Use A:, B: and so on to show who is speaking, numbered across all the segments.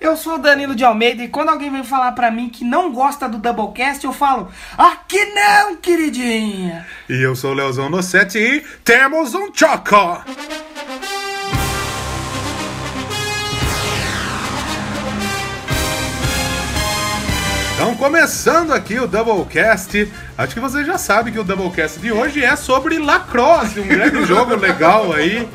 A: Eu sou o Danilo de Almeida e quando alguém vem falar pra mim que não gosta do Doublecast, eu falo, aqui não, queridinha.
B: E eu sou o Leozão Nocete e temos um Choco! Então, começando aqui o Doublecast, acho que você já sabe que o Doublecast de hoje é sobre Lacrosse, um grande jogo legal aí.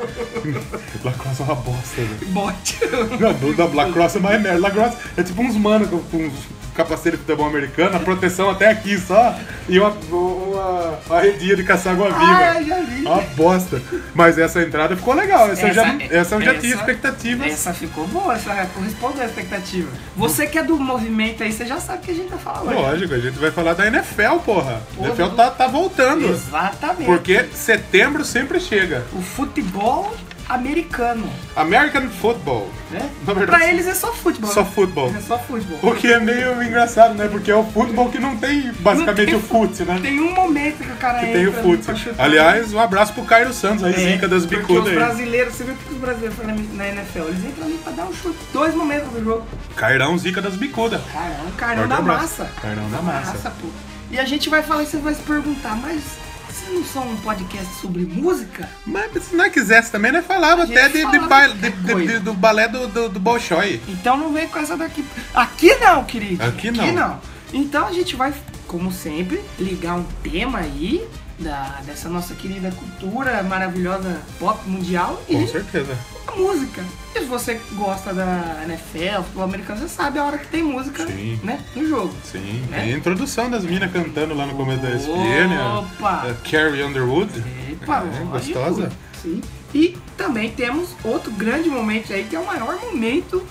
B: Lacrosse é uma bosta, né?
A: Bote.
B: Não, do- da Lacrosse é mais merda. Lacrosse é tipo uns manos com, com uns capacete de futebol americano, a proteção até aqui só, e uma, uma, uma redinha de caçar água
A: Ah,
B: viva.
A: já vi.
B: Uma bosta. Mas essa entrada ficou legal, essa, eu já, essa eu já tinha expectativas.
A: Essa ficou boa, essa é, correspondeu à expectativa. Você que é do movimento aí, você já sabe o que a gente tá falando.
B: Lógico, a gente vai falar da NFL, porra.
A: Porra.
B: A NFL tá, tá voltando.
A: Exatamente.
B: Porque setembro sempre chega.
A: O futebol americano,
B: American Football.
A: né?
B: Na verdade,
A: Pra eles é só futebol.
B: Só
A: né?
B: futebol.
A: É só futebol.
B: O que é meio engraçado, né? Porque é o futebol que não tem basicamente
A: tem
B: o fute, né?
A: Tem um momento que o cara
B: que
A: entra
B: tem o fute.
A: pra chutar.
B: Aliás, um abraço pro Cairo Santos, aí zica das
A: É, porque
B: bicudas
A: os
B: aí.
A: brasileiros, você viu que os brasileiros fazem na NFL? Eles entram ali pra dar um chute. Dois momentos do jogo.
B: Cairão zica das bicudas.
A: Cara, é um carnão
B: Forte
A: da
B: abraço.
A: massa.
B: Carnão da massa.
A: pô. E a gente vai falar e você vai se perguntar, mas vocês não são um podcast sobre música?
B: Mas se não quisesse também, né? Falava
A: A gente
B: até de, de
A: falava
B: baile-
A: qualquer
B: de- de-
A: coisa.
B: de- do balé do, do, do Bolshoi.
A: Então não vem com essa daqui. Aqui não, querido.
B: Aqui não.
A: Então a gente vai, como sempre, ligar um tema aí da, dessa nossa querida cultura maravilhosa pop mundial
B: Com
A: e
B: certeza.
A: a música. E se você gosta da NFL, futebol americano, você sabe a hora que tem música
B: Sim.
A: né, no jogo.
B: Sim,
A: Né?
B: tem a introdução das minas cantando lá no começo da SPN. a-
A: Opa!
B: a Carrie Underwood.
A: Epa,
B: É,
A: lógico.
B: gostosa.
A: Sim. E também temos outro grande momento aí, que é o maior momento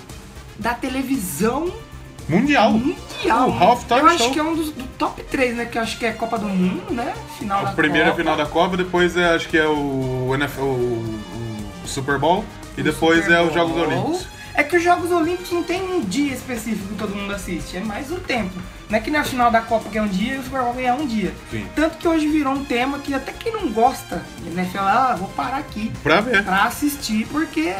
A: da televisão
B: Mundial.
A: mundial.
B: O Oh. halftime
A: Eu acho
B: show.
A: que é um dos do top 3, né? Que eu acho que é Copa do Mundo, né? Final
B: A
A: da
B: primeira
A: Copa.
B: É final da Copa, depois é, acho que é o NFL, o, o Super Bowl, e depois
A: Super
B: é os Jogos
A: Bowl.
B: Olímpicos.
A: É que os Jogos Olímpicos não tem um dia específico que todo mundo assiste, é mais um tempo. Não é que na final da Copa que é um dia e o Super Bowl é um dia.
B: Sim.
A: Tanto que hoje virou um tema que até quem não gosta, né, fala, ah, vou parar aqui.
B: Pra ver.
A: pra assistir, porque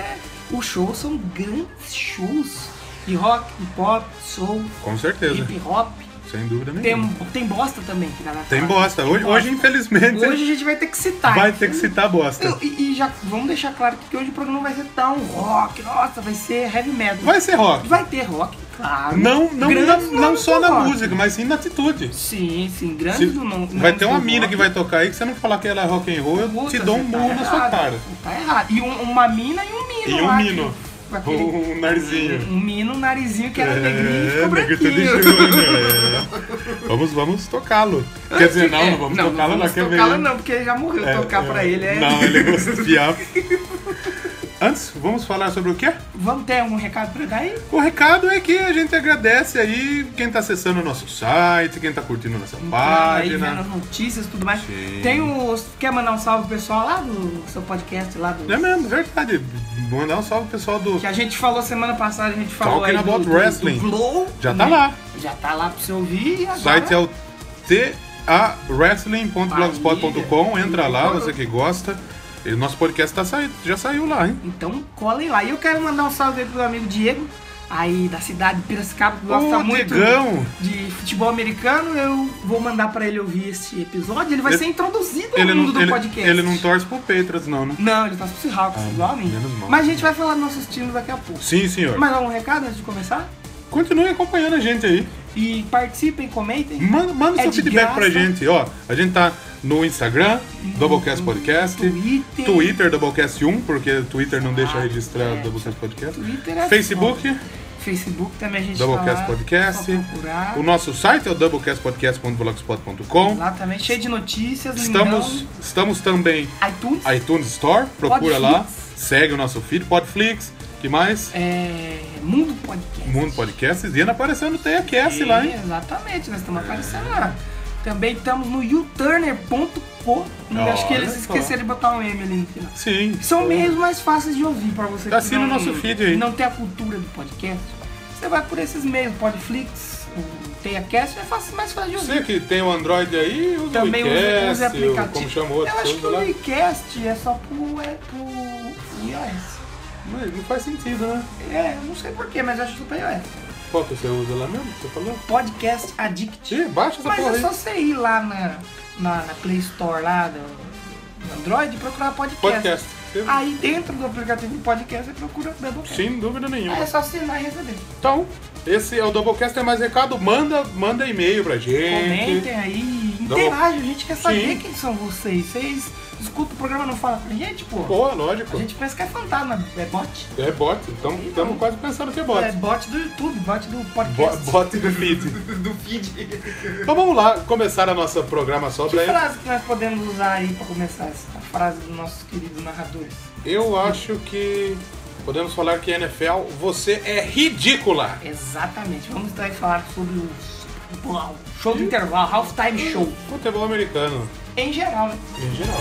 A: os shows são grandes shows de rock, de pop, soul,
B: Com certeza.
A: hip hop.
B: Sem dúvida nenhuma.
A: Tem, tem bosta também que dá na
B: Tem
A: cara.
B: bosta. Hoje, hoje infelizmente,
A: Hoje a gente vai ter que citar.
B: vai ter que citar bosta.
A: Eu- E, e já vamos deixar claro que hoje o programa não vai ser tão rock, nossa, vai ser heavy metal.
B: Vai ser rock.
A: Vai ter rock, claro.
B: Não, não, não,
A: Grandes
B: não
A: nomes
B: só
A: do
B: na
A: rock.
B: música, mas sim na atitude.
A: Sim, sim, grande
B: Se-
A: do nome.
B: vai ter uma mina que vai tocar aí que você não falar que ela é rock and roll, eu te dou um murro na sua cara.
A: Tá errado. E um- uma mina e um mino.
B: E um
A: lá, que-
B: mino.
A: com aquele-
B: Um narizinho.
A: Um mino, um narizinho que era negrinho e
B: É,
A: ficou
B: negro tudo de
A: branquinho.
B: junho, é. Vamos, vamos tocá-lo. Quer dizer, não, não vamos
A: É,
B: tocá-lo, não
A: vamos
B: quer ver.
A: tocá-lo não, porque ele já morreu.
B: É,
A: tocar
B: é.
A: pra ele é...
B: Não, ele gosta de piar. Antes, vamos falar sobre o quê?
A: Vamos ter algum recado pra dar aí?
B: O recado é que a gente agradece aí quem tá acessando o nosso site, quem tá curtindo nossa
A: Aí, vendo
B: página.
A: as notícias e tudo mais.
B: né? Sim.
A: Tem o... Quer mandar um salve pro pessoal lá do seu podcast lá do...
B: É mesmo, verdade. Mandar um salve pro pessoal do.
A: Que a gente falou semana passada, a gente falou
B: Talking
A: aí do,
B: about
A: do-
B: wrestling.
A: do Glow.
B: Já tá
A: né?
B: lá.
A: Já tá lá pra você ouvir. e
B: O
A: agora-
B: site é o tawrestling.blogspot.com. Entra lá, você que gosta. E o nosso podcast tá saindo, já saiu lá, hein?
A: Então colem lá. E eu quero mandar um salve aí pro meu amigo Diego, aí da cidade de Piracicaba, que gosta
B: Ô,
A: muito
B: Diegão!
A: de futebol americano. Eu vou mandar pra ele ouvir este episódio. Ele vai
B: Ele-
A: ser introduzido
B: Ele
A: no mundo
B: não,
A: do
B: ele,
A: podcast.
B: ele não torce pro Petras, não, né?
A: Não, ele tá pro Seahawks,
B: Ah,
A: igual a mim.
B: menos mal.
A: Mas a gente vai falar dos nossos times daqui a pouco.
B: Sim, senhor.
A: Mais algum recado antes de começar?
B: Continue acompanhando a gente aí.
A: E participem, comentem.
B: Manda, manda
A: É
B: seu
A: de
B: feedback
A: graça. Uhum.
B: pra gente, ó. A gente tá no Instagram, Doublecast Podcast.
A: Twitter.
B: Twitter, Doublecast1, porque o Twitter não deixa
A: Ah,
B: registrar
A: é.
B: Doublecast Podcast.
A: Twitter é
B: Facebook,
A: foda. Facebook também a gente tá
B: Doublecast
A: lá,
B: Podcast.
A: só procurar.
B: O nosso site é o doublecastpodcast.blogspot.com.
A: Exatamente, cheio de notícias.
B: Estamos,
A: lindão.
B: estamos também
A: iTunes.
B: iTunes Store, procura lá,
A: Podflix.
B: segue o nosso feed, Podflix, que mais?
A: É, Mundo Podcast.
B: Mundo Podcasts, e ainda apareceu no TAQS lá, hein?
A: Exatamente, nós estamos aparecendo lá. Também estamos no youturner.com.
B: Olha
A: Acho que eles
B: só.
A: esqueceram de botar um M ali no final.
B: Sim.
A: São meios mais fáceis de ouvir para você que
B: Assina o
A: não-
B: nosso feed aí.
A: não tem a cultura do podcast. Você vai por esses meios, Podflix, o Teacast, é fácil, mais fácil de ouvir.
B: Você que tem o Android aí, usa
A: Também
B: o
A: usa,
B: iCast,
A: usa aplicativo.
B: como chamou
A: Eu
B: outras
A: é acho que
B: coisas
A: o
B: lá.
A: iCast é só pro, é pro iOS.
B: Mas não faz sentido, né?
A: É, eu não sei porquê, mas eu acho super é.
B: Qual que você usa lá mesmo? Você falou?
A: Podcast Addict.
B: Ih, baixa essa
A: Mas
B: porra
A: é
B: aí.
A: só você ir lá na, na, na Play Store lá do, do Android e procurar podcast.
B: Podcast. Você-
A: Aí dentro do aplicativo de podcast você procura Doublecast.
B: Sem dúvida nenhuma.
A: Aí É só assinar e receber.
B: Então, esse é o Doublecast. Tem mais recado? Manda, manda e-mail pra gente.
A: Comentem aí,
B: Double-
A: interajam, a gente quer saber
B: Sim.
A: quem são vocês. Vocês escutam o programa e não falam pra gente, pô.
B: Pô,
A: A
B: lógico.
A: gente pensa que é fantasma, é bot.
B: É bot. Então,
A: Sim,
B: estamos
A: não.
B: quase pensando que é bot.
A: É bot do YouTube, bot do
B: Bo-
A: podcast.
B: Bot do feed.
A: do feed.
B: Então vamos lá começar a nossa programação.
A: Que
B: Pra...
A: frase que nós podemos usar aí pra começar essa frase dos nossos queridos narradores?
B: Eu acho que podemos falar que NFL, você é ridícula.
A: Exatamente, vamos estar aí falar sobre o o show do intervalo, halftime show.
B: Futebol americano,
A: Em geral, né?
B: em geral.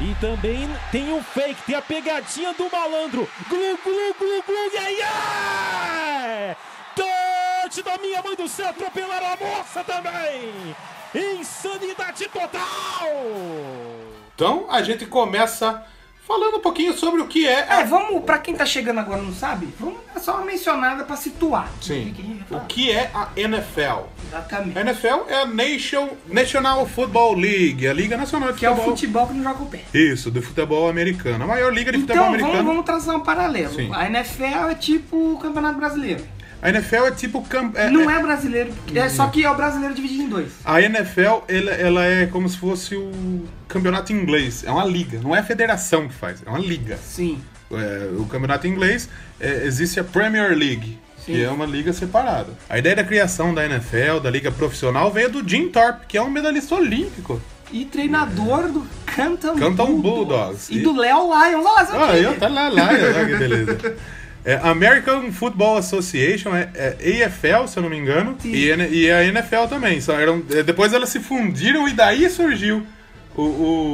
C: E também tem o fake, tem a pegadinha do malandro. Glu, glu, glu, glu, yeah, yeah! Touch da minha mãe do céu, atropelaram a moça também! Insanidade total!
B: Então a gente começa falando um pouquinho sobre o que é.
A: É, vamos, pra quem tá chegando agora e não sabe, vamos dar só uma mencionada pra situar.
B: Sim,
A: Quem é que
B: o
A: fala?
B: que é a NFL?
A: Exatamente.
B: A NFL é a Nation, National Football League, a Liga Nacional de
A: Que é o
B: Futebol.
A: futebol que não joga o pé.
B: Isso, do futebol americano. A maior liga de futebol
A: Então vamos,
B: americano.
A: vamos traçar um paralelo.
B: Sim.
A: A NFL é tipo o Campeonato Brasileiro.
B: A NFL é tipo. cam- é-
A: não é brasileiro, é só que é o brasileiro dividido em dois.
B: A NFL, ela, ela é como se fosse o campeonato inglês. É uma liga, não é a federação que faz, é uma liga.
A: Sim.
B: É, o campeonato inglês, é, existe a Premier League, que
A: Sim.
B: é uma liga separada. A ideia da criação da NFL, da liga profissional, veio do Jim Thorpe, que é um medalhista olímpico.
A: E treinador do Canton,
B: Canton Bulldogs.
A: Bulldogs. E
B: E-
A: do Léo Lions. Olha lá, sabe
B: Ah,
A: quem
B: eu,
A: é?
B: tá lá, lá, olha que beleza. É, American Football Association, é, é AFL, se eu não me engano,
A: Sim.
B: e, N- e a NFL também. Só eram- é, depois elas se fundiram e daí surgiu o,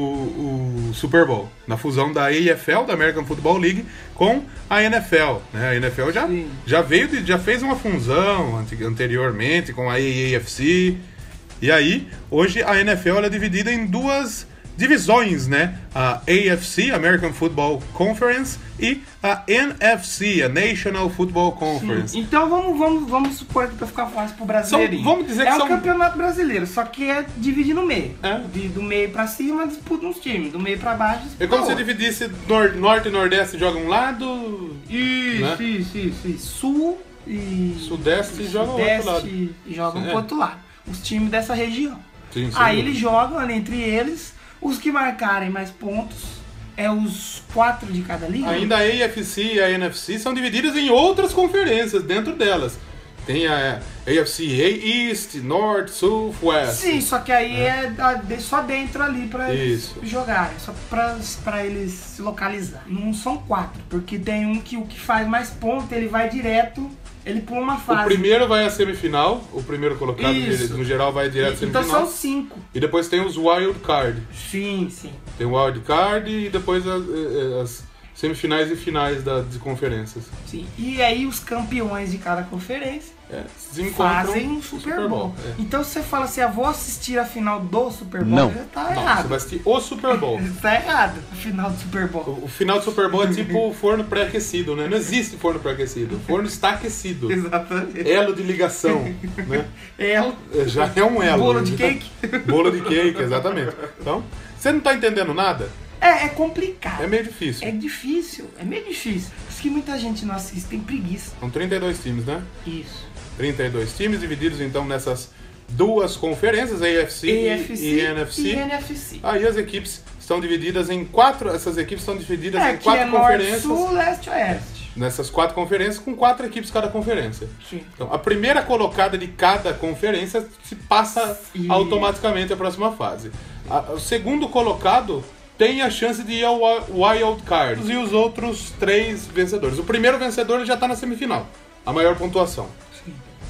B: o- o Super Bowl, na fusão da AFL, da American Football League, com a NFL. né? A NFL já,
A: Sim.
B: já veio, de- já fez uma fusão ante- anteriormente com a AAFC. E aí, hoje a NFL ela é dividida em duas divisões, né? A AFC, American Football Conference, e a NFC, a National Football Conference.
A: Então vamos, vamos, vamos supor que pra ficar fácil pro brasileirinho.
B: São- vamos dizer
A: é
B: que
A: o
B: são-
A: campeonato brasileiro, só que é dividido no meio.
B: É.
A: De- do meio pra cima disputa uns times, do meio pra baixo disputa
B: É como se
A: outro.
B: dividisse nor- norte e nordeste joga um lado,
A: Isso,
B: né?
A: isso, isso, isso. Sul e.
B: Sudeste
A: e
B: joga o outro
A: Sudeste
B: lado.
A: jogam
B: É.
A: pro outro lado. Os times dessa região.
B: Sim, sim.
A: Aí eles jogam ali entre eles. Os que marcarem mais pontos é os quatro de cada liga.
B: Ainda a AFC e a NFC são divididas em outras conferências dentro delas. Tem a AFC East, North, Sul, West.
A: Sim, só que aí é, da- de- só dentro ali pra eles
B: Isso.
A: jogarem, só pra, pra eles se localizar. Não são quatro, porque tem um que o que faz mais ponto, ele vai direto, ele pula uma
B: O
A: fase.
B: primeiro vai à semifinal, o primeiro colocado
A: Isso.
B: no geral vai direto à
A: então
B: é semifinal.
A: são cinco.
B: E depois tem os wild card.
A: Sim, sim.
B: Tem o wild card e depois as, eh, eh, as semifinais e finais da, de conferências.
A: sim. E aí os campeões de cada conferência
B: É, se encontram
A: fazem um
B: no É.
A: Super Bowl. Então se você fala assim, ah, vou assistir a final do Super Bowl,
C: Não.
A: já tá
B: É. Não, você
A: errado.
B: vai assistir o Super Bowl.
A: Tá errado, a final do Super Bowl.
B: O o final do Super Bowl é tipo o forno pré-aquecido, né? Não existe forno pré-aquecido. O forno está aquecido.
A: Exatamente.
B: Elo de ligação, né?
A: É, o
B: É, Já é um elo.
A: bolo de cake.
B: Bolo de cake, exatamente. Então, você não tá entendendo nada?
A: É, é complicado.
B: É meio difícil.
A: É difícil, é meio difícil. Diz que muita gente não assiste, tem preguiça.
B: São 32 times, né?
A: Isso.
B: 32 times divididos então nessas duas conferências, AFC, e-
A: AFC
B: e NFC.
A: E NFC.
B: Aí as equipes estão divididas em quatro, essas equipes estão divididas
A: É,
B: em
A: que é
B: quatro
A: norte,
B: conferências.
A: sul, leste, oeste.
B: Nessas quatro conferências com quatro equipes cada conferência.
A: Sim.
B: Então, a primeira colocada de cada conferência se passa
A: Sim.
B: automaticamente à próxima fase. A- o segundo colocado tem a chance de ir ao wi- wild card e os tá outros três vencedores. O primeiro vencedor ele já está na semifinal, a maior pontuação.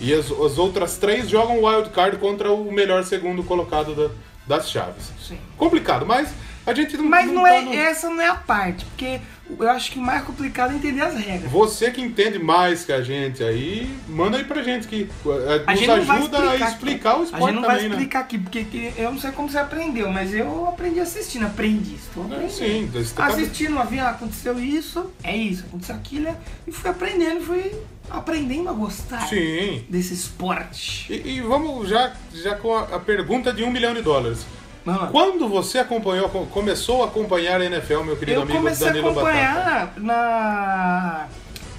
B: E as, as outras três jogam wild card contra o melhor segundo colocado da- das chaves.
A: Sim.
B: Complicado, mas a gente não
A: Mas não
B: tá
A: é,
B: no-
A: essa não é a parte, porque eu acho que o mais complicado é entender as regras.
B: Você que entende mais que a gente aí, manda aí pra gente que eh,
A: A
B: nos
A: gente não vai
B: ajuda a
A: aqui.
B: explicar o esporte
A: A gente não vai
B: também, né?
A: explicar aqui, porque que- eu não sei como você aprendeu, mas eu aprendi assistindo, aprendi. Estou
B: É,
A: aprendendo.
B: Sim, você tá-
A: Assistindo, havia, ah, aconteceu isso, é isso, aconteceu aquilo, é- e fui aprendendo, fui aprendendo a gostar
B: Sim.
A: desse esporte.
B: E, e vamos já, já com a, a pergunta de um milhão de dólares.
A: Vamos lá.
B: Quando você acompanhou, co- começou a acompanhar a NFL, meu querido
A: Eu
B: amigo
A: comecei a
B: Danilo Batata?
A: acompanhar na,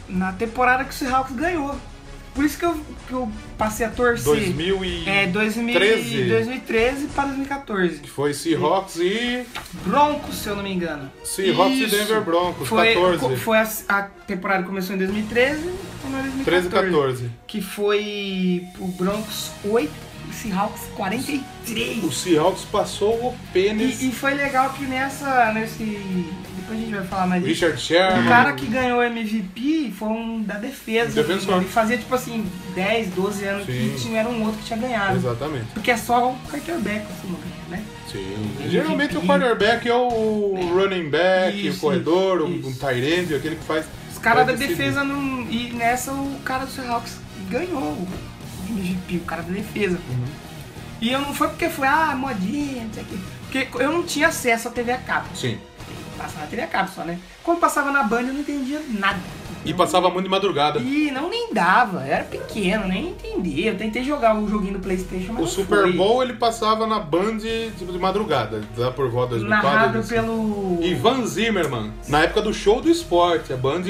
A: na temporada que o Seahawks ganhou. Por isso que eu, que eu passei a torcer.
B: 2013.
A: É, 2013, 2013 para 2014.
B: Que foi Seahawks e
A: Broncos, se eu não me engano.
B: Seahawks e
A: Isso.
B: Denver Broncos,
A: foi,
B: 14.
A: co- Foi a, a temporada que começou em 2013 ou não,
B: 13 e
A: 2014.
B: 14.
A: Que foi o Broncos 8 e Seahawks 43.
B: O Seahawks passou o pênis.
A: E, e foi legal que nessa, nesse... Depois a gente vai falar mais disso.
B: Richard Sherman.
A: O cara que ganhou o MVP foi um da defesa.
B: Defensor.
A: Ele fazia tipo assim, 10, 12 anos
B: Sim.
A: que tinha, era um outro que tinha ganhado.
B: Exatamente.
A: Porque é só o quarterback que não ganha, né?
B: Sim. Geralmente o quarterback é o running back,
A: Isso,
B: o corredor, o
A: isso.
B: um tight end, aquele que faz.
A: Os caras da
B: faz decidir.
A: defesa não. E nessa o cara do Seahawks ganhou o MVP, o cara da defesa.
B: Uhum.
A: E eu não foi porque foi, ah, modinha, não sei o quê. Porque eu não tinha acesso à TV a cabo. tipo,
B: Sim.
A: Passava na TV a cabo só, né? Quando passava na Band eu não entendia nada.
B: E passava muito de madrugada.
A: E não nem dava, eu era pequeno, nem entendia. Eu tentei jogar o joguinho do Playstation, mas
B: O
A: não
B: Super
A: fui.
B: Bowl ele passava na Band tipo, de madrugada, lá por volta de 2004.
A: narrado
B: 2005.
A: pelo.
B: Ivan Zimmerman, na época do show do esporte, a Band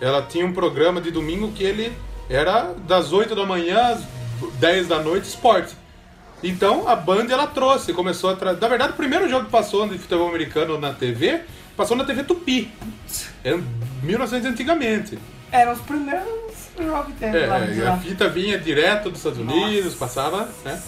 B: ela tinha um programa de domingo que ele era das 8 da manhã às 10 da noite, esporte. Então a Band ela trouxe, começou a trazer. Na verdade, o primeiro jogo que passou de futebol americano na TV, passou na TV Tupi. Era 1900 antigamente.
A: Eram os primeiros jogos que teve
B: É,
A: lá, de
B: a
A: lá.
B: fita vinha direto dos Estados Unidos,
A: Nossa.
B: passava, né?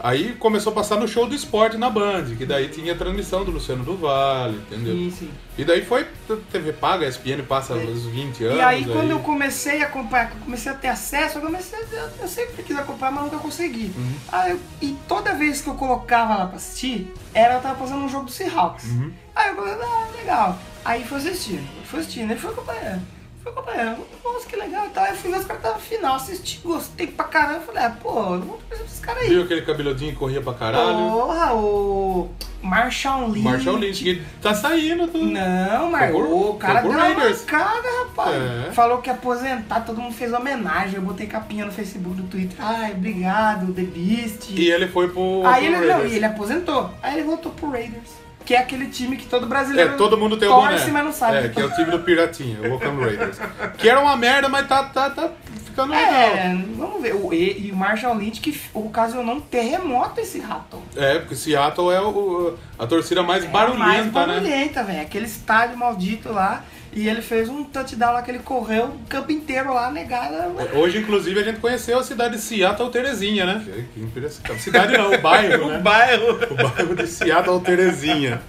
B: Aí começou a passar no show do esporte na Band, que daí tinha a transmissão do Luciano do Vale, entendeu?
A: Sim, sim.
B: E daí foi TV paga, a ESPN passa uns 20 anos.
A: É. E aí, quando eu comecei a acompanhar, que eu comecei a ter acesso, eu comecei a, eu, eu sempre quis acompanhar, mas nunca consegui.
B: Uhum.
A: Aí eu- e toda vez que eu colocava lá pra assistir, era eu tava fazendo um jogo do Seahawks.
B: Uhum.
A: Aí eu falei, ah, legal. Aí fui assistindo, fui assistindo, aí fui acompanhando. Fui acompanhando, nossa, que legal e tal. Aí eu fui ver os caras estavam final, assisti, gostei pra caramba. Falei, ah, pô, eu vou precisar desses caras aí.
B: Viu aquele cabeludinho que corria pra caralho?
A: Porra, o Marshall Lynch.
B: Marshall Lynch, que tá saindo do.
A: Não, mas
B: Foi por-
A: o cara
B: foi
A: deu
B: por
A: uma
B: Raiders.
A: mancada, rapaz.
B: É.
A: Falou que ia aposentar, todo mundo fez homenagem. Eu botei capinha no Facebook, no Twitter. Ai, obrigado, The Beast.
B: E ele foi pro.
A: aí
B: pro
A: ele, não,
B: Raiders.
A: e ele aposentou. Aí ele voltou pro Raiders, que é aquele time que todo brasileiro
B: É, todo mundo tem algum,
A: torce,
B: né?
A: mas não sabe.
B: É, que é o time do Piratinha, o Oakland Raiders. Que era uma merda, mas tá, tá, tá ficando legal.
A: É, vamos ver. O, e, e o Marshall Lynch que f- ocasionou um terremoto esse rato.
B: É, porque Seattle é o, a torcida mais barulhenta,
A: É mais
B: né?
A: barulhenta, velho. Aquele estádio maldito lá. E ele fez um touchdown lá que ele correu o campo inteiro lá, negada.
B: Hoje, inclusive, a gente conheceu a cidade de Seattle Terezinha, né? Que- que Piracicaba. Cidade não, o bairro, né?
D: bairro.
B: O bairro de Seattle Terezinha.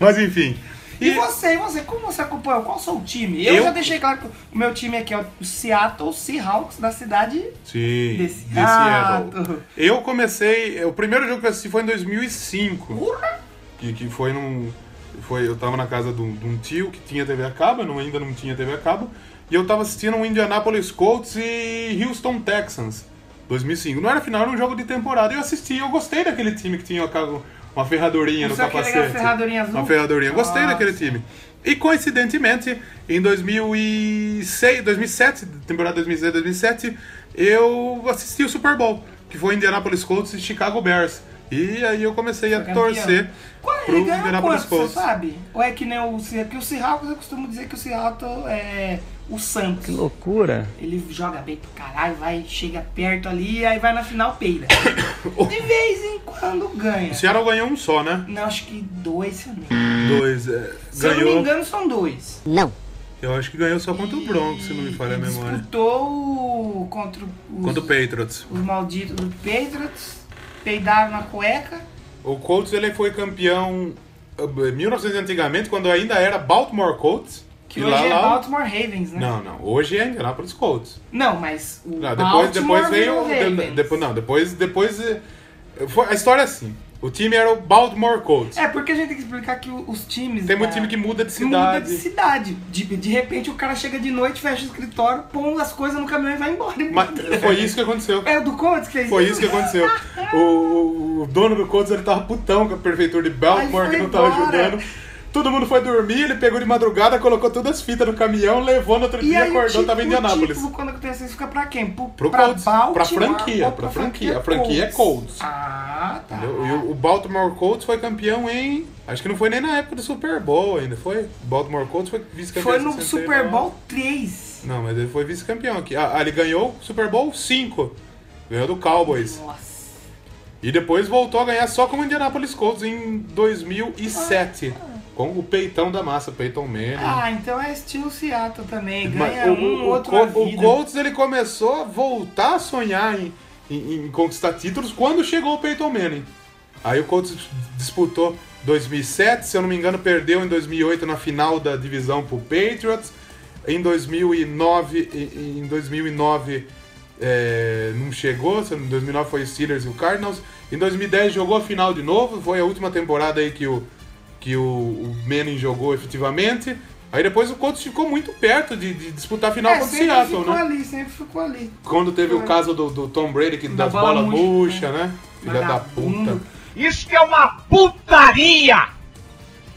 B: Mas enfim.
A: E você, e você, como você acompanhou? Qual o seu time? Eu,
B: Eu-
A: já deixei claro que o meu time aqui é o Seattle Seahawks da cidade
B: Sim,
A: de
B: de
A: Seattle.
B: Seattle. Eu comecei, o primeiro jogo que eu assisti foi em 2005,
A: Porra!
B: que, que foi num... Foi, eu tava na casa de um, de um tio que tinha TV a cabo, eu não, ainda não tinha TV a cabo, e eu tava assistindo um Indianapolis Colts e Houston Texans, 2005. Não era final, era um jogo de temporada, e eu assisti, eu gostei daquele time que tinha uma, ca- uma ferradorinha no
A: Isso aqui é
B: capacete.
A: legal, ferradorinha azul.
B: Uma ferradorinha. Gostei
A: Nossa.
B: daquele time. E coincidentemente, em 2006, 2007, temporada 2006, 2007, eu assisti o Super Bowl, que foi Indianapolis Colts e Chicago Bears. E aí eu comecei a
A: Foi campeão.
B: É torcer
A: Qual é?
B: pro
A: Ele ganhou
B: Indianapolis
A: quanto, você
B: Colts.
A: sabe? Ou é que nem o Se- que o Seahawks, eu costumo dizer que o Seattle é o Santos.
D: Que loucura.
A: Ele joga bem pro caralho, vai, chega perto ali, aí vai na final peida. De vez em quando ganha.
B: O Seattle ganhou um só, né?
A: Não, acho que dois, se eu não me engano.
B: Dois. é,
A: Se eu não me
B: ganhou.
A: engano, são dois.
B: Eu acho que ganhou só contra o Broncos, se não me falha a
A: E
B: memória.
A: Disputou o- contra os,
B: Contra o Patriots.
A: os malditos do Patriots, peidaram na cueca.
B: O Colts ele foi campeão eh, 1900 antigamente, quando ainda era Baltimore Colts.
A: Que
B: E
A: hoje
B: lá-
A: é
B: lá-
A: Baltimore Ravens, né?
B: Não, não. Hoje é Indianapolis Colts.
A: Não, mas o
B: Não, depois,
A: Baltimore
B: depois veio.
A: virou né?
B: de-
A: Ravens.
B: depois, não, depois. depois eh, foi- a história é assim: o time era o Baltimore Colts.
A: É, porque a gente tem que explicar que o- os times... da-
B: Tem muito time que muda de
A: Muda
B: cidade.
A: de cidade. De, de repente o cara chega de noite, fecha o escritório, põe as coisas no caminhão e vai embora.
B: Mas foi isso que aconteceu.
A: É o do Colts que fez
B: Foi isso que aconteceu. O, o- o dono do Colts ele tava putão com a prefeitura de Baltimore
A: Ai,
B: que
A: foi
B: não tava
A: embora.
B: ajudando. Todo mundo foi dormir, ele pegou de madrugada, colocou todas as fitas no caminhão, levou no outro
A: E aí o
B: dia,
A: tipo,
B: acordou,
A: título,
B: tava em Indianápolis.
A: O título, quando acontece isso, fica pra quem? Pro,
B: Pro
A: pra
B: Colts,
A: Baltimore
B: pra franquia,
A: ou
B: pra franquia. A franquia é Colts.
A: Ah, tá.
B: Entendeu? E o- o Baltimore Colts foi campeão em. Acho que não foi nem na época do Super Bowl ainda, foi? O Baltimore Colts foi vice-campeão.
A: Foi
B: em
A: no
B: 69.
A: Super Bowl 3.
B: Não, mas ele foi vice-campeão aqui. Ah, ah, ele ganhou o Super Bowl 5. Ganhou do Cowboys.
A: Nossa.
B: E depois voltou a ganhar só com o Indianapolis Colts em 2007. Com o peitão da massa, Peyton Manning.
A: Ah, então é estilo Seattle também.
B: Mas
A: Ganha um outro
B: Col-
A: na
B: o
A: vida.
B: Colts ele começou a voltar a sonhar em, em- em conquistar títulos quando chegou o Peyton Manning. Aí o Colts disputou 2007, se eu não me engano, perdeu em 2008 na final da divisão pro Patriots. Em 2009, e- e- em 2009 é, não chegou, se eu não- em 2009 foi o Steelers e o Cardinals. Em 2010 jogou a final de novo, foi a última temporada aí que o, que o, o Manning jogou efetivamente. Aí depois o Colts ficou muito perto de, de disputar a final
A: É,
B: contra o
A: sempre
B: Seattle,
A: ficou
B: né?
A: ali, sempre ficou ali.
B: Quando teve o
A: É.
B: caso do, do Tom Brady, que
A: Da
B: das
A: bola
B: bolas
A: murcha,
B: murcha, né? Filha da
A: Vagabundo.
B: puta.
D: Isso que é uma putaria!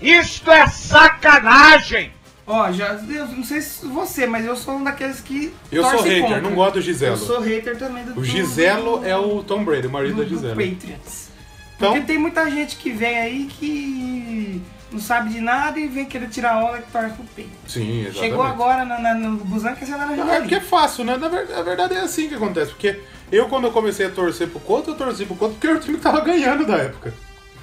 D: Isto é sacanagem!
A: Ó, já, eu não sei se você, mas eu sou um daqueles que.
B: Eu sou
A: torce
B: hater,
A: contra.
B: não gosto do
A: Eu
B: Giselo.
A: sou hater também do
B: O
A: do-
B: Giselo
A: do-
B: é o Tom Brady, o marido
A: do, do
B: da Giselo.
A: Patriots.
B: Então-
A: Porque tem muita gente que vem aí que não sabe de nada e vem querer tirar onda que torce pro peito.
B: Sim, exatamente.
A: Chegou agora na, na, no Busan que é na
B: É porque é
A: janelinha.
B: fácil, né? Na verdade, a verdade é assim que acontece. Porque eu, quando eu comecei a torcer pro Colts, eu torci pro Colts porque era o time que tava ganhando da época.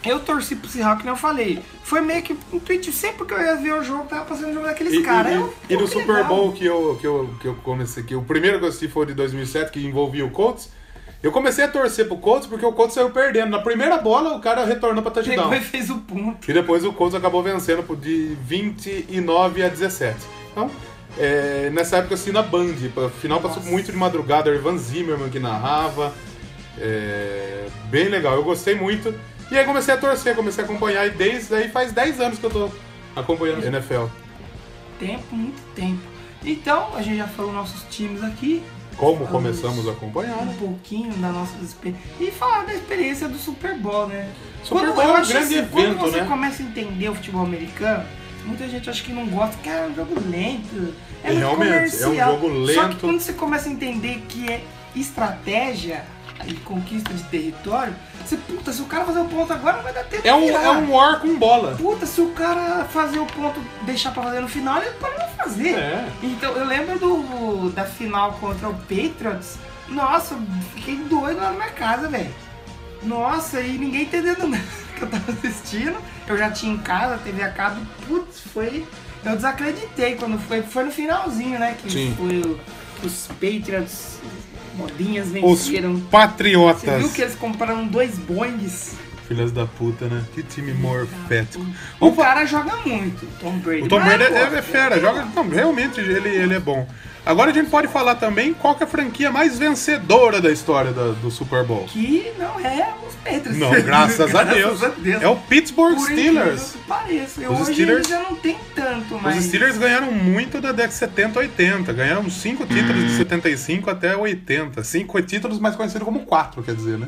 A: Eu torci pro Seahawks, como eu falei. Foi meio que um tweet, sempre que eu ia ver o jogo, tava passando o jogo daqueles
B: E,
A: caras.
B: e-
A: Eu,
B: e
A: é um pô,
B: no
A: que
B: Super
A: legal.
B: Bowl que eu, que, eu, que eu comecei, que o primeiro que eu assisti foi o de 2007, que envolvia o Colts, eu comecei a torcer pro Colts porque o Colts saiu perdendo. Na primeira bola, o cara retornou pra touchdown.
A: Pegou e fez o ponto.
B: E depois o Colts acabou vencendo por de 29 a 17. Então, é, nessa época eu assisti na Band. pra- Final passou
A: Nossa.
B: muito de madrugada. Ivan Zimmerman que narrava. É, bem legal, eu gostei muito. E aí comecei a torcer, comecei a acompanhar. E desde aí faz 10 anos que eu tô acompanhando NFL.
A: Tempo, muito tempo. Então, a gente já falou nossos times aqui,
B: Como começamos a acompanhar, né?
A: um pouquinho da nossa experiência. E falar da experiência do Super Bowl, né?
B: Super
A: Quando-
B: Bowl é
A: eu
B: um
A: acho
B: grande
A: assim, Quando
B: evento,
A: você
B: né?
A: começa a entender o futebol americano, muita gente acha que não gosta, que é um jogo lento, é muito
B: Realmente, é um
A: comercial.
B: jogo
A: Só
B: lento.
A: que quando você começa a entender que é estratégia e conquista de território, você, puta, se o cara fazer o ponto agora, não vai dar tempo
B: É um,
A: de virar.
B: é um war com bola.
A: Puta, se o cara fazer o ponto, deixar pra fazer no final, ele pode não fazer.
B: É.
A: Então, eu lembro do, da final contra o Patriots. Nossa, eu fiquei doido lá na minha casa, velho. Nossa, e ninguém entendendo nada que eu tava assistindo. Eu já tinha em casa, a TV a cabo. Putz, foi... Eu desacreditei quando foi... Foi no finalzinho, né? Que
B: Sim.
A: foi o- os Patriots... Modinhas
B: Os
A: venceram. Você
B: patriotas.
A: viu que eles compraram dois boings?
B: Filhas da puta, né? Que time morfético.
A: O
B: Vamos fa-
A: cara joga muito, Tom Brady.
B: O Tom
A: Mas,
B: Brady
A: pô,
B: é, é fera, joga. Não, realmente ele, ele é bom. Agora a gente pode falar também qual que é a franquia mais vencedora da história da- do Super Bowl.
A: Que não é os Patriots.
B: Não, graças a Deus. É o Pittsburgh
A: Por
B: Steelers.
A: incrível que pareça.
B: Os
A: Hoje eles
B: Steelers-
A: já não tem tanto, mas...
B: Os Steelers ganharam muito da década de 70 a 80. Ganharam cinco títulos de 75 até 80. Hum. Cinco títulos mais conhecidos como quatro, quer dizer, né?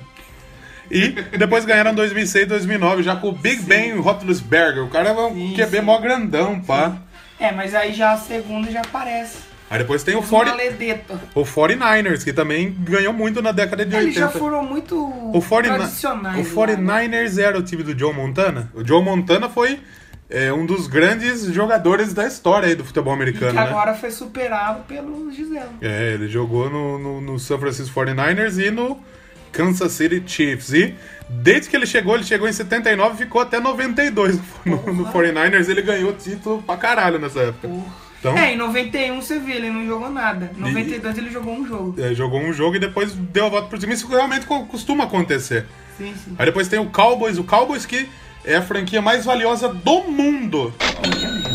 B: E depois ganharam 2006 2009, já com o Big Ben Roethlisberger. O cara é um
A: Sim,
B: QB
A: sim.
B: mó grandão, pá.
A: É, mas aí já a segunda já aparece.
B: Aí depois tem o
A: Fora...
B: 40...
A: Uma ledeta.
B: O 49ers, que também ganhou muito na década de
A: Eles
B: 80.
A: já foram muito
B: o, 49... o
A: tradicionais. lá, né?
B: 49ers era o time do Joe Montana. O Joe Montana foi é, um dos grandes jogadores da história aí do futebol
A: E
B: americano,
A: que
B: né?
A: agora foi superado pelo Giselo.
B: É, ele jogou no, no, no San Francisco 49ers e no Kansas City Chiefs. E desde que ele chegou, ele chegou em 79 e ficou até 92 no, no 49ers. Ele ganhou título pra caralho nessa época. Então,
A: É, em 91 você vê, ele não jogou nada. Em 92 ele jogou um jogo.
B: é, jogou um jogo e depois deu a volta pro time. Isso realmente co- costuma acontecer.
A: Sim, sim.
B: Aí depois tem o Cowboys, o Cowboys que é a franquia mais valiosa do mundo.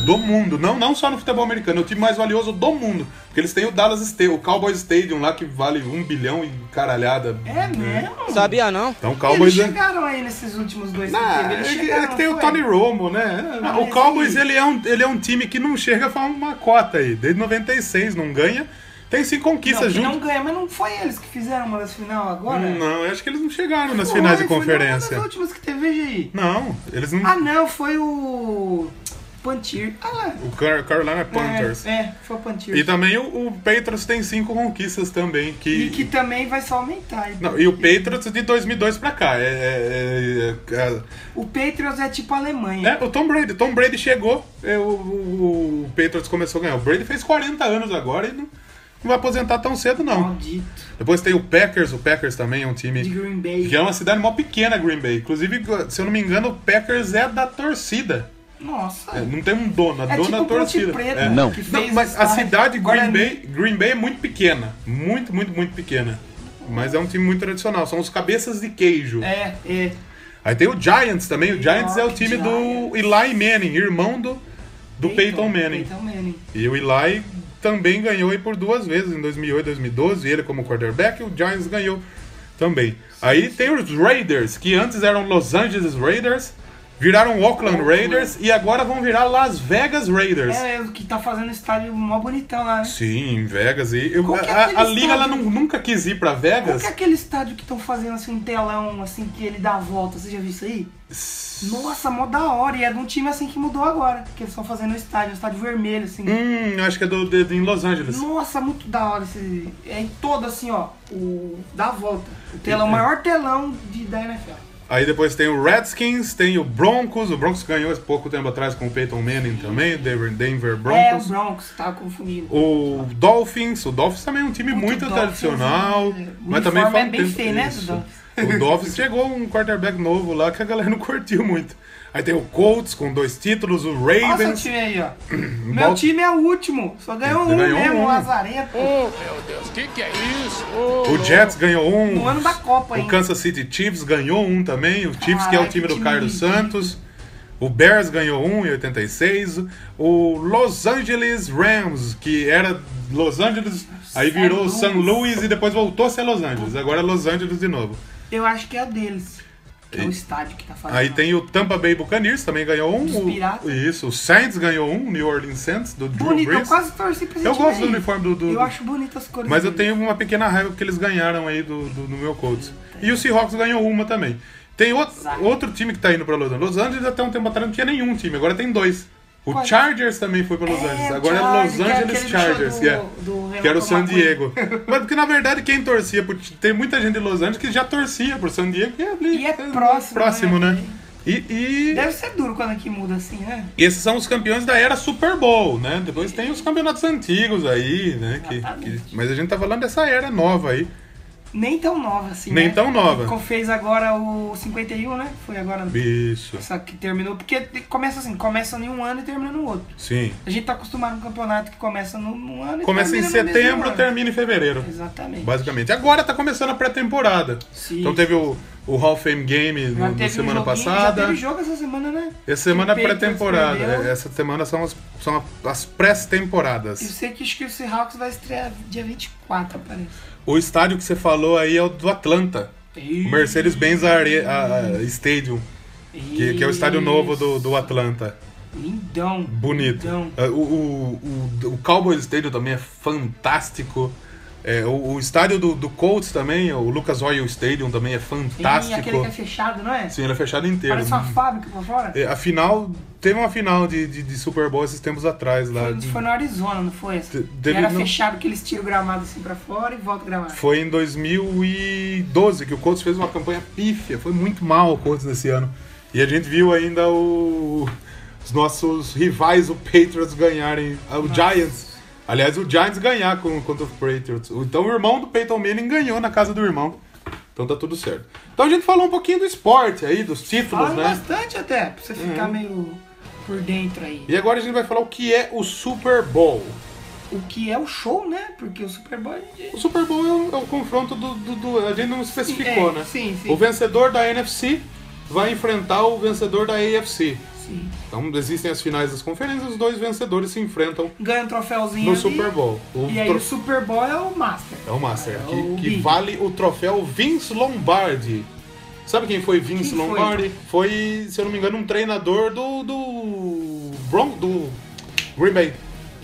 B: Do mundo, não, não só no futebol americano, é o time mais valioso do mundo. Porque eles têm o Dallas Stadium, o Cowboys Stadium lá que vale um bilhão e caralhada.
A: É mesmo?
E: Sabia não?
B: Então o
A: Eles
B: Cowboys é.
A: chegaram aí nesses últimos dois
B: Ah,
A: tempos,
B: é
A: eles
B: que,
A: chegaram,
B: é que tem o
A: foi?
B: Tony Romo, né?
A: Ah,
B: o
A: mas
B: Cowboys
A: aí-
B: ele é, um, ele é um time que não chega a uma cota aí. Desde 96 não ganha. Tem cinco
A: Não, que
B: conquistas
A: não
B: junto.
A: ganha, mas não foi eles que fizeram uma das final agora?
B: Não, eu acho que eles não chegaram nas
A: Foi,
B: finais de
A: foi
B: conferência.
A: Uma das últimas que teve aí.
B: Não, eles não.
A: Ah, não, foi o. Pantir. Ah lá.
B: O Car- Carolina Panthers.
A: É, é, foi o Pantir.
B: E também o, o Patriots tem cinco conquistas também. Que...
A: E que também vai só aumentar.
B: Não, e o Patriots de 2002 pra cá. É, é- é-
A: O Patriots é tipo a
B: é-
A: Alemanha.
B: é o Tom Brady. Tom Brady chegou, é, o, o- o Patriots começou a ganhar. O Brady fez 40 anos agora e não, não vai aposentar tão cedo, É, não.
A: Maldito.
B: Depois tem o Packers. O Packers também é um time...
A: De Green Bay.
B: Que é uma cidade mó pequena, Green Bay. Inclusive, se eu não me engano, o Packers é da torcida.
A: Nossa.
B: É, não tem um dono, a
A: É
B: dona
A: tipo
B: torcida.
A: Ponte Preta.
B: É.
A: Que fez
B: Não, mas
A: os
B: a
A: Tar-
B: cidade Green
A: Guarani.
B: Bay, Green Bay é muito pequena. Muito, muito, muito pequena. Mas é um time muito tradicional. São os cabeças de queijo.
A: É, é.
B: Aí tem o Giants também. O Giants é o time do Eli Manning, irmão do, do Peyton Manning.
A: Peyton Manning.
B: E o Eli também ganhou aí por duas vezes, em 2008 e 2012. Ele como quarterback, o Giants ganhou também. Aí tem os Raiders, que antes eram Los Angeles Raiders, viraram Oakland Raiders e agora vão virar Las Vegas Raiders.
A: É, é o que tá fazendo o estádio mó bonitão lá, né?
B: Sim, em Vegas. E eu-
A: Qual que é aquele
B: a, a liga ela
A: estádio?
B: não- nunca quis ir pra
A: Qual
B: Vegas.
A: que é aquele estádio que estão fazendo assim, um telão, assim, que ele dá a volta? Você já viu isso aí? Nossa, mó da hora. E é de um time assim que mudou agora. Que eles estão fazendo o estádio, um estádio vermelho, assim.
B: Hum, acho que é do, de, de- em Los Angeles.
A: Nossa, muito da hora esse. É em todo assim, ó. O. Dá a volta. O
B: é.
A: telão, o maior telão de, da NFL.
B: Aí depois tem o Redskins, tem o Broncos. O Broncos ganhou esse pouco tempo atrás com o Peyton Manning também, o Denver, Denver
A: É, o
B: Broncos.
A: Bronx, tá confundindo.
B: o Dolphins, o Dolphins também é um time muito,
A: Muito Dolphins,
B: tradicional,
A: né? O
B: mas também
A: uniforme
B: faz
A: é
B: um
A: bem
B: tempo-
A: feio, né, do
B: isso.
A: Dolphins?
B: O Dolphins chegou um quarterback novo lá que a galera não curtiu muito. Aí tem o Colts com dois títulos, o
A: Olha seu
B: Ravens,
A: time aí, ó. Meu time é o último. Só ganhou
B: Você
A: um
B: ganhou
A: mesmo,
B: um.
A: o Lazarento.
B: o Jets ganhou um,
A: No ano da Copa,
B: o
A: hein?
B: Kansas City Chiefs ganhou um também, o Chiefs que é o
A: Caralho,
B: time
A: que
B: do
A: time
B: Carlos
A: lindo.
B: Santos, o Bears ganhou um em 86, o Los Angeles Rams, que era Los Angeles, aí
A: San
B: virou San
A: Luis.
B: Luis e depois voltou a ser Los Angeles, agora é Los Angeles de novo.
A: Eu acho que é o deles. Que é o estádio que tá fazendo.
B: Aí tem o Tampa Bay Buccaneers, também ganhou um.
A: Dos
B: o-
A: piratas.
B: Isso, o Saints ganhou um, o New Orleans Saints, do Drew
A: Bonito, eu
B: Brees.
A: quase torci pra esse
B: Eu
A: time
B: gosto do
A: aí.
B: uniforme do- do-
A: Eu acho bonito as cores.
B: Mas eu
A: dele.
B: tenho uma pequena raiva porque eles ganharam aí do, do, do meu Colts. E o Seahawks ganhou uma também. Tem o-
A: Exato.
B: outro time que tá indo pra Los Angeles. Los Angeles até um tempo atrás não tinha nenhum time, agora tem dois. O
A: Qual é?
B: Chargers também foi pra Los
A: É,
B: Angeles.
A: o
B: Agora
A: Chargers,
B: é Los
A: que é
B: Angeles
A: aquele
B: Chargers,
A: do-
B: que, é,
A: do
B: que era
A: Relâmpago
B: o San
A: McQueen.
B: Diego. Mas porque na verdade quem torcia, pro- tem muita gente de Los Angeles que já torcia pro San Diego. E é, ali-
A: E é próximo,
B: né?
A: né?
B: E, e-
A: Deve ser duro quando aqui muda assim, né?
B: esses são os campeões da era Super Bowl, né? Depois tem os campeonatos antigos aí, né? Que-
A: Exatamente.
B: que- mas a gente tá falando dessa era nova aí.
A: Nem tão nova assim.
B: Nem
A: né?
B: tão nova.
A: Como fez agora o 51, né? Foi agora.
B: Isso,
A: Só que terminou. Porque te- começa assim, começa em um ano e termina no outro.
B: sim.
A: A gente tá acostumado com um campeonato que começa num, num ano e
B: Começa em
A: termina no mesmo
B: setembro,
A: ano.
B: termina em fevereiro.
A: Exatamente.
B: Basicamente. Agora tá começando a pré-temporada.
A: Sim.
B: Então teve o, o Hall of Fame Game
A: Já
B: no- na
A: teve um
B: semana
A: joguinho-
B: passada.
A: Já teve jogo essa semana, né?
B: Essa semana é
A: Que o Patriots
B: pré-temporada.
A: perdeu.
B: é, Essa semana são as, são as
A: Eu
B: pré-temporadas.
A: sei que acho que o Seahawks vai estrear dia 24, parece.
B: O estádio que você falou aí é o do Atlanta. O Mercedes-Benz Are- a- a- Stadium, que, que é o estádio novo do, do Atlanta.
A: Lindão.
B: Bonito.
A: Lindão.
B: Ah, O, o, o, o Cowboys Stadium também é fantástico. É, o, o estádio do, do Colts também, o Lucas Oil Stadium também é
A: E
B: fantástico.
A: aquele que é fechado, não é?
B: Sim, ele é fechado inteiro.
A: Parece uma fábrica pra fora.
B: É, a final, teve uma final de, de, de Super Bowl esses tempos atrás lá.
A: Foi- um Foi no Arizona, não foi? essa?
B: Te-
A: Que
B: teve-
A: era
B: É. não-
A: fechado que eles tiram o gramado assim pra fora e volta o gramado.
B: Foi em 2012 que o Colts fez uma campanha pífia. Foi muito mal o Colts nesse ano. E a gente viu ainda o- os nossos rivais, o Patriots, ganharem. ah, O Giants. Aliás, o Giants ganhar com, contra o Patriots. Então o irmão do Peyton Manning ganhou na casa do irmão. Então tá tudo certo. Então a gente falou um pouquinho do esporte aí, dos títulos,
A: Fala
B: né? Uhum.
A: bastante até, pra você ficar meio por dentro aí.
B: E agora a gente vai falar o que é o Super Bowl.
A: O que é o show, né? Porque o Super Bowl. é-
B: O Super um, Bowl é o, é o confronto do, do- do- A gente não especificou,
A: é,
B: né?
A: sim, sim.
B: O vencedor da NFC vai enfrentar o vencedor da AFC.
A: Sim.
B: Então existem as finais das conferências, os dois vencedores se enfrentam
A: Ganha um troféuzinho.
B: no
A: ali,
B: Super Bowl. O
A: E aí
B: tro-
A: o Super Bowl é o Master.
B: É o Master,
A: É
B: que,
A: o
B: que
A: Big.
B: vale o troféu Vince Lombardi. Sabe quem foi Vince
A: Quem foi?
B: Lombardi? Foi? se eu não me engano, um treinador do. do. Bron, do Green Bay,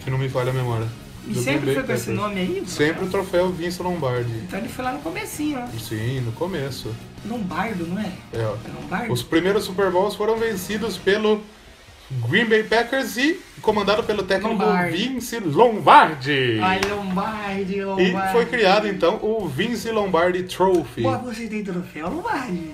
B: que não me falha a memória.
A: E
B: Do
A: sempre
B: Green Bay
A: foi com esse
B: Packers.
A: nome aí?
B: Sempre o troféu Vince Lombardi.
A: Então ele foi lá no comecinho, né?
B: Sim, no começo.
A: Lombardo, não é?
B: É, ó.
A: É Lombardo?
B: Os primeiros Super Bowls foram vencidos pelo Green Bay Packers e comandado pelo técnico
A: Lombardi.
B: Vince Lombardi.
A: Ai, é um Lombardi,
B: E
A: Lombardi.
B: foi criado então o Vince Lombardi Trophy.
A: Pô, você tem troféu, Lombardi.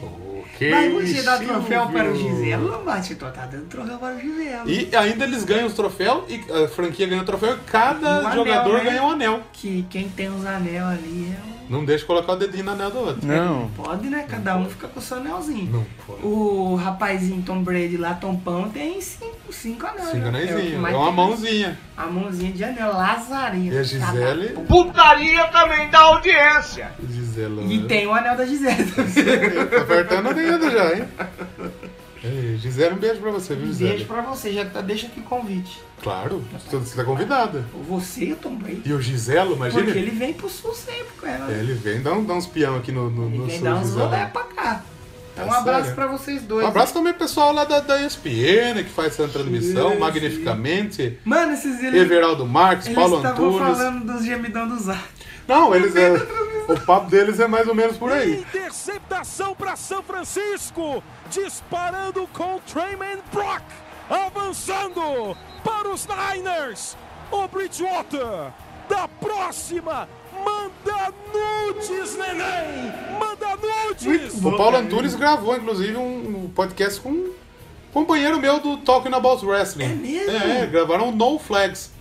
B: Ok,
A: Mas você dá
B: Silvio.
A: troféu para o Giselo, Lombardi. Então tá dando troféu para o Giselo.
B: E ainda eles ganham os troféus, e a franquia ganha o troféu e cada
A: Um anel,
B: jogador
A: né?
B: ganha um anel.
A: Que quem tem os anel ali é um...
B: Não deixa colocar o dedinho no anel do outro.
E: Não.
A: Pode, né? Cada um fica com o seu anelzinho.
B: Não pode.
A: O rapazinho Tom Brady lá, Tompão, tem cinco, cinco anéis.
B: Cinco
A: né? o que
B: anéizinhos,
A: mais
B: é uma
A: tem.
B: mãozinha.
A: A mãozinha de anel, tá Lazarinho.
B: E a Gisele,
D: Putaria também da audiência.
B: Gisela.
A: E tem o anel da Gisele também.
B: Tá apertando o dedo já, hein? Ei, Gisele, um beijo pra você, viu,
A: Um
B: Gisele?
A: beijo pra você, já tá- deixa aqui o convite.
B: Claro, você tá convidada.
A: Você e o Tom Brady.
B: E o Giselo, imagina.
A: Porque ele vem pro sul sempre com ela. né?
B: É, ele vem dar, um- dar uns peão aqui no, no,
A: Ele
B: no
A: vem
B: sul,
A: dar uns
B: Giselo.
A: rolé pra cá. Então um
B: Tá
A: abraço
B: sério.
A: pra vocês
B: Um
A: dois.
B: abraço também pro pessoal lá da, da ESPN, que faz essa transmissão
A: Sim,
B: magnificamente.
A: Mano, esses eles.
B: Everaldo Marques,
A: eles
B: Paulo
A: estavam
B: Antunes.
A: falando dos gemidão do Zá.
B: Não, eles é, o papo deles é mais ou menos por aí.
C: Interceptação para São Francisco, disparando com Trayman Brock, avançando para os Niners. O Bridgewater da próxima manda nudes, neném, manda nudes.
B: O Paulo Antunes gravou, inclusive, um um podcast com um companheiro meu do Talking About Wrestling. É
A: mesmo?
B: É, gravaram o No Flags,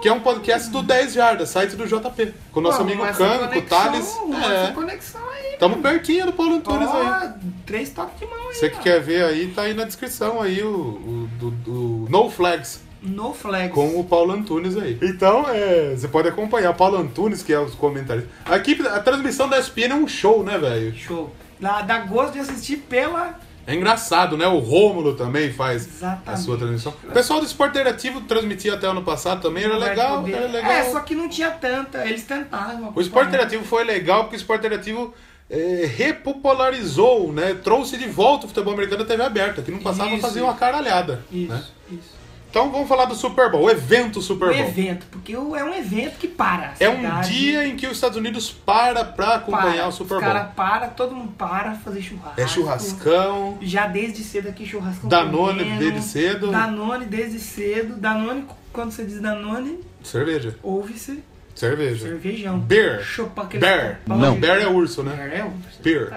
B: que é um podcast do 10 Jardas, site do JP. Com o nosso amigo Cano, com o Thales.
A: Essa
B: É,
A: conexão aí.
B: tamo pertinho do Paulo Antunes aí.
A: Ó, três toques de mão aí.
B: Você que
A: ó.
B: quer ver aí, tá aí na descrição aí o, o do, do No Flags.
A: No flex.
B: com o Paulo Antunes aí. Então, é, você pode acompanhar o Paulo Antunes, que é os comentaristas. A, equipe- a transmissão da ESPN é um show, né, velho?
A: Show. Dá, dá gosto de assistir pela.
B: É engraçado, né? O Rômulo também faz
A: Exatamente.
B: a sua transmissão. O pessoal do Esporte Interativo transmitia até ano passado também, era legal,
A: Poder.
B: era legal.
A: É, só que não tinha tanta. Eles tentaram. né?
B: O Esporte Interativo foi legal porque o Esporte Interativo é, repopularizou, né? Trouxe de volta o futebol americano à TV aberta, que não passava a
A: Isso.
B: fazer uma caralhada.
A: Isso,
B: né?
A: isso.
B: Então vamos falar do Super Bowl, o evento
A: Um
B: Super Bowl.
A: evento, porque o- é um evento que para. a
B: É um
A: cidade
B: dia em que os Estados Unidos para pra acompanhar
A: para.
B: o Super
A: Os
B: Bowl.
A: caras param, todo mundo para fazer churrasco.
B: É churrascão.
A: Já desde cedo aqui, churrasco.
B: Danone
A: comendo.
B: desde cedo.
A: Danone desde cedo. Danone, quando você diz Danone,
B: Cerveja.
A: ouve-se
B: Cerveja.
A: cervejão.
B: Beer.
A: Chupar aquele
B: Bear.
A: copão de-
B: Bear é urso, né?
A: Bear é urso.
B: Beer.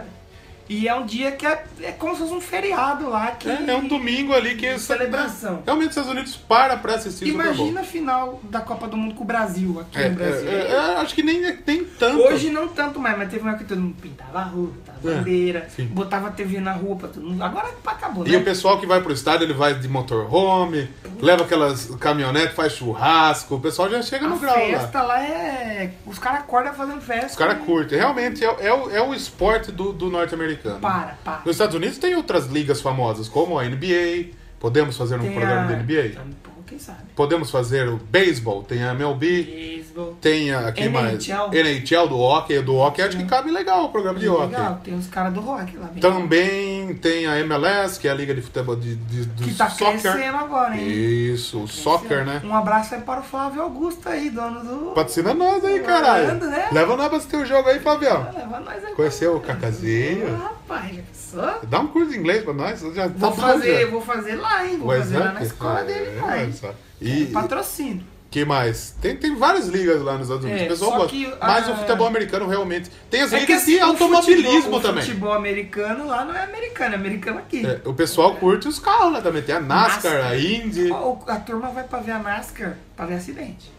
A: E é um dia que é, é como se fosse um feriado lá. Que
B: É, é um domingo ali que...
A: Celebração.
B: Realmente os Estados Unidos para pra assistir o Super
A: Imagina
B: Bowl.
A: a final da Copa do Mundo com o Brasil, aqui
B: É,
A: no Brasil.
B: é, é, é, acho que nem tem tanto.
A: Hoje não tanto mais, mas teve uma época que todo mundo pintava a rua, pintava
B: É,
A: bandeira,
B: sim.
A: botava TV na rua pra todo mundo. Agora acabou,
B: E
A: né?
B: o pessoal que vai pro estádio, ele vai de motorhome, leva aquelas caminhonetes, faz churrasco. O pessoal já chega no
A: a
B: grau lá.
A: festa lá é. Os caras acordam fazendo festa.
B: Os caras
A: e
B: curtem. Realmente é, o- é o, é o esporte do, do norte-americano.
A: Para, para.
B: Nos Estados Unidos tem outras ligas famosas, como a NBA. Podemos fazer um
A: Tem
B: programa
A: a-
B: da NBA?
A: Sabe, pô, Quem sabe?
B: Podemos fazer o beisebol, tem a MLB,
A: Beisebol.
B: tem a aqui mais
A: NHL.
B: NHL do hockey, do hockey acho que cabe legal o programa de hockey.
A: Legal, tem os caras do rock lá. bem.
B: Também tem a MLS, que é a liga de futebol de, de- do
A: que tá
B: soccer.
A: crescendo agora, hein?
B: Isso, o soccer, né?
A: Um abraço aí para o Flávio Augusto aí, dono do.
B: Patrocina nós aí, caralho.
A: Ando, né?
B: Leva nós pra assistir o jogo aí, Fabião.
A: Leva nós aí.
B: Conheceu o Cacazinho?
A: Ah, Rapaz, já pensou?
B: Dá um curso de inglês pra nós, já tá
A: Vou
B: bom,
A: fazer,
B: já.
A: vou fazer lá, hein? Vou
B: Mas
A: fazer lá na
B: é,
A: escola
B: é,
A: dele, É,
B: olha
A: vai.
B: só. E,
A: Patrocínio.
B: Que mais? Tem, tem várias ligas lá nos Estados Unidos.
A: É,
B: o pessoal
A: só
B: gosta.
A: que,
B: Mas
A: ah,
B: o futebol americano realmente. Tem as
A: É que
B: ligas de
A: assim, o
B: automobilismo
A: futebol-
B: também.
A: O futebol americano lá não é americano, é americano aqui.
B: É, o pessoal curte os carros lá também. Tem a NASCAR, a
A: NASCAR.
B: Indy.
A: Ó, o- A turma vai pra ver a NASCAR pra ver acidente.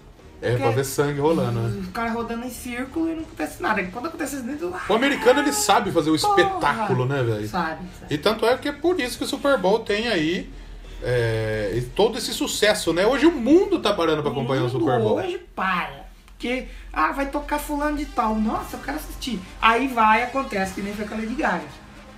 B: É, pra
A: Porque-
B: ver sangue rolando, né?
A: Os caras rodando em círculo e não acontece nada. E Quando acontece acidente,
B: O americano ele sabe fazer o espetáculo, né, velho?
A: Sabe, sabe.
B: E tanto é que é por isso que o Super Bowl tem aí é, e todo esse sucesso, né? Hoje o mundo tá parando pra acompanhar o,
A: mundo
B: Super Bowl.
A: Hoje para. Porque, ah, vai tocar fulano de tal. Nossa, eu quero assistir. Aí vai, acontece que nem foi com a Lady Gaga.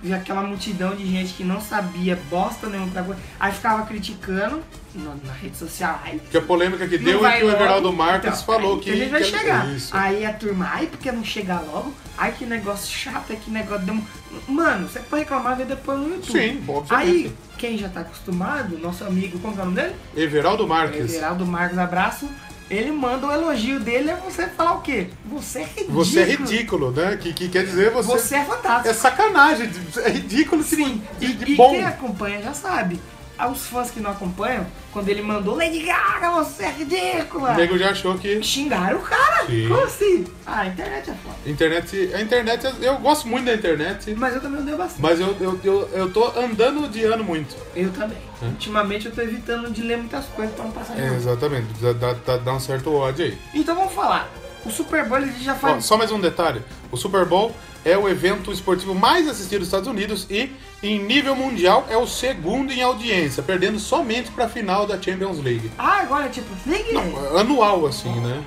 A: e aquela multidão de gente que não sabia bosta nenhuma pra coisa. Aí ficava criticando na, na rede social. Ai,
B: Porque a polêmica que
A: não
B: deu é
A: vai
B: que o
A: logo.
B: Everaldo Marques
A: Então,
B: falou
A: aí
B: que.
A: A gente vai
B: que era
A: chegar.
B: Isso.
A: Aí a turma, ai, porque não chegar logo? Ai, que negócio chato, ai, que negócio. Demo... Mano, você pode reclamar, vê depois no YouTube.
B: Sim, obviamente.
A: Aí, quem já tá acostumado, nosso amigo, como que é o nome dele?
B: Everaldo Marques.
A: Everaldo Marcos, abraço. Ele manda o elogio dele, é você falar o quê? Você é ridículo.
B: Você é ridículo, né? Que, que quer dizer você.
A: Você é fantástico.
B: É sacanagem, é ridículo esse
A: Sim,
B: de,
A: e,
B: de
A: e
B: bom.
A: quem acompanha já sabe. Aos fãs que não acompanham, quando ele mandou Lady Gaga, você é ridícula!
B: O nego já achou que.
A: Xingaram o cara!
B: Sim.
A: Como assim? Ah, a internet é foda.
B: A internet. A internet, eu gosto muito da internet,
A: Mas eu também odeio bastante.
B: mas eu, eu, eu, eu tô andando odiando muito.
A: Eu também. Ultimamente eu tô evitando de ler muitas coisas pra não passar
B: É,
A: vergonha.
B: exatamente, dá, dá- dá- dá um certo ódio aí.
A: Então vamos falar. O Super Bowl ele já
B: Ó,
A: faz.
B: só mais um detalhe: o Super Bowl é o evento esportivo mais assistido dos Estados Unidos e, em nível mundial, é o segundo em audiência, perdendo somente pra final da Champions League.
A: Ah, agora é tipo. Ligue!
B: Anual, assim, né?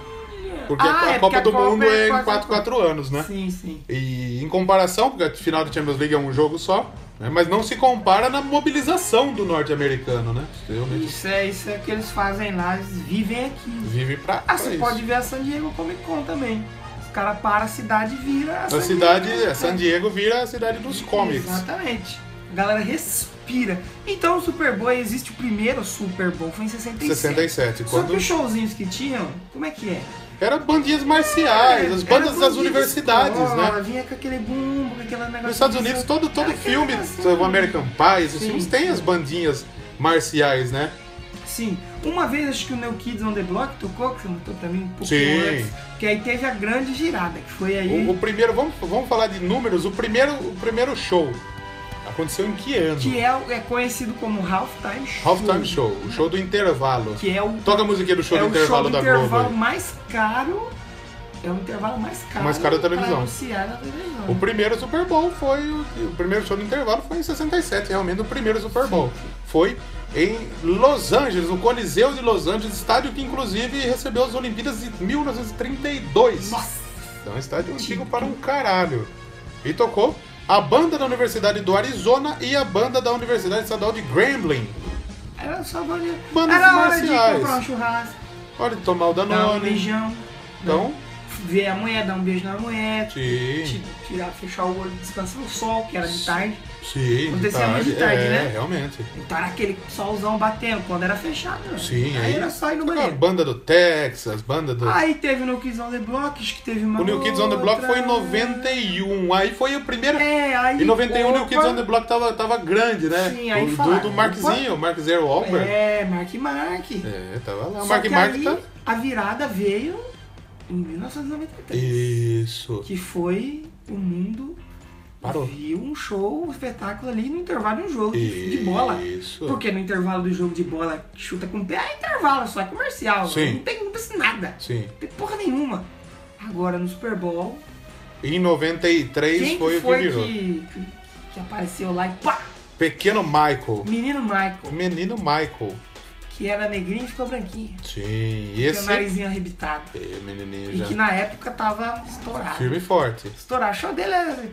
B: Porque
A: Ah,
B: a
A: é
B: Copa
A: porque a
B: do Mundo
A: Copa é
B: é em
A: quatro-
B: 4, 4 anos, né?
A: Sim, sim.
B: E em comparação, porque a final da Champions League é um jogo só, né? mas não se compara na mobilização do norte-americano, né? Realmente
A: Isso é, isso é o que eles fazem lá, eles vivem aqui.
B: vive pra, pra
A: Ah, você
B: É isso.
A: pode ver a San Diego Comic Con também. Os caras param a cidade e vira a,
B: A
A: San
B: cidade,
A: Diego. né?
B: a San Diego vira a cidade dos comics.
A: Exatamente. A galera respira. Então o Super Bowl existe o primeiro Super Bowl, foi em 67.
B: 67,
A: Só
B: quando
A: que os showzinhos que tinham, como é que é?
B: era bandinhas marciais, as
A: Era
B: Ah,
A: Ah.
B: bandas das
A: bandinha
B: universidades,
A: de escola,
B: né?
A: Vinha com aquele bumbo, com aquele negócio.
B: Nos Estados
A: de-
B: Unidos, todo, todo
A: Era aquele
B: filme,
A: negocinho.
B: o American Pie, esses
A: Sim.
B: filmes têm as bandinhas marciais, né?
A: Sim. Uma vez acho que o New Kids on the Block tocou, que você montou pra mim um pouco
B: Sim.
A: antes. Que aí teve a grande girada, que foi aí.
B: O, o primeiro, vamos, vamos falar de números, o primeiro, o primeiro show aconteceu em que ano?
A: Que é, o- é conhecido como Halftime Show.
B: Halftime Show, o show do intervalo.
A: Que é o,
B: Toca a musiquinha do show
A: é
B: do
A: o show
B: intervalo
A: do
B: da
A: intervalo
B: Globo.
A: mais caro. É o intervalo mais caro.
B: Mais caro da televisão.
A: Pra anunciar na televisão.
B: O primeiro Super Bowl foi. O, o primeiro show do intervalo foi em 67, realmente o primeiro Super Bowl. Foi em Los Angeles, no Coliseu de Los Angeles, estádio que inclusive recebeu as Olimpíadas de 1932.
A: Nossa!
B: Então é um estádio antigo para um caralho. E tocou a banda da Universidade do Arizona e a banda da Universidade Estadual de Grambling.
A: Era só valer.
B: Bandas
A: Era hora
B: marciais.
A: de comprar um churrasco,
B: Olha, tomar o
A: dar um
B: Danone.
A: beijão,
B: Então,
A: ver a mulher, dar um beijo na mulher,
B: sim.
A: ti- tirar, fechar o olho, descansar o sol, que era de tarde.
B: Sim, de
A: Acontecia mais
B: tarde.
A: de tarde,
B: é,
A: né?
B: realmente.
A: Então era aquele solzão batendo, quando era fechado. né?
B: Sim,
A: aí, era só ir no
B: A
A: banheiro.
B: banda do Texas, banda do.
A: Aí teve o New Kids on the Block, acho que teve uma.
B: o New Kids on the Block
A: outra.
B: foi em 91. Aí foi o primeiro.
A: É, aí.
B: Em 91 o New
A: opa.
B: Kids on the Block tava, tava grande, né?
A: Sim, aí
B: o, do,
A: falaram,
B: do Markzinho, o Mark Zero Albert.
A: É, Mark e Mark.
B: É. tava lá. O
A: Só
B: Mark
A: que
B: Mark
A: aí,
B: tá.
A: A virada veio em 1993.
B: Isso.
A: Que foi o mundo
B: Parou.
A: viu um show, um espetáculo ali no intervalo de um jogo de, de bola.
B: Isso.
A: Porque no intervalo do jogo de bola, chuta com o pé, é intervalo, só é comercial.
B: Sim.
A: Não tem não precisa de nada.
B: Sim.
A: Não tem porra nenhuma. Agora no Super Bowl,
B: Em 93
A: quem
B: foi
A: que
B: o que
A: foi
B: virou.
A: que, que, que apareceu lá e pá!
B: Pequeno Michael.
A: Menino
B: O
A: Michael,
B: menino Michael.
A: que era negrinho e ficou branquinho.
B: Sim. E
A: Tinha o
B: esse.
A: narizinho arrebitado.
B: É, menininho
A: E que
B: já.
A: na época tava estourado.
B: Firme e forte.
A: Estourar. O show dele é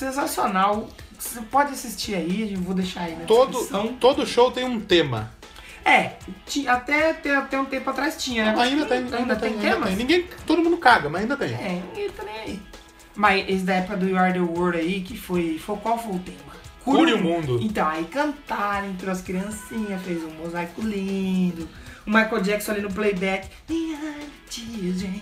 A: sensacional. Você pode assistir aí, eu vou deixar aí na
B: Todo,
A: descrição.
B: todo show tem um tema.
A: É, ti- até, até, até um tempo atrás tinha, né?
B: Ainda tem,
A: ainda,
B: ainda tem, ainda
A: temas?
B: tem. Ninguém, todo mundo caga, mas ainda tem.
A: É, ninguém tá nem aí. Mas esse da época do You Are The World aí, que foi, foi qual foi o tema?
B: Cure o mundo.
A: Então, aí cantaram, entrou as criancinhas, fez um mosaico lindo. O Michael Jackson ali no playback.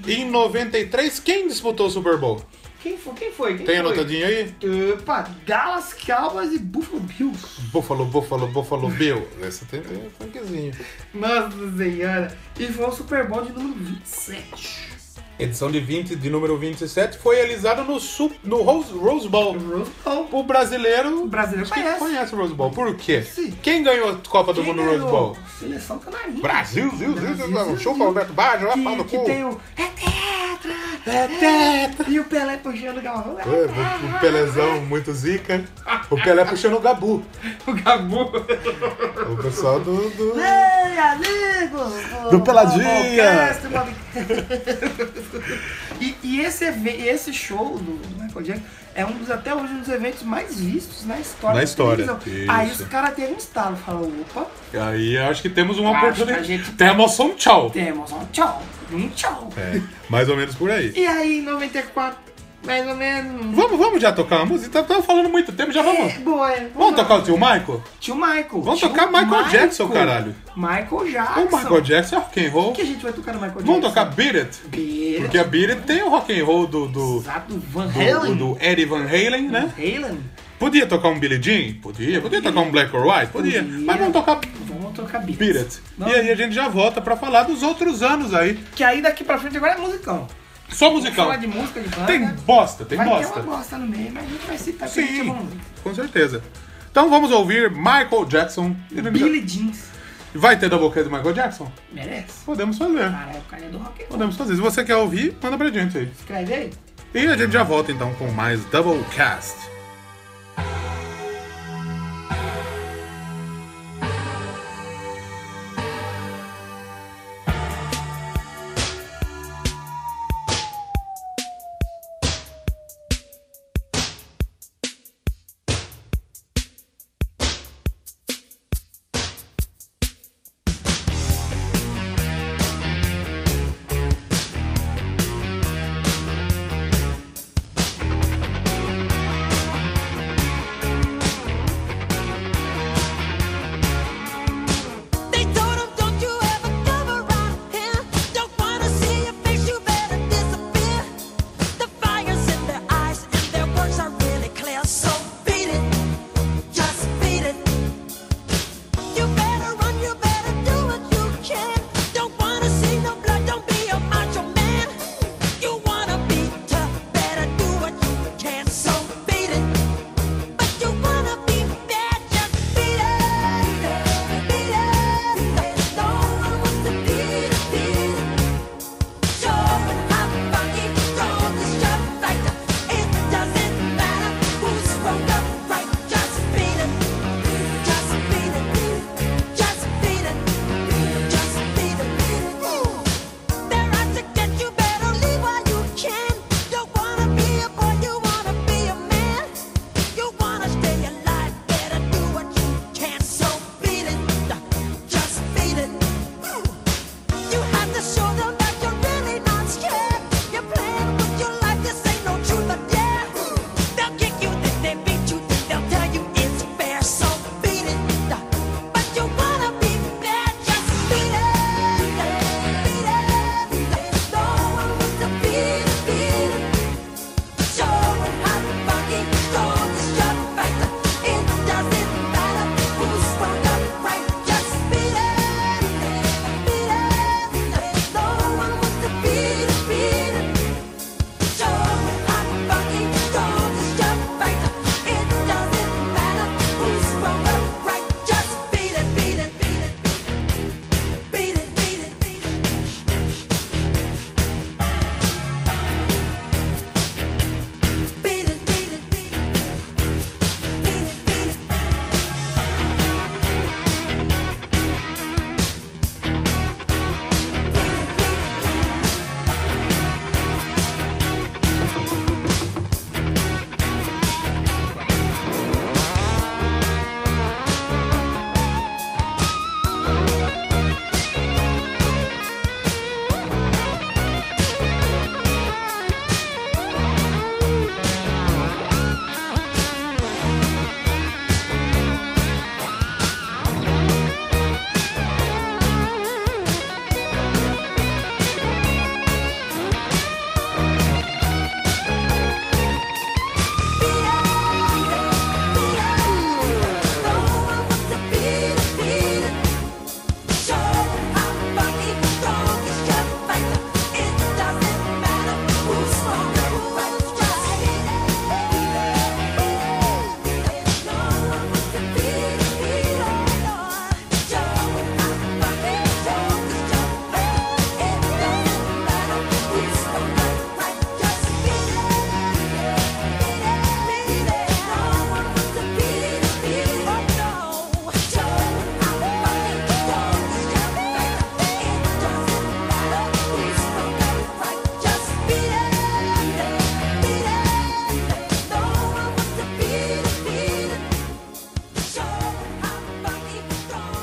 B: Em 93, quem disputou o Super Bowl?
A: Quem foi? Quem foi? Quem
B: Tem
A: foi?
B: anotadinho aí?
A: Opa, Dallas Cowboys e Buffalo Bills.
B: Buffalo, Buffalo, Buffalo Bill. Essa tem, tem um funkzinho.
A: Nossa senhora. E foi o Super Bowl de número 27.
B: Edição de 20, de número 27, foi realizada no, Su- no Rose, Rose Bowl.
A: Rose Bowl.
B: O brasileiro...
A: O brasileiro
B: acho que
A: conhece.
B: conhece o Rose Bowl. Por quê?
A: Sim.
B: Quem ganhou a Copa do
A: Quem
B: Mundo no Rose
A: ganhou?
B: Bowl?
A: Seleção Canarinha.
B: Brasil, Brasil, Brasil,
A: Brasil,
B: Brasil.
A: Brasil.
B: Chupa Alberto Baggio, vai pau
A: Que,
B: no
A: que
B: cu.
A: tem o. É tetra!
B: É tetra.
A: E o Pelé puxando o Galvão. É
B: É,
A: tetra!
B: O Pelezão, muito zica. O Pelé puxando o Gabu.
A: O Gabu.
B: O pessoal do- do...
A: Né? Ei, amigos!
B: Do Peladinha.
A: Podcast, podcast. E, e esse, eve- e esse show do, do Michael Jackson é um dos, até hoje, um dos eventos mais vistos na história.
B: Na
A: da
B: história,
A: televisão. Aí
B: isso.
A: os caras teve um estalo, falaram, opa,
B: Aí acho que temos uma
A: Acho
B: oportunidade.
A: que a gente-
B: Temos um tchau.
A: temos um tchau, um tchau.
B: É, mais ou menos por aí.
A: E aí, em 94, mais ou menos...
B: Vamos, vamos já tocar uma música? Estamos falando muito tempo, já vamos.
A: É, boa, é,
B: Vamos
A: lá.
B: tocar o tio Michael?
A: Tio Michael.
B: Vamos
A: tio
B: tocar Michael Jackson, caralho.
A: Michael
B: O
A: Jackson.
B: Michael Jackson é rock and roll.
A: O que a gente vai tocar no Michael Jackson?
B: Vamos tocar Beat It?
A: Beat
B: Porque a Beat It tem o rock and roll do, do,
A: Exato, Van
B: do,
A: Halen.
B: do Eddie Van Halen,
A: Van
B: né?
A: Halen.
B: Podia tocar um Billie Jean? Podia. Podia tocar um Black or White? Podia.
A: Podia.
B: Mas vamos tocar
A: Vamos tocar Beat.
B: Beat It.
A: Não.
B: E aí a gente já volta pra falar dos outros anos aí.
A: Que aí daqui pra frente agora é musicão.
B: Só
A: Vamos
B: musical.
A: falar de música, de banda.
B: Tem bosta, tem
A: vai
B: bosta.
A: ter uma bosta no meio, mas a gente vai citar porque a gente é
B: Sim,
A: bom.
B: com certeza. Então vamos ouvir Michael Jackson.
A: Billy Jeans.
B: Vai ter Doublecast do Michael Jackson?
A: Merece?
B: Podemos fazer.
A: Caralho, o cara é do rock and roll.
B: Podemos fazer. Se você quer ouvir, manda pra gente aí.
A: Escreve aí.
B: E a gente já volta então com mais Doublecast.
E: Thank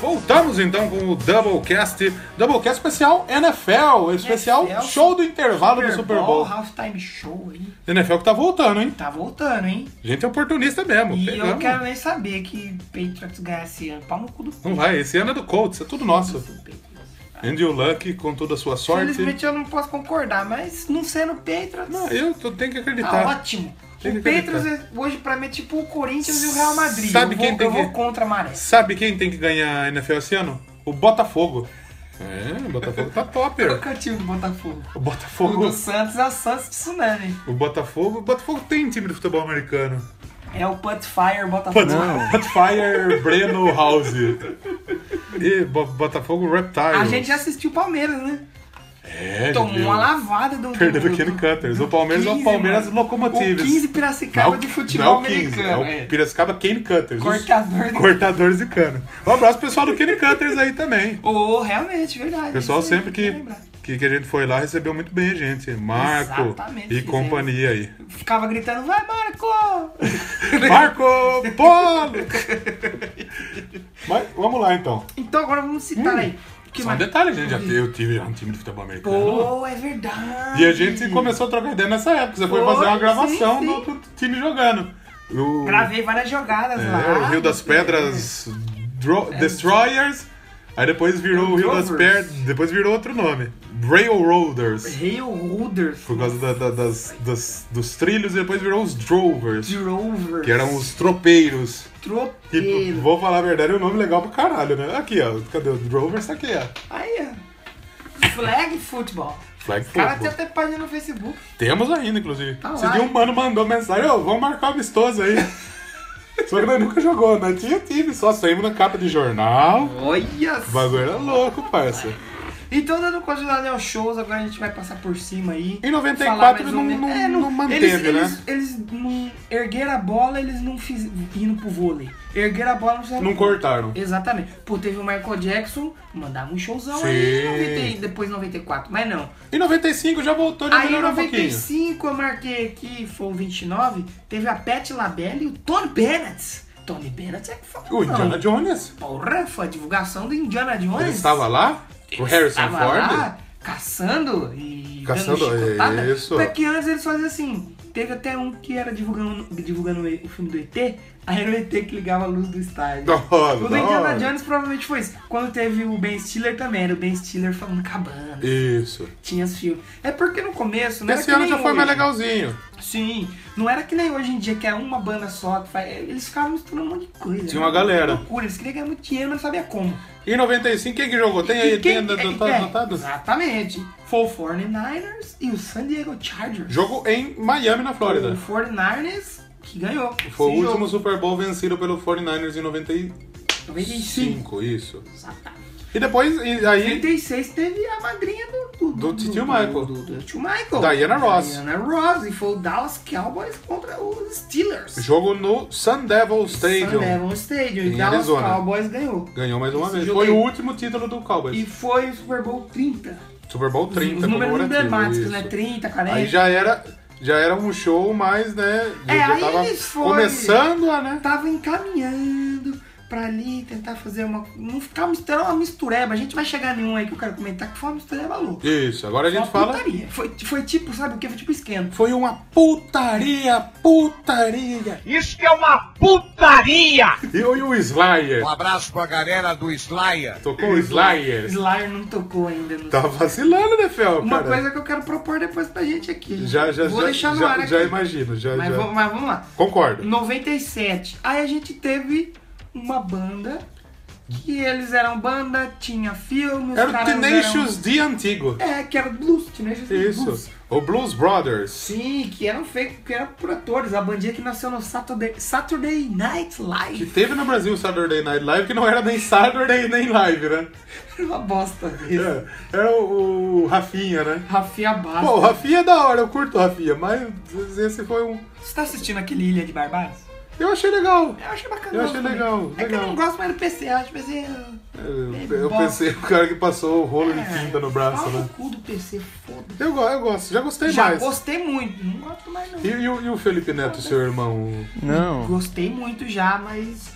B: Voltamos então com o Doublecast. Doublecast especial NFL, especial
A: NFL,
B: show do intervalo do Super Bowl.
A: Halftime show aí.
B: NFL que tá voltando, hein?
A: Tá voltando, hein?
B: Gente é oportunista mesmo.
A: E eu não
B: pegamos.
A: quero nem saber que Patriots ganha esse ano. Pau no cu do
B: Não vai, esse ano é do Colts, é tudo nosso. Andrew Luck com toda a sua sorte.
A: Infelizmente eu não posso concordar, mas não sendo Patriots,
B: Não, eu tô- tenho que
A: tá
B: acreditar.
A: ótimo.
B: Tem que
A: O Patriots é- hoje pra mim é tipo o Corinthians e o Real Madrid.
B: tá. Sabe
A: eu
B: quem
A: vou,
B: tem
A: eu vou
B: que-
A: contra a maré.
B: Sabe quem tem que ganhar a NFL esse ano? O Botafogo. É, o Botafogo tá
A: Eu
B: topper.
A: nunca tive do Botafogo.
B: O
A: O
B: Botafogo.
A: do Santos é o Santos Tsunami.
B: O Botafogo. O Botafogo tem um time de futebol americano.
A: É o Punt Fire Botafogo.
B: Hotfire Breno House. E Bo- Botafogo Reptile.
A: A gente já assistiu o Palmeiras, né?
B: é, já
A: Tomou
B: viu.
A: uma lavada do. do-
B: Perdeu
A: do-
B: do Kenny
A: do-
B: Cutters. O Palmeiras é o
A: 15,
B: Palmeiras
A: mano.
B: Locomotives.
A: O 15 Piracicaba
B: Não,
A: de futebol
B: não é o 15,
A: americano.
B: É
A: é.
B: o Piracicaba Kenny Cutters.
A: Cortador
B: Os
A: de.
B: cortadores de cana. Um abraço pro pessoal do Kenny Cutters aí também.
A: Ô, realmente, verdade.
B: O pessoal
A: isso aí,
B: sempre
A: tem
B: que,
A: lembrar.
B: que, que a gente foi lá recebeu muito bem a gente. Marco
A: Exatamente,
B: e
A: fizemos.
B: companhia aí.
A: Ficava gritando, vai, Marco!
B: Marco Polo! Mas vamos lá então.
A: Então agora vamos citar aí. Que
B: Só um
A: mais?
B: detalhe, gente. Já teve, eu tive já um time de futebol americano.
A: Pô, é verdade.
B: E a gente começou a trocar ideia nessa época. Você foi
A: Pô,
B: fazer uma gravação
A: sim, sim.
B: Do, do time jogando. O,
A: Gravei várias jogadas
B: é,
A: lá.
B: o Rio das Pedras
A: É.
B: Dro- Destroyers. Aí depois virou o Rio das
A: Rovers.
B: Pedras. Depois virou outro nome. Railroaders.
A: Railroaders.
B: Por causa da- da- das, das- dos trilhos, e depois virou os Drovers,
A: Drovers.
B: que eram os tropeiros. Que,
A: Tropeiros.
B: vou falar a verdade, é um nome legal pra caralho, né? Aqui, ó. Cadê o Drovers? Tá aqui, ó.
A: Aí, ó. Flag Football.
B: Flag
A: O cara tem
B: Football.
A: até página no Facebook.
B: Temos ainda, inclusive.
A: Tá
B: Esse
A: lá,
B: dia um
A: hein?
B: mano mandou mensagem, ô, vamos marcar um amistoso aí. Só que nós nunca jogou, né? Tinha time, só saímos na capa de jornal.
A: Olha
B: O bagulho era louco, parça.
A: Então, dando continuidade aos shows, agora a gente vai passar por cima aí.
B: Em 94
A: Falar mais um,
B: não-
A: ou menos-
B: não- não manteve,
A: eles,
B: né?
A: Eles, eles não ergueram a bola, eles não fiz, indo pro vôlei. Ergueram a bola, não fizeram
B: Não cortaram.
A: Exatamente. Pô, teve o Michael Jackson, mandava um showzão aí,
B: Sim.
A: 90, depois 94, mas não.
B: Em 95 já voltou de
A: Aí em
B: melhorar um pouquinho.
A: 95 eu marquei aqui, foi um o 29, teve a Pat LaBelle e o Tony Bennett. Tony Bennett é que foi.
B: O Indiana Jones.
A: Porra, foi a divulgação do Indiana
B: Ele
A: Jones.
B: estava lá? O Harrison
A: Tava
B: Ford?
A: lá caçando e
B: Caçando, é
A: dando chicotada.
B: isso.
A: Porque antes eles faziam assim. Teve até um que era divulgando, divulgando o filme do ET, aí era o ET que ligava a luz do estádio.
B: Da hora,
A: o do
B: da
A: Indiana
B: hora.
A: Jones provavelmente foi isso. Quando teve o Ben Stiller também, era o Ben Stiller falando cabana,
B: Isso.
A: tinha os filmes. É porque no começo, não era
B: Esse
A: que
B: ano
A: nem
B: já foi
A: hoje.
B: mais legalzinho.
A: Sim, não era que nem hoje em dia, que é uma banda só que faz. Eles ficavam misturando um monte de coisa.
B: Tinha uma galera.
A: Loucura, eles queriam ganhar muito dinheiro, mas não sabia como.
B: Em 95, quem que jogou? Tem
A: E
B: aí,
A: quem-
B: tem tá, anotado?
A: é,
B: anotado?
A: Exatamente. Foi o 49ers e o San Diego Chargers.
B: Jogo em Miami, na Flórida.
A: O 49ers que ganhou.
B: né? Foi o
A: esse
B: último
A: jogo.
B: Super Bowl vencido pelo 49ers em 95,
A: 95.
B: isso.
A: Exatamente.
B: E depois, e aí,
A: 36 teve a madrinha do...
B: Do tio Michael.
A: Do, do tio Michael.
B: Diana Ross.
A: Diana Ross. E foi o Dallas Cowboys contra os Steelers.
B: jogo no Sun Devil Stadium.
A: Sun Devil Stadium. E
B: Em
A: Dallas
B: Arizona.
A: Cowboys ganhou.
B: Ganhou mais uma
A: Esse
B: vez.
A: jogo
B: Foi
A: aí.
B: o último título do Cowboys.
A: E foi o Super Bowl 30.
B: Super Bowl 30,
A: Os números
B: comemorativo,
A: emblemáticos,
B: isso.
A: né? 30, 40.
B: Aí já era, já era um show mais, né?
A: É,
B: já
A: aí
B: tava
A: eles foi- Tá.
B: começando a, né?
A: tava encaminhando pra ali, tentar fazer uma. Não ficar misturando uma mistureba. A gente vai chegar em um aí que eu quero comentar que foi uma mistureba louca.
B: Isso, agora a
A: Foi
B: gente
A: uma
B: fala...
A: putaria. Foi, foi tipo, sabe o que? Foi tipo esquenta.
B: Foi uma putaria, putaria.
D: Isso que é uma putaria!
B: E o, e o Slayer?
E: Um abraço pra galera do Slayer.
B: Tocou o Slayer.
A: Slayer não tocou ainda. No...
B: é. Tá vacilando, né, Fel?
A: Uma
B: cara?
A: coisa que eu quero propor depois pra gente aqui.
B: Já, já,
A: Vou
B: já,
A: deixar no
B: já,
A: ar aqui.
B: já imagino, já,
A: mas,
B: já.
A: vamos, mas vamos lá.
B: Concordo.
A: 97. Aí a gente teve uma banda que eles eram banda, tinha filmes.
B: Era o Tenacious D antigo.
A: É, que era blues, Tenacious D Blues.
B: Isso. O Blues Brothers.
A: Sim, que eram feitos, que eram por atores. A bandinha que nasceu no Saturday, Saturday Night
B: Que
A: Live.
B: teve no Brasil o Saturday Night Live, que não era nem Saturday nem live, né?
A: Era uma bosta.
B: É, Era o, o Rafinha, né?
A: Rafinha Bastos.
B: Pô, o Rafinha é da hora, eu curto o Rafinha, mas esse foi um.
A: Você tá assistindo aquele Ilha de Barbados?
B: Eu achei legal.
A: Eu achei bacana.
B: Eu achei
A: também.
B: legal,
A: É que eu
B: legal.
A: não gosto mais do PC, eu acho o ah. PC...
B: Eu, eu pensei o cara que passou o rolo de
A: É,
B: tinta no braço,
A: pau
B: né?
A: cu do PC, foda-se.
B: Eu, go- eu gosto, já gostei
A: um Já
B: mais.
A: gostei muito, não gosto mais não.
B: E, e o- e o Felipe Neto, seu irmão?
A: Gostei muito já, mas...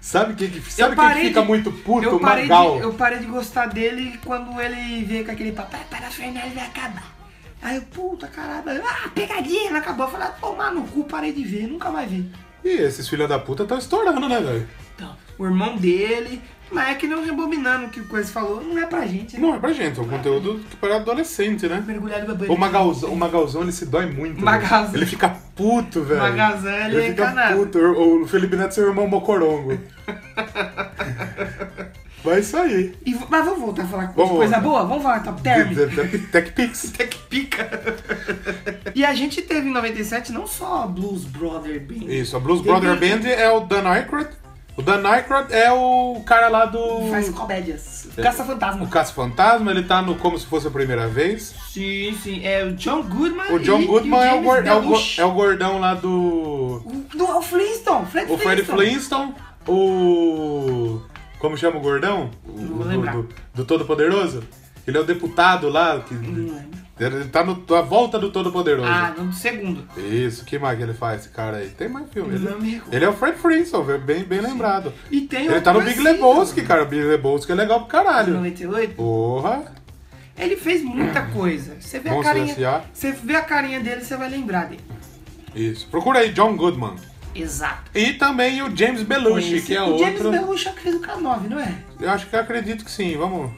B: Sabe o que, que- sabe
A: Eu
B: quem
A: parei
B: que fica
A: de-
B: muito puto?
A: eu
B: O
A: parei, de,
B: Magal.
A: eu parei de gostar dele quando ele veio com aquele "É, papai, para Fernandes vai acabar. Aí eu, puta caralho, ah, pegadinha, não acabou. Eu falei, ah, tomar no cu, parei de ver, nunca mais vi.
B: E esses filha da puta estão estourando, né, velho?
A: Então, o irmão dele, mas é que não rebobinando o que o Coisa falou, não é pra gente, né?
B: Não, é pra gente, é um conteúdo que para adolescente, né?
A: Mergulhar no banheiro.
B: O Magalzão, o Magalzão, ele se dói muito.
A: Magalzão.
B: velho. Ele fica puto, velho.
A: Magalzão, ele é
B: fica
A: encanado.
B: puto. O o Felipe Neto é seu irmão mocorongo. Vai isso aí.
A: E v- mas vamos voltar a falar de
B: Vamos
A: coisa
B: voltar. é
A: boa? Vamos falar de top term?
B: De- de- de- TechPix.
A: E a gente teve em 97 não só a Blues Brother Band.
B: Isso, a Blues
A: Teve-
B: Brother Band é o Dan Aykroyd. O Dan Aykroyd é o cara lá do...
A: Faz comédias.
B: É.
A: Caça Fantasma.
B: O Caça Fantasma, ele tá no Como Se Fosse a Primeira Vez.
A: Sim, sim. É o John Goodman.
B: O John
A: e-
B: Goodman
A: e
B: é,
A: James
B: o gor- é o go-
A: Belushi.
B: é o gordão lá do...
A: O- Do é o Flintstone. Fred
B: O Fred
A: Flintstone.
B: Flintstone, o. Como chama o gordão? O,
A: Não vou
B: do-
A: lembrar.
B: Do, do Todo-Poderoso? Ele é o deputado lá. Que, ele tá no, à volta do Todo-Poderoso.
A: Hum. Ah, não, do segundo.
B: Isso, que mais que ele faz, esse cara aí? Tem mais filme.
A: Não me
B: Ele,
A: recordo.
B: ele é o Fred Flintstone, bem, bem lembrado.
A: E tem
B: Ele
A: o
B: tá no Big
A: Brasil,
B: Lebowski, cara. Big Lebowski é legal pro
A: de
B: caralho.
A: 98.
B: Porra.
A: Ele fez muita coisa. Você vê a
B: Monstros
A: carinha.
B: S.A..
A: Você vê a carinha dele, você vai lembrar dele.
B: Isso. Procura aí John Goodman.
A: Exato.
B: E também o James Belushi,
A: Conheci-
B: que é
A: o James
B: outro.
A: Belushi é o que fez o K9, não é?
B: Eu acho que eu acredito que sim, vamos.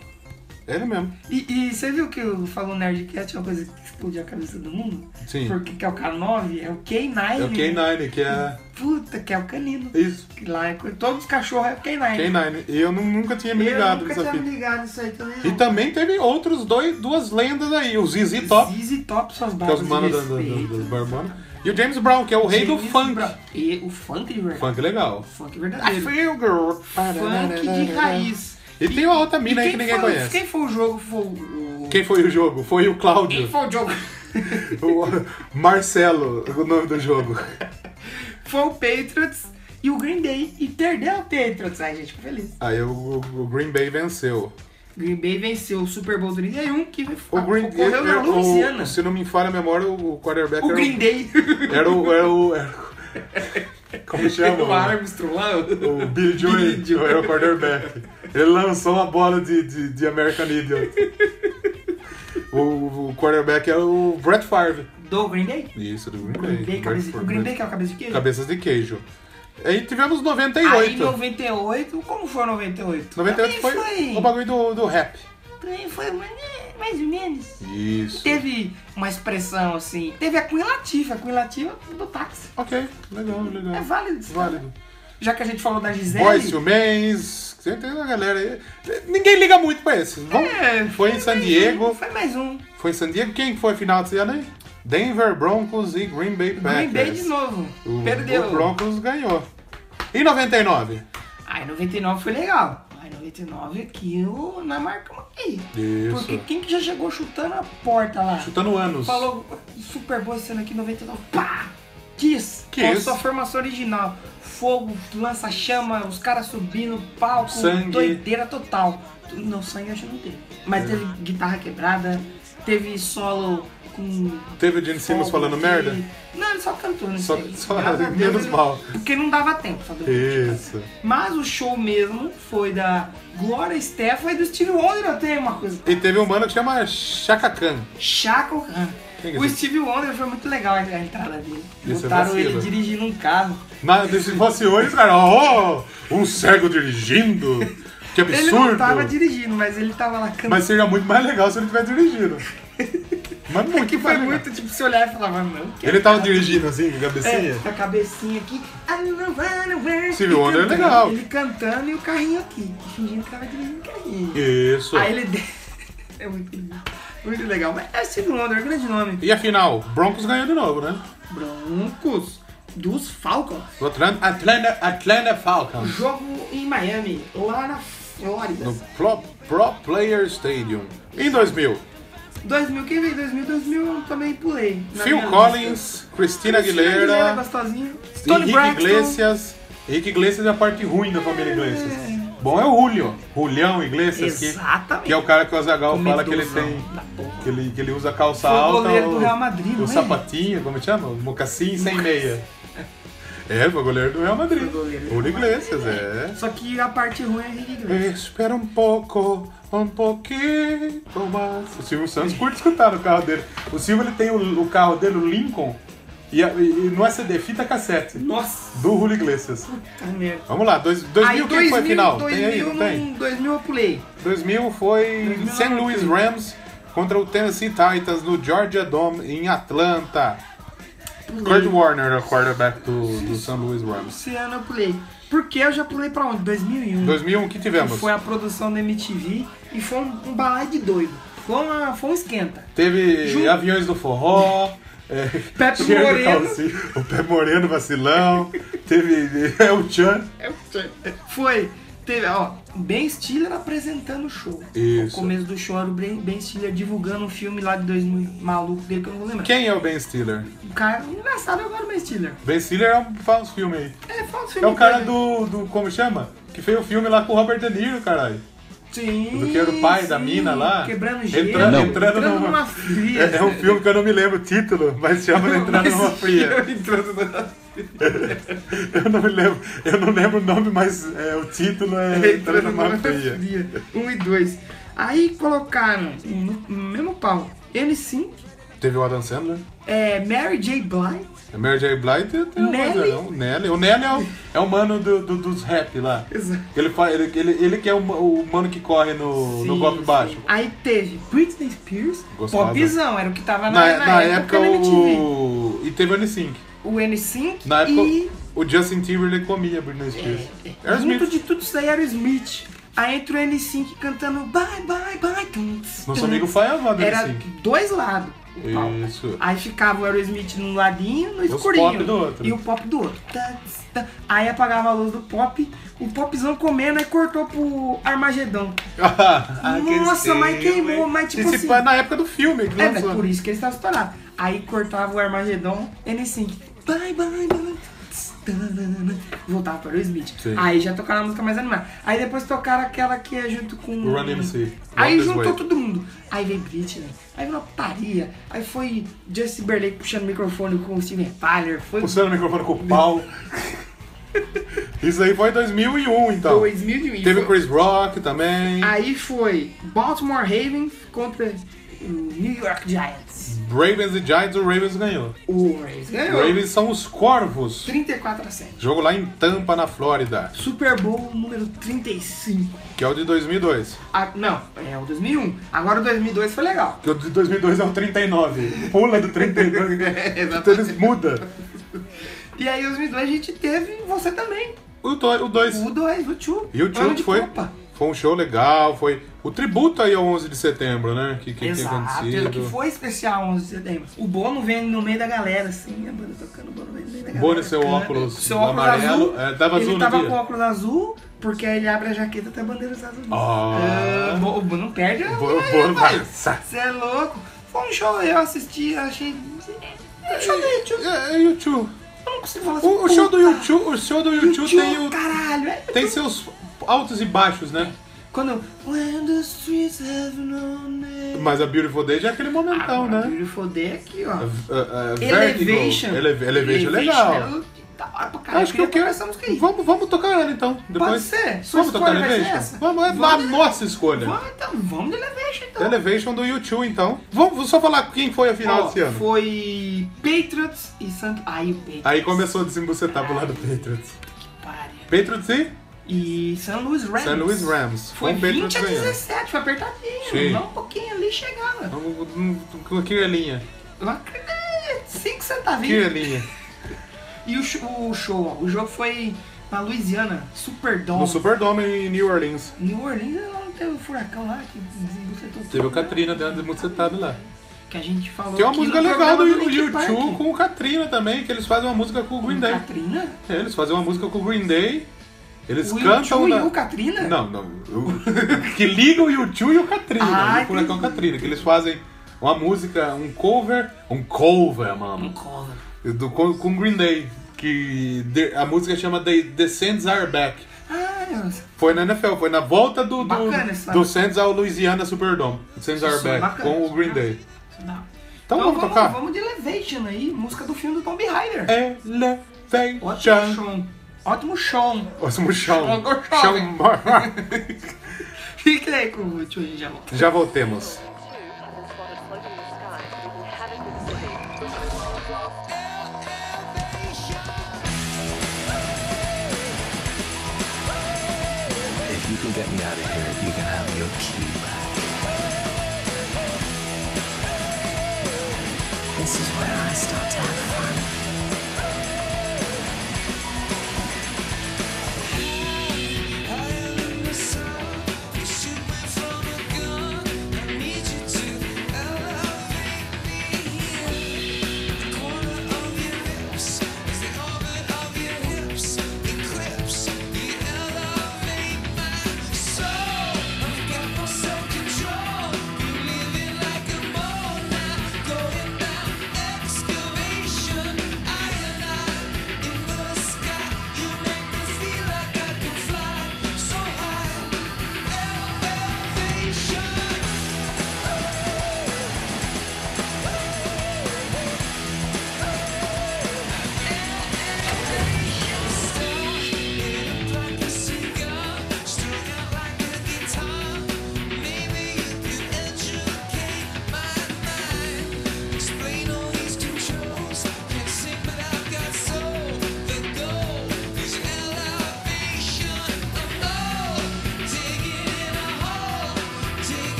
B: Ele mesmo.
A: E, e você viu que eu falo Nerdcast é uma coisa que explodiu a cabeça do mundo?
B: Sim.
A: Porque que é o K9, é o K9.
B: É o K9, que é.
A: Puta, que é o canino.
B: Isso.
A: Que lá é co- todos os cachorros é o K9.
B: K9. E eu nu- nunca tinha me ligado
A: eu nunca
B: nessa
A: tinha me
B: fita.
A: ligado nisso aí também.
B: E
A: não.
B: também teve outros dois, duas lendas aí, o ZZ Top,
A: Zizi Top, suas
B: que é
A: barbas
B: os manos da-
A: de
B: da- da-
A: respeito.
B: dos barbonas, e o James Brown, que é o rei do
A: James
B: funk. Ah,
A: Brown. E o funk de verdade.
B: Funk legal.
A: Funk
B: I
A: verdadeiro.
B: feel good.
A: Funk de raiz.
B: E tem uma outra mina
A: E
B: aí
A: quem
B: que ninguém
A: foi-
B: conhece.
A: Quem foi o jogo foi o... o-
B: Quem foi o jogo? Foi o
A: Quem
B: Cláudio.
A: foi o jogo?
B: O Marcelo, o nome do jogo.
A: foi o Patriots e o Green Bay. E perdeu o Patriots. Ai, gente, fico feliz.
B: Aí o, o Green Bay venceu.
A: Green Bay venceu o Super Bowl 31, que
B: O Green Bay.
A: ocorreu Ah, na
B: o-
A: Louisiana.
B: Se não me falha a memória, o quarterback
A: O
B: era
A: Green Day.
B: Era o. Era o, era o- como é chama?
A: o Armstrong lá.
B: O Billy Joy, era o quarterback. Ele lançou uma bola de, de, de American Idiot. O, o quarterback é o Brett Favre.
A: Do Green Day?
B: Isso, do
A: O Green Bay,
B: Green Bay.
A: cabeça, o Green Bay que é o cabeça de queijo?
B: Cabeças de queijo. Aí tivemos
A: Aí
B: 98.
A: 98, como foi 98?
B: 98
A: Também
B: foi, um o bagulho do, do rap.
A: também foi mais mais ou menos.
B: Isso.
A: Teve uma expressão assim, teve a Queen Latifah, a Queen Latifah do táxi.
B: Ok, legal, legal.
A: É válido isso, cara.
B: Válido.
A: Já que a gente falou da Gisele,
B: Boys to Mans, você tem uma galera aí. Ninguém liga muito pra esses. Vamos-
A: é,
B: foi em San
A: mais
B: Diego.
A: um, foi mais um.
B: Foi em San Diego. Quem foi final desse ano aí? Denver Broncos e Green Bay Packers.
A: Green Bay de novo,
B: É, O, o
A: perdeu.
B: Broncos ganhou. Em 99.
A: Aí 99 foi legal. Aí 99 que o na marca aí.
B: Isso.
A: Porque quem que já chegou chutando a porta lá?
B: Chutando anos.
A: Falou Super Bowl esse ano aqui 99. Pá! Kiss!
B: Que
A: com a
B: isso?
A: sua formação original. Fogo, lança-chama, os caras subindo, palco,
B: Sangue. É.
A: doideira total. Não, sangue eu acho que não teve. Mas teve guitarra quebrada, teve solo com.
B: Teve o Gene Simmons
A: fogo
B: falando
A: e-
B: merda?
A: Não, ele só cantou, não
B: Só-
A: sei.
B: só-
A: Graças a Deus,
B: menos
A: ele-
B: mal.
A: Porque não dava tempo, sabe?
B: Isso.
A: Mas o show mesmo foi da Gloria Estefan e do Steve Wonder, eu tenho uma coisa.
B: E teve um mano que chama Chaka Khan.
A: Chaco Khan.
B: Quem que é
A: O
B: esse?
A: Steve Wonder foi muito legal a entrada dele.
B: Isso é
A: Botaram
B: vacilo.
A: ele dirigindo um carro.
B: Na, se fosse hoje, cara, ó, um cego dirigindo. Que absurdo.
A: Ele não tava dirigindo, mas ele tava lá cantando.
B: Mas seria muito mais legal se ele tivesse dirigindo. Mas muito
A: É que foi
B: mais legal.
A: muito tipo se olhar e falar, mano, não. que
B: Ele tava dirigindo assim, com
A: É,
B: a cabecinha.
A: com a cabecinha aqui. I don't wanna wear-
B: Stevie
A: e
B: Wonder é
A: cantando,
B: legal.
A: Ele cantando e o carrinho aqui. Fingindo que tava dirigindo o carrinho.
B: Isso.
A: É. Aí ele. de- é muito, muito legal. Mas é Steve Wonder, grande nome.
B: E afinal, Broncos ganhou de novo, né?
A: Broncos dos Falcons.
B: O Atlanta, Atlanta, Atlanta Falcons.
A: Jogo em Miami, lá na Flórida.
B: No Pro, Pro Player Stadium. Em 2000,
A: 2000, quem veio em 2000? 2000 eu também pulei. na
B: Phil
A: minha
B: Collins,
A: lista.
B: Cristina
A: Aguilera,
B: Aguilera,
A: gostosinho. Tony
B: Henrique
A: Braxton.
B: Iglesias. Henrique Iglesias é a parte ruim da família Iglesias. Bom é o Julio. Julião Iglesias, que,
A: Exatamente.
B: que é o cara que o Azagal fala que ele tem...
A: Medusão da porra.
B: Que ele, que ele usa calça
A: tá Foi o
B: alta.
A: goleiro do Real Madrid,
B: o
A: não é?
B: sapatinho, como chama? O mocassim sem meia. É, ele foi goleiro do Real Madrid.
A: Foi goleiro do
B: Por
A: Real Madrid.
B: Iglesias, é.
A: Só que a parte ruim é Henrique Iglesias.
B: Espera um pouco, um pouquinho mais. O Silvio Santos curte escutar no carro dele. O Silvio ele tem o, o carro dele, o Lincoln, e, a- e- e no SD, fita cassete.
A: Nossa,
B: Do Julio Iglesias.
A: tá merda.
B: Vamos lá, dois, 2000,
A: Aí
B: quem que foi a
A: 2000,
B: final?
A: 2000,
B: tem aí, não tem?
A: não- 2000 eu pulei.
B: 2000 foi
A: 2000
B: St.
A: não
B: Louis
A: tem.
B: Rams contra o Tennessee Titans no Georgia Dome em Atlanta.
A: Hum.
B: Kurt Warner é o quarterback do, do St. Louis Rams.
A: Esse ano eu pulei. Porque eu já pulei pra onde? 2001.
B: 2001, que tivemos?
A: Foi a produção da MTV e foi um, um balaio de doido. Foi, uma, foi um esquenta.
B: Teve
A: Ju-
B: Aviões do Forró. é,
A: Pepe
B: Cheiro de
A: Moreno.
B: Calcinha, O Pepe Moreno vacilão. teve é o Chan.
A: Foi. Teve, ó, Ben Stiller apresentando o show.
B: Isso.
A: O começo do show era o Ben, Ben Stiller divulgando um filme lá de 2000 maluco dele que eu não vou lembrar.
B: Quem é o Ben Stiller?
A: O cara engraçado é agora o Ben Stiller.
B: Ben Stiller é um, faz uns filmes aí.
A: É, fala um
B: É
A: filme
B: o cara
A: dele.
B: do, do. Como chama? Que fez o filme lá com o Robert De Niro, caralho.
A: Sim.
B: do que era o pai da
A: sim.
B: mina lá.
A: Quebrando gelo.
B: Entrando-
A: Não.
B: entrando numa-
A: numa fria.
B: É, é um filme que eu não me lembro o título, mas chama de Entrada
A: Mas-
B: numa Fria.
A: Entrando numa
B: Eu não me lembro, eu não lembro o nome, mas é, o título é Entrada
A: Entrando
B: numa
A: numa
B: Fria.
A: fria. Um e dois. Aí colocaram no no mesmo pau N5,
B: Teve o Adam Sandler.
A: é, Mary J. Blige.
B: A Mary J. Blight tem um
A: Nelly.
B: Nelly. O Nelly, o Nelly é, o, é o mano do- do- dos rap lá.
A: Exato.
B: Ele, fa- ele, ele, ele que é o, ma- o mano que corre no, no
A: Sim,
B: golpe
A: sim.
B: baixo.
A: Aí teve Britney Spears,
B: Gostosa.
A: popzão, era o que tava na,
B: Na,
A: na
B: na
A: época,
B: época,
A: na MTV.
B: o. E teve o N5.
A: O N5
B: Na época,
A: e É,
B: o Justin Timberlake comia Britney Spears. Aerosmith.
A: junto de tudo isso aí era o Smith. Aí entra o N5 cantando Bye Bye Bye. tum, tss,
B: Nosso
A: tum,
B: amigo
A: tss.
B: Faiava do
A: Era
B: N5.
A: dois lados. o pau.
B: Isso.
A: Aí ficava o Aerosmith num ladinho, no
B: Os
A: escurinho.
B: pop do outro.
A: E o pop do outro. Tá, tss, tá. Aí apagava a luz do pop, o popzão comendo, aí cortou pro Armagedão. Nossa, mas queimou, mas tipo
B: Esse
A: assim-
B: foi na época do filme que
A: É, velho,
B: lançou.
A: por isso que eles estavam estourados. Aí cortava o Armagedon, assim, N5. Bye, bye, bye. tss, tanana, Voltava para o Smith.
B: Sim.
A: Aí já tocaram a música mais animada. Aí depois tocaram aquela que é junto com.
B: O Run DMC,
A: Aí
B: Walk This
A: juntou
B: Way.
A: todo mundo. Aí veio Britney. Aí veio uma paria. Aí foi Justin Berlake puxando o microfone com o Steven Tyler. Foi
B: Puxando o microfone com o pau. Isso aí foi em 2001, então.
A: 2001.
B: Teve o
A: Foi-
B: Chris Rock também.
A: um. Aí foi Baltimore Ravens contra o New York Giants.
B: Ravens e Giants, o Ravens ganhou.
A: O Ravens ganhou.
B: Ravens são os Corvos.
A: 34 a 7.
B: Jogo lá em Tampa, na Flórida,
A: Super Bowl número 35.
B: que é o de 2002.
A: Ah, não, é o 2001. Agora o 2002 foi legal.
B: Que o de 2002 é o 39. Pula do 32.
A: É,
B: então eles mudam.
A: E aí, em 2002, a gente teve você também.
B: O 2.
A: O 2, o Tchu.
B: E o
A: Ano
B: Tio
A: de
B: foi,
A: Copa.
B: foi um show legal, foi o tributo aí ao 11 de setembro, né? Que, que, que
A: Exato,
B: acontecido.
A: que foi especial 11 de setembro. O Bono vem no meio da galera, assim, a banda tocando, o Bono vem no meio da galera.
B: Bono e seu
A: tocando.
B: óculos
A: seu óculos
B: amarelo,
A: azul.
B: é, tava azul
A: ele
B: no
A: tava
B: dia.
A: com óculos azul, porque aí ele abre a jaqueta e tá a bandeira dos Estados Unidos.
B: Ah.
A: Ah, o Bo- o Bono não perde a
B: Bono-
A: aí,
B: Bono vai-
A: Você é louco. Foi um show, eu assisti, eu achei... Um show do YouTube,
B: É, é YouTube.
A: eu não consigo falar assim.
B: O, o show do
A: puta.
B: YouTube, o show do YouTube,
A: Tchum,
B: tem, o-
A: Caralho, é.
B: tem seus altos e baixos, né?
A: Quando. When the streets have no name.
B: Mas a Beautiful Day já é aquele momentão,
A: Agora,
B: né?
A: Beauty for Day aqui, ó.
B: A- a- a Vertigo,
A: Elevation.
B: Eleve- Elevation é legal.
A: né? Da hora pra caralho.
B: Acho que eu quero.
A: essa música aí.
B: Vamos, vamos tocar ela então. Depois.
A: ser? Sua
B: Vamos tocar
A: escolha vai ser
B: Elevation?
A: essa?
B: Vamos, é a
A: Vamos.
B: nossa escolha.
A: Vamos, então, vamos de Elevation então.
B: Elevation do YouTube, então. Vamos vou só falar quem foi a final
A: Ó,
B: desse ano.
A: Foi Patriots e Santo. Aí o Patriots.
B: Aí começou a desembucetar pro lado do Patriots.
A: Pare.
B: Patriots e
A: E San Luis Rams.
B: San Luis Rams.
A: Foi
B: Com o
A: 20
B: Patriots
A: a
B: ganhando.
A: 17, foi apertadinho.
B: Sim.
A: Dá um pouquinho ali e chegava.
B: Vamos hum, com que linha?
A: Uma- é, Cinco
B: Que
A: centavinhos.
B: linha?
A: E o, sh- o show, ó, o jogo foi na Louisiana, Superdome.
B: No Superdome em New Orleans.
A: New Orleans lá não teve o furacão lá que desembucetou tudo,
B: Teve o
A: né?
B: Katrina dando desembucetada lá.
A: Que a gente falou.
B: Tem uma
A: aqui
B: música
A: no
B: legal do
A: programa Linkin Park.
B: YouTube com o Katrina também, que eles fazem uma música com o Green Day.
A: Katrina?
B: É, Eles fazem uma música com o Green Day. Eles
A: O
B: cantam
A: YouTube e o
B: na...
A: Katrina?
B: Não, não. o- que ligam o YouTube e o Katrina. é
A: Ah,
B: o furacão
A: entendi.
B: Katrina. Que eles fazem uma música, um cover. Um cover, mano.
A: Um cover.
B: do, com, com Green Day, que de- a música chama The, The Sands Are Back.
A: Ah, nossa.
B: Foi na NFL, foi na volta do, do,
A: Bacana essa-
B: do Sands ao Louisiana Superdome. The Sands Are
A: Isso, é
B: Back,
A: bacana.
B: com o Green Day.
A: Não.
B: Então, vamos tocar? É.
A: Vamos de Elevation aí, música do filme do Tomb Raider.
B: Elevation.
F: Vem,
A: Ótimo
F: chão.
A: chão. Ótimo chão.
F: Ótimo chão.
A: Chão,
F: Chão.
A: Fique aí com o último, a gente já volta.
B: Já voltemos.
G: If you can get me out of here, you can have your key back.
H: This is where I start to have fun.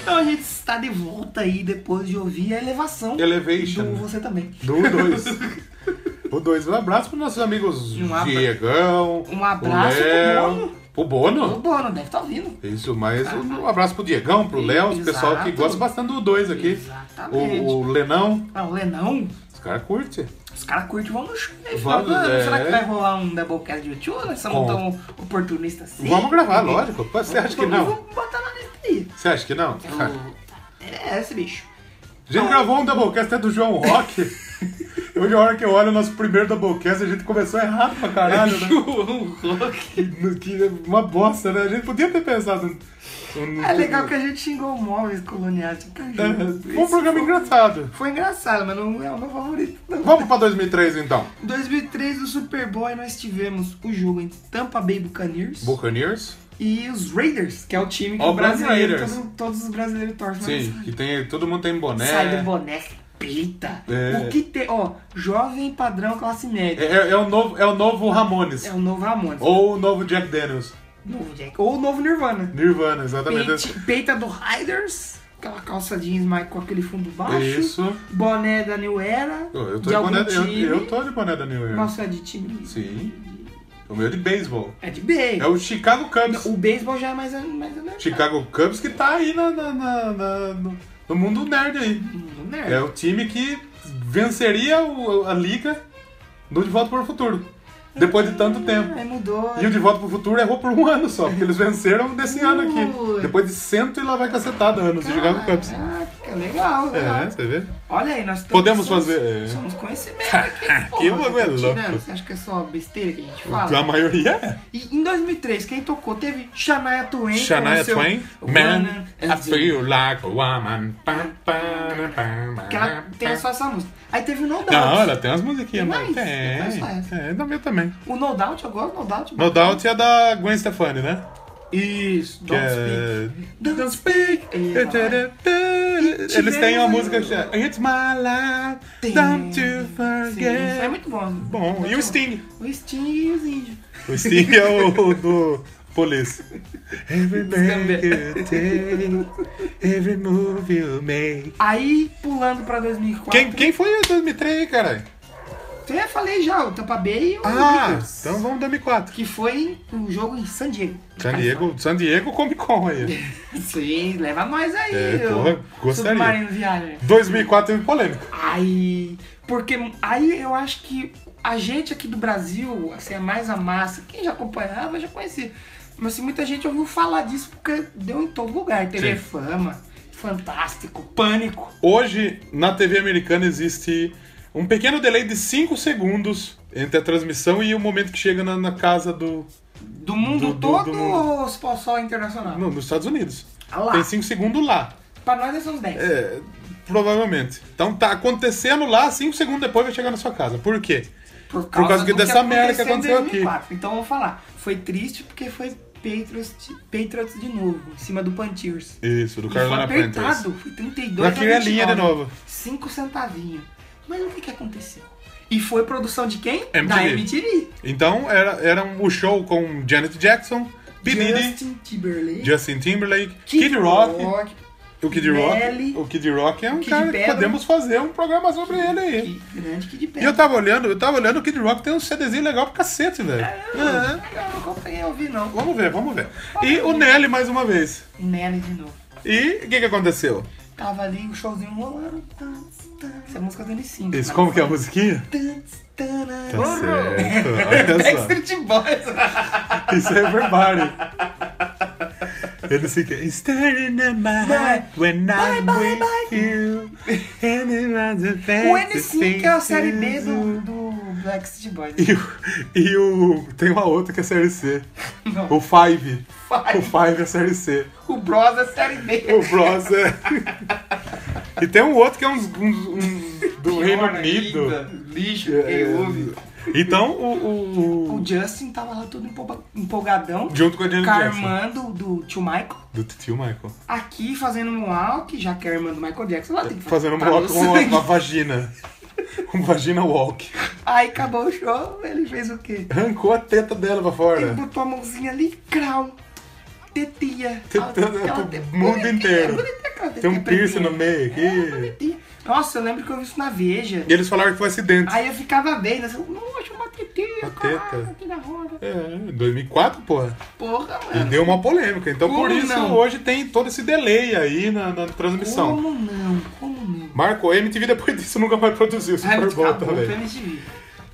A: Então a gente está de volta aí depois de ouvir a elevação do
B: Elevation.
A: Você Também.
B: Do 2. O 2. Um abraço para nossos amigos
A: Um abra-
B: Diegão.
A: Um abraço
B: o
A: pro
B: Léo,
A: Bono.
B: Pro Bono?
A: O Bono deve estar né? Tá ouvindo.
B: Isso, mas um abraço pro Diegão, pro Léo, o pessoal que
A: Exato.
B: gosta bastante do 2 aqui.
A: Exatamente.
B: O, o Lenão,
A: Ah, o Lenão,
B: os caras curtem.
A: os caras curtem, vamos no show. aí,
B: Vamos,
A: final do ano.
B: é.
A: Será que vai rolar um Doublecast de YouTube? Nós somos
B: Com-
A: tão oportunistas assim.
B: Vamos gravar, lógico. Pô, Você acha que não?
A: Vamos botar na lista aí.
B: Você acha que não?
A: É esse bicho.
B: A gente gravou um Doublecast até do João Rock. Hoje, é a hora que eu olho o nosso primeiro Doublecast, a gente começou errado pra caralho, né?
A: João Rock.
B: No Que é uma bosta, né? A gente podia ter pensado. num- num-
A: É legal que a gente xingou móveis coloniais. Tá
B: É,
A: junto.
B: Foi um programa engraçado.
A: Foi engraçado, mas não é o meu favorito. Não.
B: Vamos pra 2003 então.
A: Em 2003, no Super Bowl, nós tivemos o jogo entre Tampa Bay Buccaneers
B: Buccaneers?
A: e os Raiders, que é o time que
B: Ó,
A: o brasileiro,
B: Raiders.
A: todo- todos os brasileiros torcem. mas
B: Sim, que tem, todo mundo tem boné.
A: Sai do boné, pita.
B: Né? É.
A: O que tem, ó, jovem padrão classe
B: É,
A: média.
B: é- é o novo, é o novo Ramones.
A: É o novo Ramones.
B: Ou o novo Jack Daniels.
A: Novo Jack. Ou o novo Nirvana.
B: Nirvana, exatamente.
A: Peite- peita do Raiders, aquela calça jeans mais com aquele fundo baixo.
B: Isso.
A: Boné da New Era.
B: Eu eu tô
A: de
B: de,
A: algum
B: boné, eu,
A: time.
B: eu tô de boné da New Era.
A: Nossa, é de time.
B: Sim. O meu é de beisebol.
A: É de bem.
B: É o Chicago Cubs.
A: O beisebol já é mais. mais mais-
B: Chicago Cubs que tá aí na, na- na- na- no, no mundo nerd aí.
A: Né?
B: É o time que venceria o- a liga no De Volta para o Futuro. Depois de tanto tempo.
A: Aí mudou.
B: E o De Volta para o Futuro errou por um ano só, porque eles venceram desse ano aqui. Depois de cento e lá vai cacetada anos de Chicago Cubs.
A: Caraca, Caraca, "Ah, legal, legal.
B: É, você vê?
A: Olha aí, nós
B: Podemos
A: somos-
B: fazer- é.
A: Somos conhecimento aqui. porra,
B: Que bagulho
A: tá tirando?
B: louco.
A: Você acha que é só besteira que a gente
B: A
A: fala?
B: maioria é.
A: E em 2003, quem tocou teve Shania Twain. com
B: Shania
A: é o seu
B: Twain,
A: One
B: Man,
A: and
B: I
A: the-
B: feel like a woman. Pam, pam, pam,
A: Que ela tem só essa música. Aí teve o No Doubt.
B: Não, ela tem umas musiquinhas,
A: Tem
B: mas
A: mais? Tem mais Tá essa.
B: tem. É, da minha também.
A: O No Doubt, eu gosto do No Doubt.
B: No Doubt é da Gwen Stefani, né?
A: Isso,
B: Que
A: Don't Speak.
B: é... Don't speak. Eles têm uma música que é It's my life, don't you
A: Sim, é
B: forget.
A: muito bom.
B: Bom, e o Sting?
A: O Sting e os índios.
B: O Sting é o, o do Police. Every breath
A: Descambé.
B: you take, every move you make.
A: Aí, pulando pra 2004.
B: Quem, quem foi em 2003, caralho?
A: Eu já falei já, o Tampa Bay e o
B: Ah,
A: Lakers,
B: então vamos 2004.
A: Que foi um jogo em San Diego.
B: San Diego, San Diego Comic Con aí.
A: Sim, leva nós aí.
B: É,
A: ô
B: porra, gostaria.
A: Submarino Viário.
B: 2004 teve polêmica.
A: Aí, porque aí eu acho que a gente aqui do Brasil, assim, é mais a massa. Quem já acompanhava já conhecia. Mas assim, muita gente ouviu falar disso porque deu em todo lugar. TV
B: Sim.
A: Fama, Fantástico, Pânico.
B: Hoje, na TV americana, existe um pequeno delay de 5 segundos entre a transmissão e o momento que chega na, na casa do.
A: Do mundo
B: Do- do-
A: todo
B: do mundo.
A: ou só- só internacional?
B: Não, nos Estados Unidos.
A: Ah lá.
B: Tem 5 segundos lá.
A: Pra nós é só uns 10.
B: É, provavelmente. Então tá acontecendo lá, 5 segundos depois vai chegar na sua casa. Por quê? Por causa que dessa merda que aconteceu aqui.
A: Então vamos falar. Foi triste porque foi Patriots, de- Patriots de novo, em cima do Panthers.
B: Isso, do
A: E foi
B: Carolina Panthers.
A: apertado, foi 32
B: Pra criar
A: a
B: é linha de
A: 29.
B: novo.
A: Cinco centavinhos. Mas o que que aconteceu? E foi produção de quem?
B: MTV.
A: Da MTV.
B: Então era, era um, o show com Janet Jackson, P. Diddy,
A: Justin Timberlake.
B: Justin Timberlake, Kid Rock. O Kid
A: Nelly.
B: Rock, o Kid Rock é um
A: Kid
B: cara que
A: Pedro.
B: podemos fazer um programa sobre ele aí.
A: Que grande Kid
B: E
A: Pedra.
B: eu tava olhando, eu tava olhando, o Kid Rock tem um CDzinho legal pra cacete, velho. É.
A: Não, não acompanhei, eu vi não.
B: Vamos ver, vamos ver. E o Nelly mais uma vez.
A: Nelly de novo.
B: E o que que aconteceu?
A: Tava ali o showzinho rolando. Tan, tan. Essa é a música do N5.
B: Isso,
A: né?
B: como que é a musiquinha?
A: Tan, tan,
B: Tá
A: tan.
B: certo, olha
A: Backstreet É Boys. né?
B: só. Isso é everybody. Ele fica Staring at my heart when
A: Bye,
B: I'm
A: bye,
B: with
A: bye.
B: you And it runs a
A: O
B: fantasy
A: N5 é a série B do, do Backstreet Boys.
B: E o, e o- Tem uma outra que é série C. O Five. O Five é série C.
A: O Bros é série
B: O
A: B.
B: Bros é. e tem um outro que é uns. uns- uns do Reino
A: Pior
B: Unido.
A: ainda, Lixo,
B: É,
A: quem ouve.
B: Então, o. o-
A: O Justin tava lá todo empolga- empolgadão.
B: Junto com a Janet
A: a
B: Jackson.
A: irmã do, do tio Michael.
B: Do tio Michael.
A: Aqui fazendo um walk, já que é a irmã do Michael Jackson, ela tem que fazer
B: Fazendo
A: tá
B: uma,
A: no
B: walk- uma,
A: sangue.
B: uma vagina. Um vagina walk.
A: Aí acabou o show, ele fez o quê?
B: Arrancou a teta dela pra
A: Ele
B: fora.
A: botou a mãozinha ali, crau. Tetia.
B: Tetando
A: Aquela
B: pro
A: te-
B: mundo
A: bonitinha,
B: inteiro.
A: bonitinha aquela
B: Tem um
A: tetinha
B: piercing no
A: pretinha.
B: meio aqui.
A: Bonitinha. É, Nossa, eu lembro que eu vi isso na Veja.
B: E eles falaram que foi acidente.
A: Aí eu ficava bem, assim, nossa, uma tetinha,
B: Uma
A: caralho,
B: teta.
A: aqui na roda.
B: É, 2004, porra.
A: Porra, mano.
B: E deu uma polêmica. Então, por
A: Como
B: isso,
A: Ah. Uh, não? Uh,
B: hoje tem todo esse delay aí na, na transmissão.
A: Como não? Como não?
B: Marco, a MTV depois disso nunca mais produziu o Super Bowl
A: Ah, acabou né? pra
B: também.
A: MTV.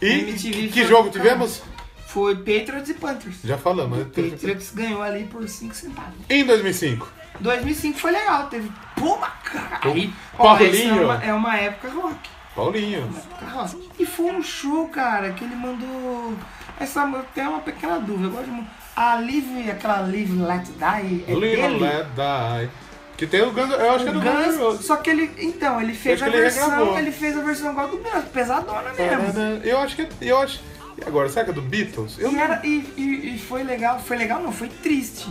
B: E
A: MTV
B: que, que
A: foi-
B: jogo tivemos?
A: Foi Patriots e Panthers.
B: Já falamos. né?
A: Patriots ganhou ali por 5 centavos.
B: Em 2005.
A: 2005 foi legal, teve Puma, cara. Aí,
B: Pô,
A: ó, essa é
B: um Paulinho.
A: uma, é uma época rock.
B: Paulinho.
A: uma época rock. E foi um show, cara, que ele mandou. Essa mu- tem uma pequena dúvida. Eu gosto muito. A Live, aquela Live Let Die, é
B: Little
A: dele.
B: Let Die. Que tem o Guns. Eu acho que é do Guns. N'
A: Guns,
B: Roses.
A: só que ele, então, ele fez
B: acho
A: a
B: que ele
A: versão,
B: regravou. Tá,
A: ele fez a versão igual do Guns, pesadona mesmo.
B: Eu acho que. é- Eu acho. E agora, será que é do Beatles? Eu
A: E,
B: não-
A: era- e- e- e foi legal, foi legal não, foi triste.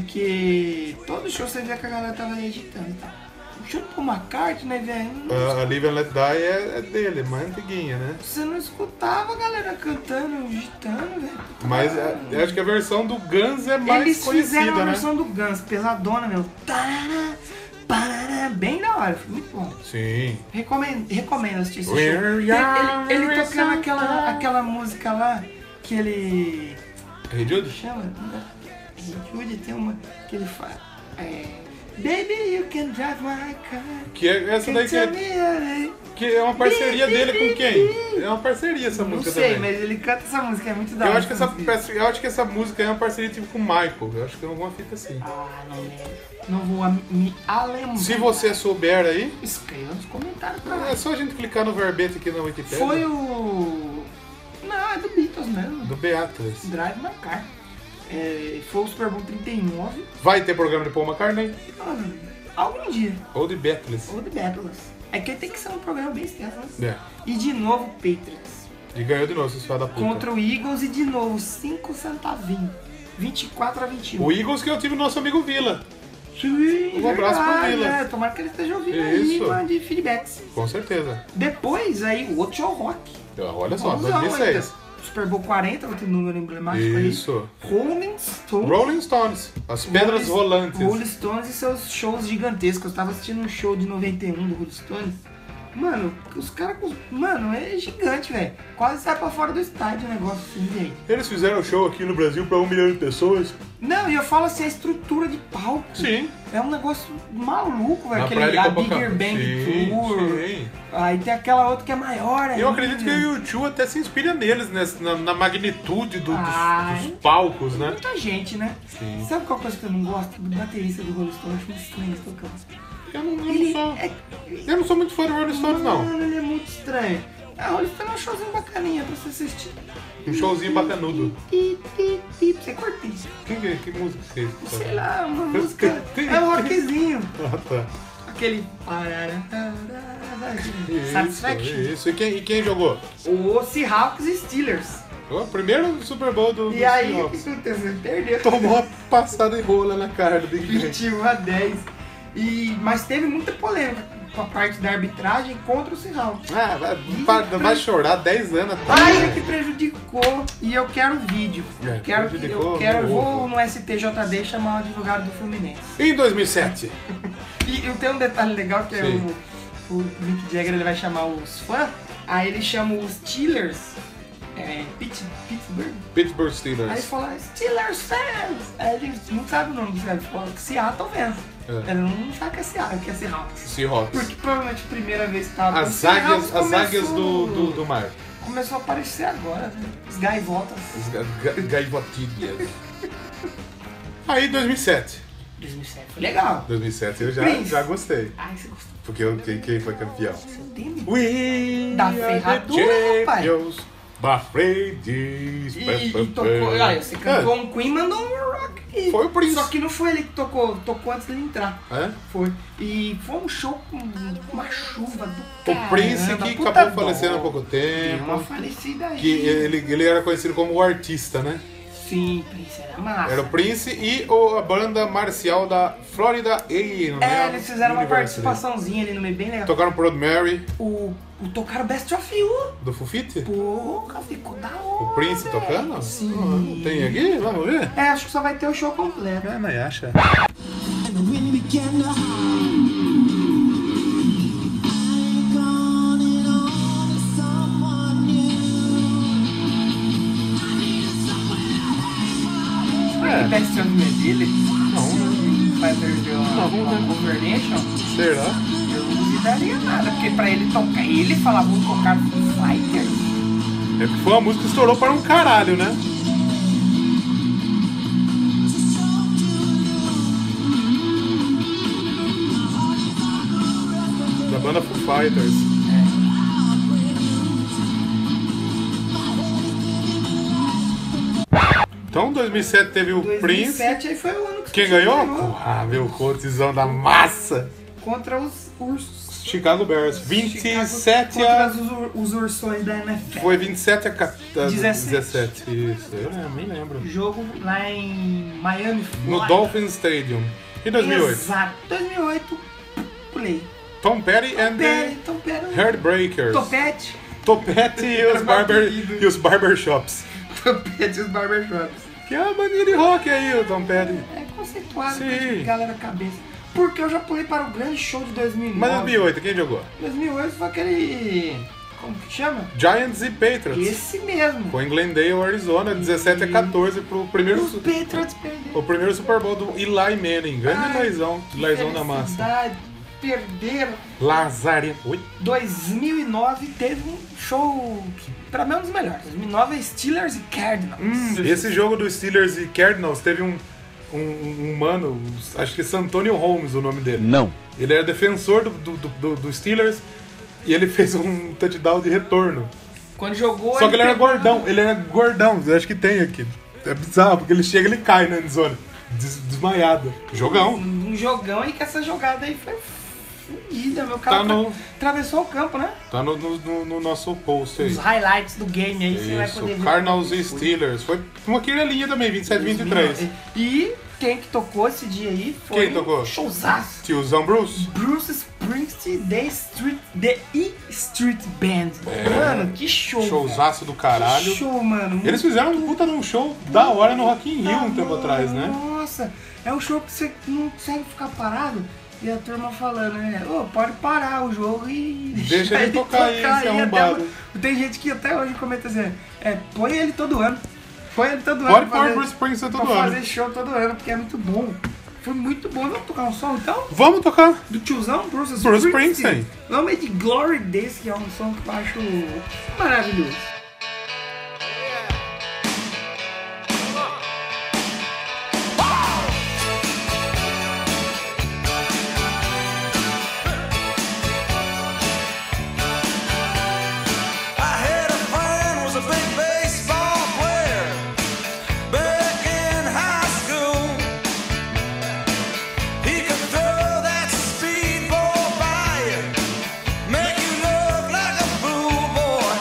A: Porque todo show você via que a galera tava editando e tal. O show do Paul McCartney, né, velho, não-
B: Ah, a Live and Let Die é, é dele, mais antiguinha, né?
A: você não escutava a galera cantando, digitando, velho. Puta
B: Mas
A: merda.
B: é- eu acho que a versão do Guns é mais
A: Eles
B: conhecida,
A: fizeram a
B: né?
A: versão do Guns, pesadona, meu. Tarará, parará, bem da hora, foi muito bom.
B: Sim.
A: Recomendo, recomendo assistir esse show.
B: We're
A: Ele, ele, ele
B: young,
A: tocando
B: we're
A: aquela, aquela música lá que ele.
B: Hey Jude?
A: chama? Jude tem uma que ele fala. É, Baby, you can drive my car.
B: Que é essa daí que
A: Can
B: é,
A: tell me, eh.
B: que é uma parceria dele com quem? É uma parceria essa
A: Não
B: música
A: sei,
B: também.
A: mas ele canta essa música, é muito da
B: Eu
A: hora.
B: acho, que essa,
A: inclusive.
B: peça- eu acho que essa música é uma parceria tipo com o Michael. Eu acho que é alguma fita assim.
A: Ah, não lembro. Não vou a- me alembrar.
B: Se você souber aí,
A: Escreva nos comentários pra
B: é
A: nós.
B: só a gente clicar no verbete aqui na Wikipedia.
A: Foi o... Não, é do Beatles mesmo.
B: Do Beatles.
A: Drive My Car. É, foi o Super Bowl 39.
B: Vai ter programa de Paul McCartney
A: Mano, algum dia.
B: ou de Beatles.
A: Ou do Beatles. É que tem que ser um programa bem extenso. né?
B: É.
A: E de novo, Patriots.
B: E ganhou de novo, esses filhos da puta.
A: Contra o Eagles e de novo, 5 centavinhos. 24 a 21.
B: O Eagles que eu tive nosso amigo Vila.
A: Sim,
B: Um abraço pro
A: verdade,
B: Vila.
A: é. Tomara que ele esteja ouvindo aí,
B: Isso.
A: mano, de feedbacks.
B: Com certeza.
A: Depois aí, o outro é o Rock.
B: Olha só,
A: Vamos lá,
B: 2006.
A: então. Super Bowl 40, outro número emblemático
B: Isso.
A: aí. Rolling Stones.
B: Rolling Stones, as pedras
A: então. Rolling-
B: rolantes.
A: Rolling Stones e seus shows gigantescos. Eu tava assistindo um show de 91 do Rolling Stones. Mano, os caras com. Mano, é gigante, velho. Quase sai pra fora do estádio o negócio assim, gente.
B: Eles fizeram show aqui no Brasil pra um milhão de pessoas.
A: Não, e eu falo assim, a estrutura de palco.
B: Sim.
A: É um negócio maluco, velho.
B: Na
A: Aquele
B: praia de
A: a
B: Copacabana.
A: Bigger Bang
B: Sim,
A: Tour.
B: sim.
A: Aí tem aquela outra que é maior.
B: Eu
A: ainda.
B: acredito que o YouTube até se inspira neles, né? Na, na magnitude do- dos-
A: Ah,
B: dos, palcos, né?
A: Muita gente, né?
B: Sim.
A: Sabe qual coisa que eu não gosto? Do baterista do Rolling Stones, eu acho muito estranho ele tocando.
B: Eu não, eu não
A: Ele
B: sou.
A: é-
B: Eu não sou muito fã do Rolling Stones, não.
A: Mano, ele é muito estranho. Ah, Rolling Stones é um showzinho bacaninha pra você assistir.
B: Um showzinho bacanudo.
A: Ti, ti, ti, pra você curtir.
B: Que, que, que música que é vocês
A: Sei lá, uma música.
B: Ti.
A: É um rockzinho.
B: Ah, tá.
A: Aquele.
B: Isso, é
A: Satisfaction.
B: Isso. E quem, e quem jogou?
A: O Seahawks e Steelers.
B: O primeiro Super Bowl do,
A: E
B: do
A: aí, o que
B: Seahawks.
A: aconteceu? Perdeu.
B: Tomou uma passada e rola na cara do Big Ben.
A: 21 a 10. E, mas teve muita polêmica com a parte da arbitragem contra o Seahawks.
B: Ah, vai, para- vai chorar 10 anos
A: Coisa
B: atrás.
A: é que prejudicou e eu quero vídeo.
B: É,
A: Eu quero,
B: prejudicou, um
A: eu quero, eu
B: ovo.
A: vou no STJD chamar o advogado do Fluminense.
B: Em 2007.
A: E eu tenho um detalhe legal que é
B: Sim.
A: o, o Mick Jagger ele vai chamar os fãs, aí ele chama os Steelers, é, Pitt- Pittsburgh,
B: Pittsburgh
A: aí ele
B: Steelers.
A: fala Steelers fans, aí ele não sabe o nome do Steelers, ele fala que Seattle fans,
B: É.
A: ele não sabe que é Seattle, que é Seahawks.
B: Seahawks.
A: Porque provavelmente a primeira vez que tava
B: As
A: com Seahawks
B: águias, as
A: começou-
B: águias do, do, do mar.
A: Começou a aparecer agora, né? Os gaivotas.
B: As ga- ga- gaivotilhas. Aí 2007.
A: 2007 foi legal.
B: 2007 eu já,
A: Prince.
B: já gostei.
A: Ai, você gostou
B: Porque eu, quem, quem foi campeão?
A: do tema?
B: We
A: Da
B: are the
A: ferradura, rapaz.
B: champions, my friends.
A: E,
B: Pam,
A: e
B: pam,
A: tocou.
B: pam. É.
A: Olha, você cantou um Queen e mandou um rock. E-
B: Foi o Prince.
A: Só que não foi ele que tocou, tocou antes dele entrar.
B: É. É?
A: Foi. E foi um show com uma chuva do
B: O Prince
A: caramba,
B: que
A: puta
B: acabou falecendo
A: dó.
B: há pouco
A: Deu
B: tempo.
A: uma falecida aí.
B: Que ele, ele era conhecido como o artista, né?
A: Sim, Prince era massa.
B: Era o Prince e o- a banda marcial da Florida né? A.
A: É, eles fizeram uma
B: né?
A: participaçãozinha ali no meio, bem legal.
B: Tocaram Proud Mary
A: O, o tocaram Best of You.
B: do Fufite?
A: Porra, ficou da hora.
B: O Prince
A: velho.
B: tocando?
A: Sim.
B: Ah, Tem aqui? Vamos ver?
A: É, acho que só vai ter o show completo.
B: É, Nayasha.
A: É. Best of Medile. Não. Vai perder uma,
B: vamos ver.
A: uma conversation.
B: Será?
A: Eu não duvidaria nada, porque pra ele tocar, ele falar, vou tocar Foo Fighters.
B: É porque foi uma música que estourou para um caralho, né? Da banda Foo Fighters. Então, 2007 teve o Prince.
A: 2007 aí foi o ano que
B: Quem
A: o
B: ganhou? Ah, meu cotizão da massa.
A: Contra os ursos.
B: Chicago Bears. 27
A: Contra
B: a...
A: as ur- os ursões da NFL.
B: Foi 27 a... cat- a
A: 17.
B: 17. Isso, eu lembro, nem lembro.
A: Jogo lá em Miami.
B: No
A: Flórida.
B: Dolphin Stadium. Em 2008.
A: Exato. 2008. Play.
B: Tom Petty and
A: Pera,
B: the
A: então pera.
B: Heartbreakers.
A: Topete.
B: Topete e os, barber,
A: Barbeado.
B: e os barbershops.
A: Topete e os barbershops.
B: Que é uma bandinha de rock aí, o Tom Petty.
A: É conceituado,
B: Sim.
A: gente, galera cabeça. Porque eu já pulei para o grande show de 2009.
B: Mas em 2008, quem jogou?
A: 2008 foi aquele Como que chama?
B: Giants e Patriots.
A: Esse mesmo.
B: Foi em Glendale, Arizona, 17 a 14 pro primeiro,
A: Os Patriots perderam.
B: o primeiro Super Bowl do Eli Manning. Grande
A: Ai,
B: Laizão, Laizão da massa.
A: Felicidade, Perderam.
B: Lazaria. Oi?
A: 2009 teve um show que, pra mim, é um dos melhores. 2009 é Steelers e Cardinals.
B: Esse jogo do Steelers e Cardinals teve um, um, um mano, acho que é Santonio Holmes o nome dele.
C: Não.
B: Ele era defensor do, do, do- do Steelers e ele fez um touchdown de retorno.
A: Quando jogou.
B: Só que ele era
A: pegou-
B: gordão, ele era gordão, eu acho que tem aqui. É bizarro, porque ele chega e ele cai né, na endzone. Des, desmaiado. Jogão.
A: Um jogão e que essa jogada aí foi fudida, meu cara.
B: Tá no-
A: Atravessou o campo, né?
B: Tá no, no- no- no nosso post aí.
A: Os highlights do game aí, você vai poder
B: Isso,
A: ver.
B: Cardinals
A: como
B: e
A: foi.
B: Steelers. Foi uma querelinha também, 27 23.
A: E quem que tocou esse dia aí foi
B: Quem tocou?
A: um showzaço.
B: Tiozão Bruce.
A: Bruce Springsteen The Street, The E Street Band.
B: É.
A: Mano, que show. cara.
B: Showzaço do
A: Que
B: caralho.
A: show, mano.
B: Eles fizeram um puta num show da hora no Rock in Rio um tempo atrás, né?
A: Nossa, é um show que você não consegue ficar parado. E a turma falando, né? Ô, pode parar o jogo e.
B: Deixa ele tocar aí, esse
A: até
B: arrombado.
A: o- Tem gente que até hoje comenta assim: é, põe ele todo ano. Põe ele todo
B: Pode
A: ano.
B: pôr
A: fazer-
B: Bruce Springsteen todo
A: pra
B: ano.
A: fazer show todo ano, porque é muito bom. Foi muito bom. Vamos tocar um som então?
B: Vamos tocar.
A: Do tiozão Bruce
B: Bruce
A: Springsteen.
B: Springsteen.
A: Vamos aí de Glory Days, que é um som que eu acho maravilhoso.
G: I had a friend was a big baseball player back in high school. He could throw that speedball by you, make you look like a fool boy.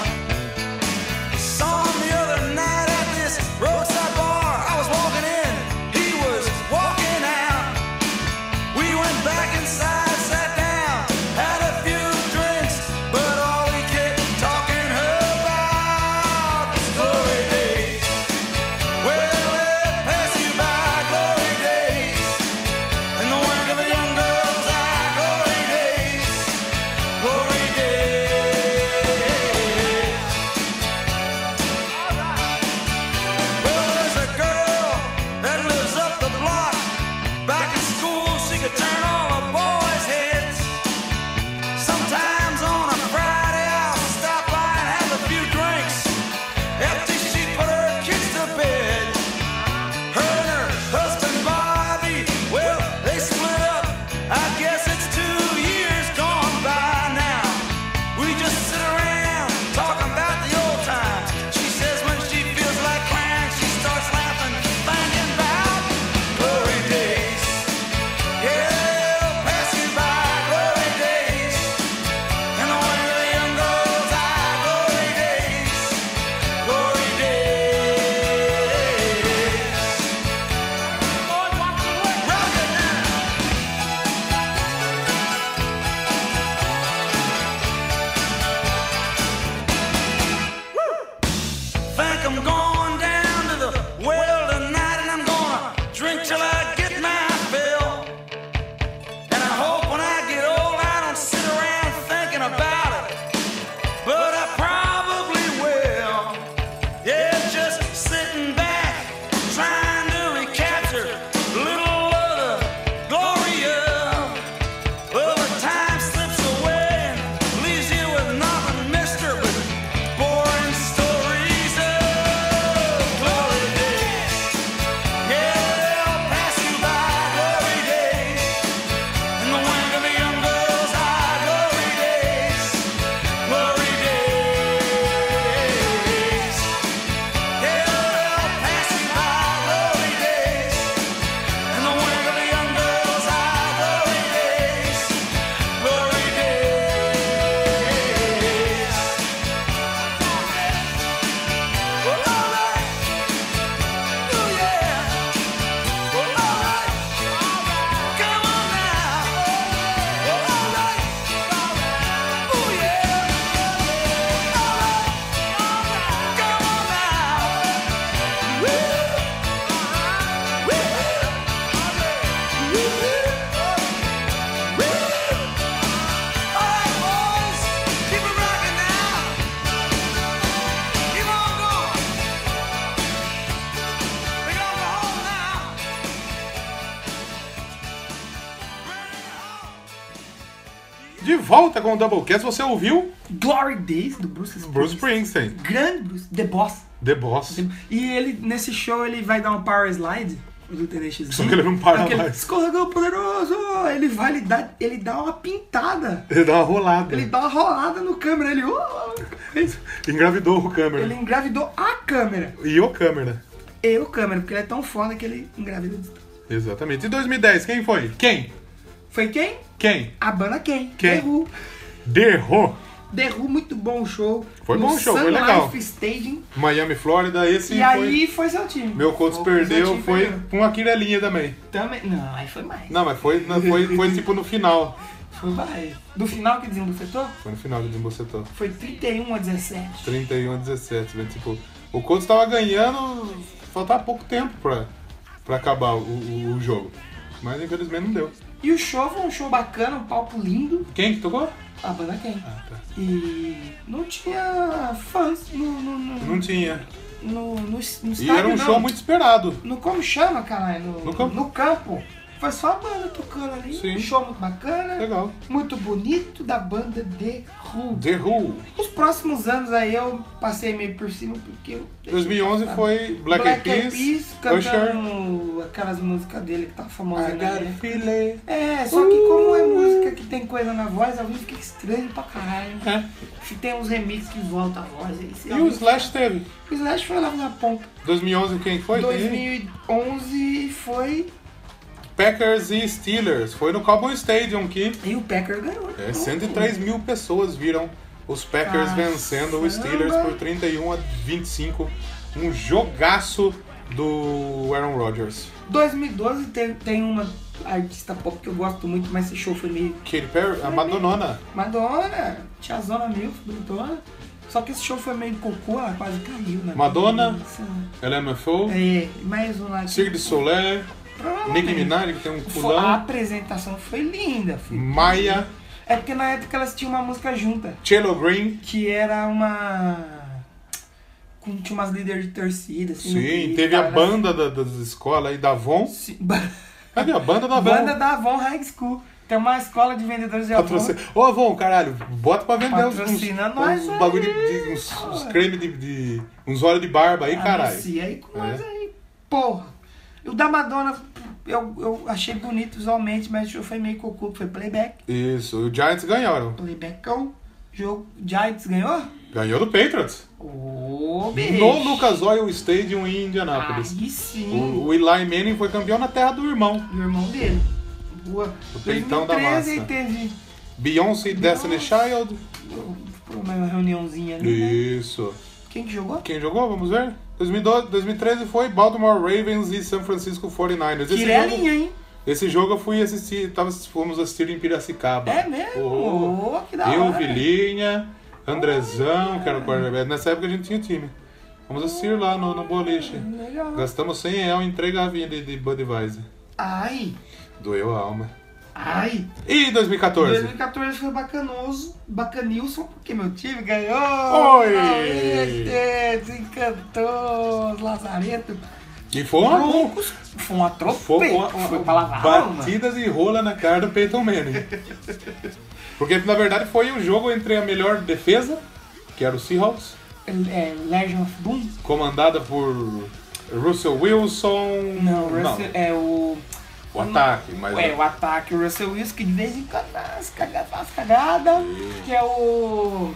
B: de volta com o Doublecast. Você ouviu
A: Glory Days do Bruce Springsteen.
B: Bruce Springsteen,
A: Grande Bruce, The Boss.
B: The Boss.
A: E ele, nesse show, ele vai dar um power slide do TNX.
B: Só que ele é um não para mais.
A: Escorregão poderoso! Ele vai, ele dá, ele dá uma pintada.
B: Ele dá uma rolada.
A: Ele dá uma rolada no câmera. Ele, "Oh!"
B: Engravidou o câmera.
A: ele engravidou a câmera.
B: E o câmera.
A: E o câmera, porque ele é tão foda que ele engravida.
B: Exatamente. E 2010, quem foi? Quem?
A: Foi quem?
B: Quem?
A: A banda quem?
B: Quem?
A: Derru.
B: Derro.
A: Derru, muito bom o show.
B: Foi
A: No
B: bom o show,
A: Sun
B: foi legal.
A: Life Staging.
B: Miami, Flórida, esse
A: e
B: foi.
A: aí foi seu time.
B: Meu Colts
A: Foi seu
B: perdeu,
A: time,
B: foi
A: perdeu.
B: com uma quirelinha também.
A: Também... Não, aí foi mais.
B: Não, mas foi, na- foi, foi tipo no final.
A: Foi mais. Do final que desembufetou,
B: Foi no final que desembocetou.
A: foi 31 a 17.
B: 31 a 17, né? Tipo, o Colts tava ganhando, faltava pouco tempo pra, pra acabar o, o- o jogo. Mas infelizmente não deu.
A: E o show foi um show bacana, um palco lindo.
B: Quem que tocou?
A: A banda quem?
B: Ah, tá.
A: E não tinha fãs no, no, no,
B: Não tinha.
A: no, no, no estádio,
B: E era um
A: não.
B: show muito esperado.
A: No como chama, caralho? No,
B: No campo.
A: campo. Foi só a banda tocando ali.
B: Sim.
A: Um show muito bacana.
B: Legal.
A: Muito bonito da banda The Who.
B: The Who.
A: Os próximos anos aí eu passei meio por cima porque eu...
B: 2011 foi Black Eyed Peas, Usher.
A: cantando aquelas músicas dele que tá famosa
B: I got
A: né?
B: a feeling.
A: É, só que como é música que tem coisa na voz, ao vivo fica estranho pra caralho. Se tem uns remixes que volta a voz aí. se
B: É. E o
A: alguém-
B: Slash teve.
A: O Slash foi lá na ponta.
B: 2011 quem foi?
A: 2011 foi...
B: Packers e Steelers. Foi no Cowboy Stadium que
A: E o Packer ganhou.
B: é, 103 mil pessoas viram os Packers
A: Caramba.
B: vencendo o Steelers por 31 a 25. Um jogaço do Aaron Rodgers.
A: 2012 tem, tem uma artista pop que eu gosto muito, mas esse show foi meio...
B: Katy Perry, a Madonna.
A: Madonna, tiazona Milf, bonitona. Só que esse show foi meio cocô, ela quase caiu, né?
B: Madonna.
A: Nossa.
B: LMFO,
A: É, mais um lá.
B: Cirque du Soleil,
A: Provavelmente.
B: Nicki Minaj, que tem um
A: Fo- Ah. A
B: culão,
A: apresentação foi linda, filho.
B: Maya,
A: É porque na época elas tinham uma música junta,
B: Cello Green.
A: que era uma. Com, tinha umas líderes de torcida, assim. no
B: Sim,
A: clipe,
B: teve a
A: cara.
B: banda da, das escolas aí da Avon.
A: Sim, ba-
B: Cadê a banda da Avon?
A: banda da Avon High School. Tem uma escola de vendedores de Avon.
B: Patrocina. Ô, Avon, caralho, bota pra vender uns, uns,
A: Patrocina nós
B: uns
A: aí,
B: bagulho de, de- uns, uns creme de, de- uns óleo de barba
A: Ah,
B: aí, caralho.
A: Anuncia aí com nós
B: É.
A: aí. Porra. E o da Madonna, eu, eu achei bonito visualmente, mas o show foi meio cocô, foi playback.
B: Isso, o Giants ganharam.
A: Playbackão. Jogo. Giants ganhou?
B: Ganhou do Patriots.
A: Ô, bicho. Ah,
B: No Lucas Oil Stadium em Indianápolis.
A: Aí sim.
B: O, o Eli Manning foi campeão na terra do irmão.
A: do irmão dele. Boa.
B: O peitão da
A: 2013
B: massa.
A: teve
B: Beyoncé e Destiny Child.
A: uma reuniãozinha ali. né?
B: Isso.
A: Quem que jogou?
B: Quem jogou? Vamos ver. 2012, 2013 foi Baltimore Ravens e San Francisco 49ers. Esse jogo,
A: Quirelinha, hein?
B: esse jogo eu fui assistir, tava, fomos assistir em Piracicaba.
A: É mesmo?
B: Oh.
A: Ô, que da
B: Eu,
A: hora.
B: Vilinha, Andrezão, que era o quarterback. Nessa época a gente tinha time. Vamos assistir lá no, no boliche.
A: Legal.
B: Gastamos 100 real em entrega à vinha de, de Budweiser.
A: Ai,
B: Doeu a alma.
A: ai.
B: E 2014?
A: 2014 foi bacanoso, bacanilson, porque meu time ganhou.
B: Oi!
A: Finalmente, Desencantou, os lazareto.
B: E foi uma, um,
A: Broncos, Foi um atropelo.
B: foi
A: Foi,
B: uma, uma-
A: pra lavar a alma.
B: batidas e rola na cara do Peyton Manning. Porque na verdade foi o jogo entre a melhor defesa, que era o Seahawks,
A: É, Legend of Boom?
B: comandada por Russell Wilson.
A: Não, Russell- é o...
B: o ataque, mas
A: É, o ataque, o Russell Wilson, que de vez em quando faz cagada, faz cagada, que é o.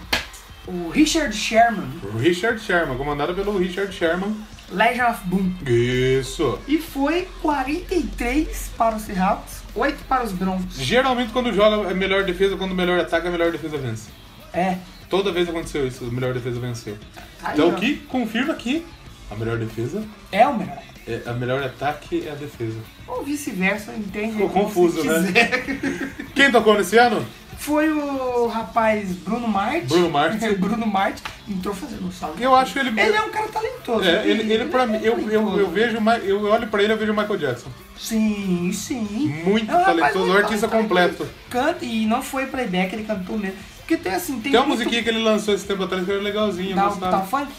A: O Richard Sherman,
B: o Richard Sherman, comandada pelo Richard Sherman.
A: Legend of Boom.
B: Isso.
A: E foi 43 para os Seahawks, 8 para os Broncos.
B: Geralmente quando joga é melhor defesa, quando melhor ataca, a melhor defesa vence.
A: É.
B: Toda vez aconteceu isso, a melhor defesa venceu.
A: Aí,
B: Então
A: ó,
B: o que confirma que a melhor defesa
A: É o melhor.
B: é a melhor ataque é a defesa.
A: Ou vice-versa, entende?
B: Ficou
A: como
B: confuso,
A: você
B: né?
A: quiser.
B: Quem tocou nesse ano?
A: Foi o rapaz Bruno Marte.
B: Bruno Marte.
A: É, Bruno Marte entrou fazendo um salve.
B: Eu acho ele
A: Ele é um cara talentoso.
B: É, ele, ele pra
A: é
B: mim, eu, eu,
A: talentoso.
B: eu vejo, mais- eu olho pra ele e vejo o Michael Jackson.
A: Sim, sim.
B: Muito
A: É um rapaz
B: talentoso,
A: muito
B: um artista
A: talentoso.
B: completo.
A: Canta, e não foi playback, ele cantou mesmo. Porque tem assim, tem,
B: Tem uma
A: muito-
B: musiquinha que ele lançou esse tempo atrás que era legalzinha,
A: Dá um
B: gostava.
A: tal funk,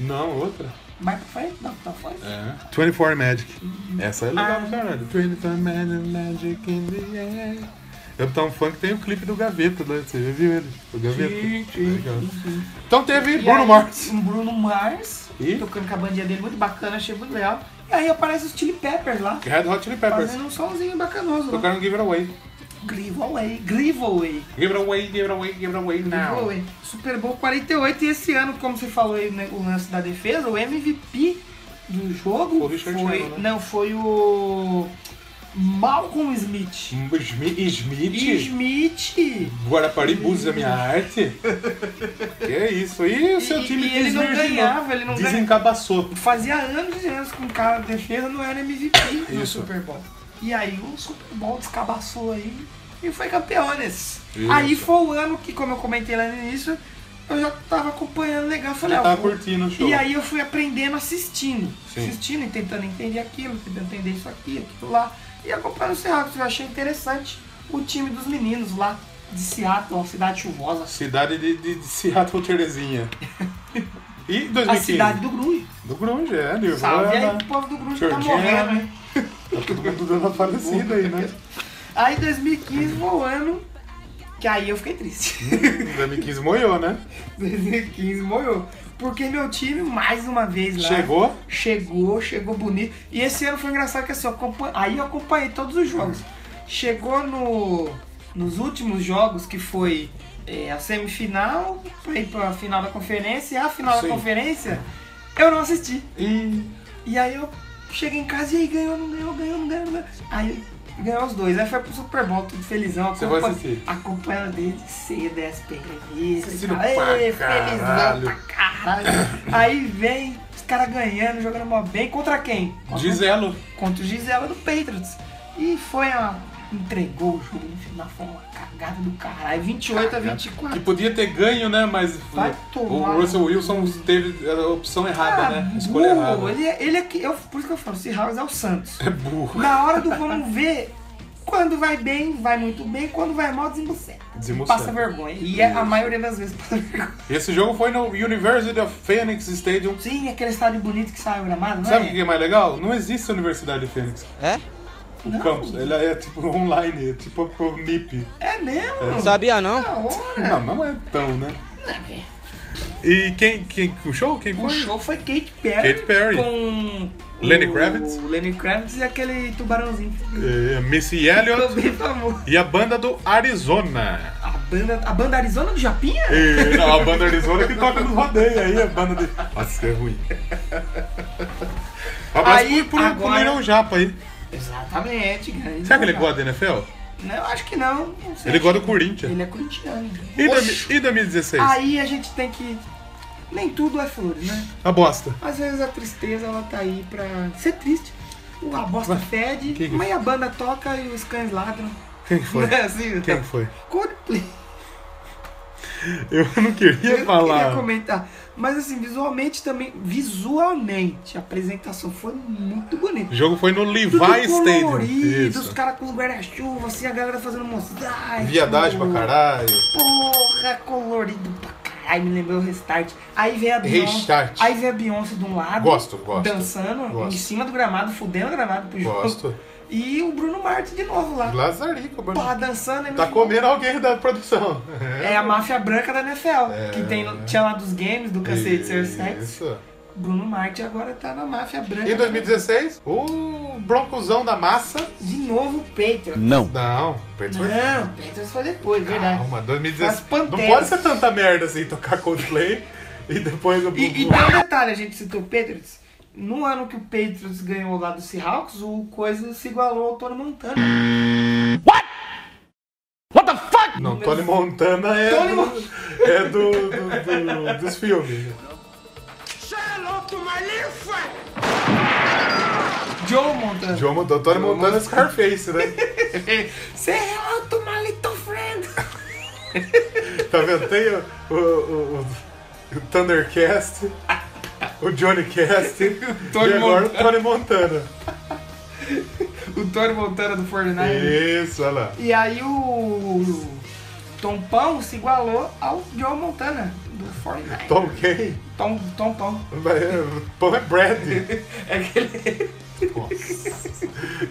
B: Não, outra.
A: mais pra frente, dá um tal funk.
B: É.
A: Ah.
B: 24 Magic. Essa é legal pra caralho. 24 Magic in the air. Uptown Funk tem o clipe do Gaveta, né? Você já viu ele? O Gaveta.
F: Sim, sim,
B: Legal.
F: sim, sim.
B: Então teve
A: E
B: Bruno
A: aí,
B: Mars.
A: Um Bruno Mars,
B: E?
A: tocando com a bandinha dele, muito bacana, achei muito legal. E aí aparece os Chili Peppers lá,
B: Red Hot Chili Peppers.
A: fazendo um solzinho bacanoso. lá.
B: Tocaram Give It Away.
A: Giveaway, giveaway.
B: Give It Away, Give It Away, Give It Away now.
A: Giveaway. Super Bowl 48 e esse ano, como você falou aí, né, o lance da defesa, o MVP do jogo
B: Foi o Richard
A: foi,
B: Sherman, né?
A: não foi o Malcolm Smith.
B: Smith,
A: E
B: Smith,
A: Smith.
B: Guaraparibusa, minha arte. que é isso. E o seu
A: E-
B: time
A: e ele não
B: desvirginou.
A: ganhava, ele não ganha-
B: Desencabaçou.
A: Fazia anos e anos que um cara de defesa não era MVP no
B: Isso.
A: Super Bowl. E aí o Super Bowl descabaçou aí e foi campeões.
B: Isso.
A: Aí foi o ano que, como eu comentei lá no início, eu já tava acompanhando legal. eu Falei,
B: Já
A: ó,
B: tava
A: vou-
B: curtindo o show.
A: E aí eu fui aprendendo assistindo.
B: Sim.
A: Assistindo e tentando entender aquilo, tentando entender isso aqui, aquilo lá. E acompanhando o Seahawks. Eu achei interessante o time dos meninos lá de Seattle, uma cidade chuvosa.
B: Cidade de, de, de Seattle, Terezinha. E 2015?
A: A cidade do Grunge.
B: do Grunge, é. Nirvana.
A: Salve aí, o povo do Grunge tá
B: Georgina.
A: morrendo, hein?
B: Tá todo mundo dando aparecida aí, né?
A: Aí 2015 foi o ano que aí eu fiquei triste.
B: 2015 moiou, né?
A: 2015 morreu. Porque meu time, mais uma vez lá.
B: Chegou.
A: Chegou, chegou bonito. E esse ano foi engraçado que assim, eu acompan- aí eu acompanhei todos os jogos. Chegou no, nos últimos jogos, que foi é, a semifinal, pra ir pra final da conferência, e a final
B: Sim.
A: da conferência, eu não assisti.
B: E
A: E aí eu cheguei em casa e aí ganhou, não ganhou, ganhou, não ganhou, não ganhou. Aí ganhou os dois. Aí foi pro Super Bowl, tudo felizão.
B: Você vai
A: acompan-
B: assistir?
A: Acompanhando desde cedo, ESPN revista. e
B: Assistindo
A: tal.
B: pra
A: Ei,
B: caralho.
A: Felizão pra caralho. aí vem os caras ganhando, jogando mó bem. Contra quem? Contra,
B: Giselo.
A: contra o Gisela do Patriots. E foi a... Entregou o jogo no final, foi uma cagada do caralho. 28 a
B: Que
A: 24.
B: podia ter ganho, né? Mas
A: Vai tomar. Ah,
B: o Russell Wilson teve a opção errada, né? A escolha
A: burro.
B: errada.
A: Ele, é- ele é que... Eu, por isso que eu falo, Seahawks é o Santos.
B: É burro.
A: Na hora do vamos ver, quando vai bem, vai muito bem, quando vai mal, desembuceta.
B: Desembuceta.
A: Passa vergonha. E é a maioria das vezes passa vergonha.
B: Esse jogo foi no University of Phoenix Stadium.
A: Sim, aquele estádio bonito que sai o gramado, não
B: Sabe o
A: é?
B: que é mais legal? Não existe a Universidade de Phoenix.
I: É?
B: O campus, ele é tipo online, é tipo o NIP.
A: É mesmo? Tá
I: Sabia não?
A: Da hora.
B: Não, não é tão, né? E quem, quem o show? Quem
A: O
B: foi?
A: show foi Kate Perry.
B: Katy Perry.
A: Com...
B: Lenny
A: o
B: Kravitz.
A: Lenny Kravitz e aquele tubarãozinho.
B: É, Missy
A: Ficou
B: Elliott
A: bem famoso.
B: e a banda do Arizona.
A: A banda, a banda Arizona do Japinha?
B: E, não, a banda Arizona que toca nos rodeios aí, a banda de. Nossa, isso é ruim. Um abraço
A: Aí,
B: pro, pro, pro
A: agora-
B: Leirão Japa aí.
A: Exatamente, cara.
B: Será que ele gosta da NFL?
A: Não, acho que não. não sei.
B: Ele gosta do Corinthians.
A: Ele é corintiano.
B: E, dois-
A: Oxe,
B: e 2016?
A: Aí a gente tem que. Nem tudo é flores, né?
B: A bosta.
A: Às vezes a tristeza ela tá aí pra ser triste. O- A bosta fede,
B: que que-
A: mas a banda toca e os cães ladram.
B: Quem foi?
A: Não é assim?
B: Quem foi?
A: Coldplay.
B: Eu não queria
A: Eu não
B: falar.
A: queria comentar. Mas assim, visualmente também, visualmente, a apresentação foi muito bonita.
B: O jogo foi no
A: Tudo
B: Levi Stadium.
A: colorido, os
B: Isso.
A: caras com os guarda-chuva, assim, a galera fazendo mostragem.
B: Viadagem pra caralho.
A: Porra, colorido pra caralho, me lembrou o Restart. Aí vem a Beyoncé.
B: Restart.
A: Aí vem a Beyoncé de um lado.
B: Gosto, gosto.
A: Dançando
B: Gosto.
A: em cima do gramado, fudendo o gramado pro jogo.
B: Gosto.
A: E o Bruno Martins de novo lá.
B: Lazarico, mano.
A: Porra, dançando. e no final-
B: Tá comendo né? alguém da produção.
A: É a máfia branca da NFL, que tem, tinha lá dos games, do cacete ser sexo.
B: É. Isso.
A: Bruno Martins agora tá na máfia branca.
B: Em 2016, o Broncosão da massa.
A: De novo o Patriots.
C: Não.
B: Não, Pedro foi.
A: Não, o Patriots foi depois, verdade.
B: Calma,
A: As
B: 2016. Não
A: Panteras.
B: pode ser tanta merda assim, tocar Coldplay e depois o.
A: E, e tem um detalhe, a gente citou o Patriots. No ano que o Patriots ganhou lá do Seahawks, o Coisa se igualou ao Tony Montana.
B: Não, Tony Montana é
A: Tony
B: do,
A: Mon-
B: é do, do- do- dos filmes.
A: Joe Montana.
B: João do Tony Montana é Scarface, né?
A: Say hello to é my little friend.
B: Tá vendo? Tem o, o, o, o- o Thundercast, o Johnny Cast
A: Tony
B: e agora o Tony Montana.
A: O Tony Montana do Fortnite.
B: Isso, olha lá.
A: É. E aí o Tom Pão se igualou ao Joe Montana do Fortnite.
B: Tom quem?
A: Tom, Tom Pão.
B: Mas é- Pão é Brad.
A: É aquele...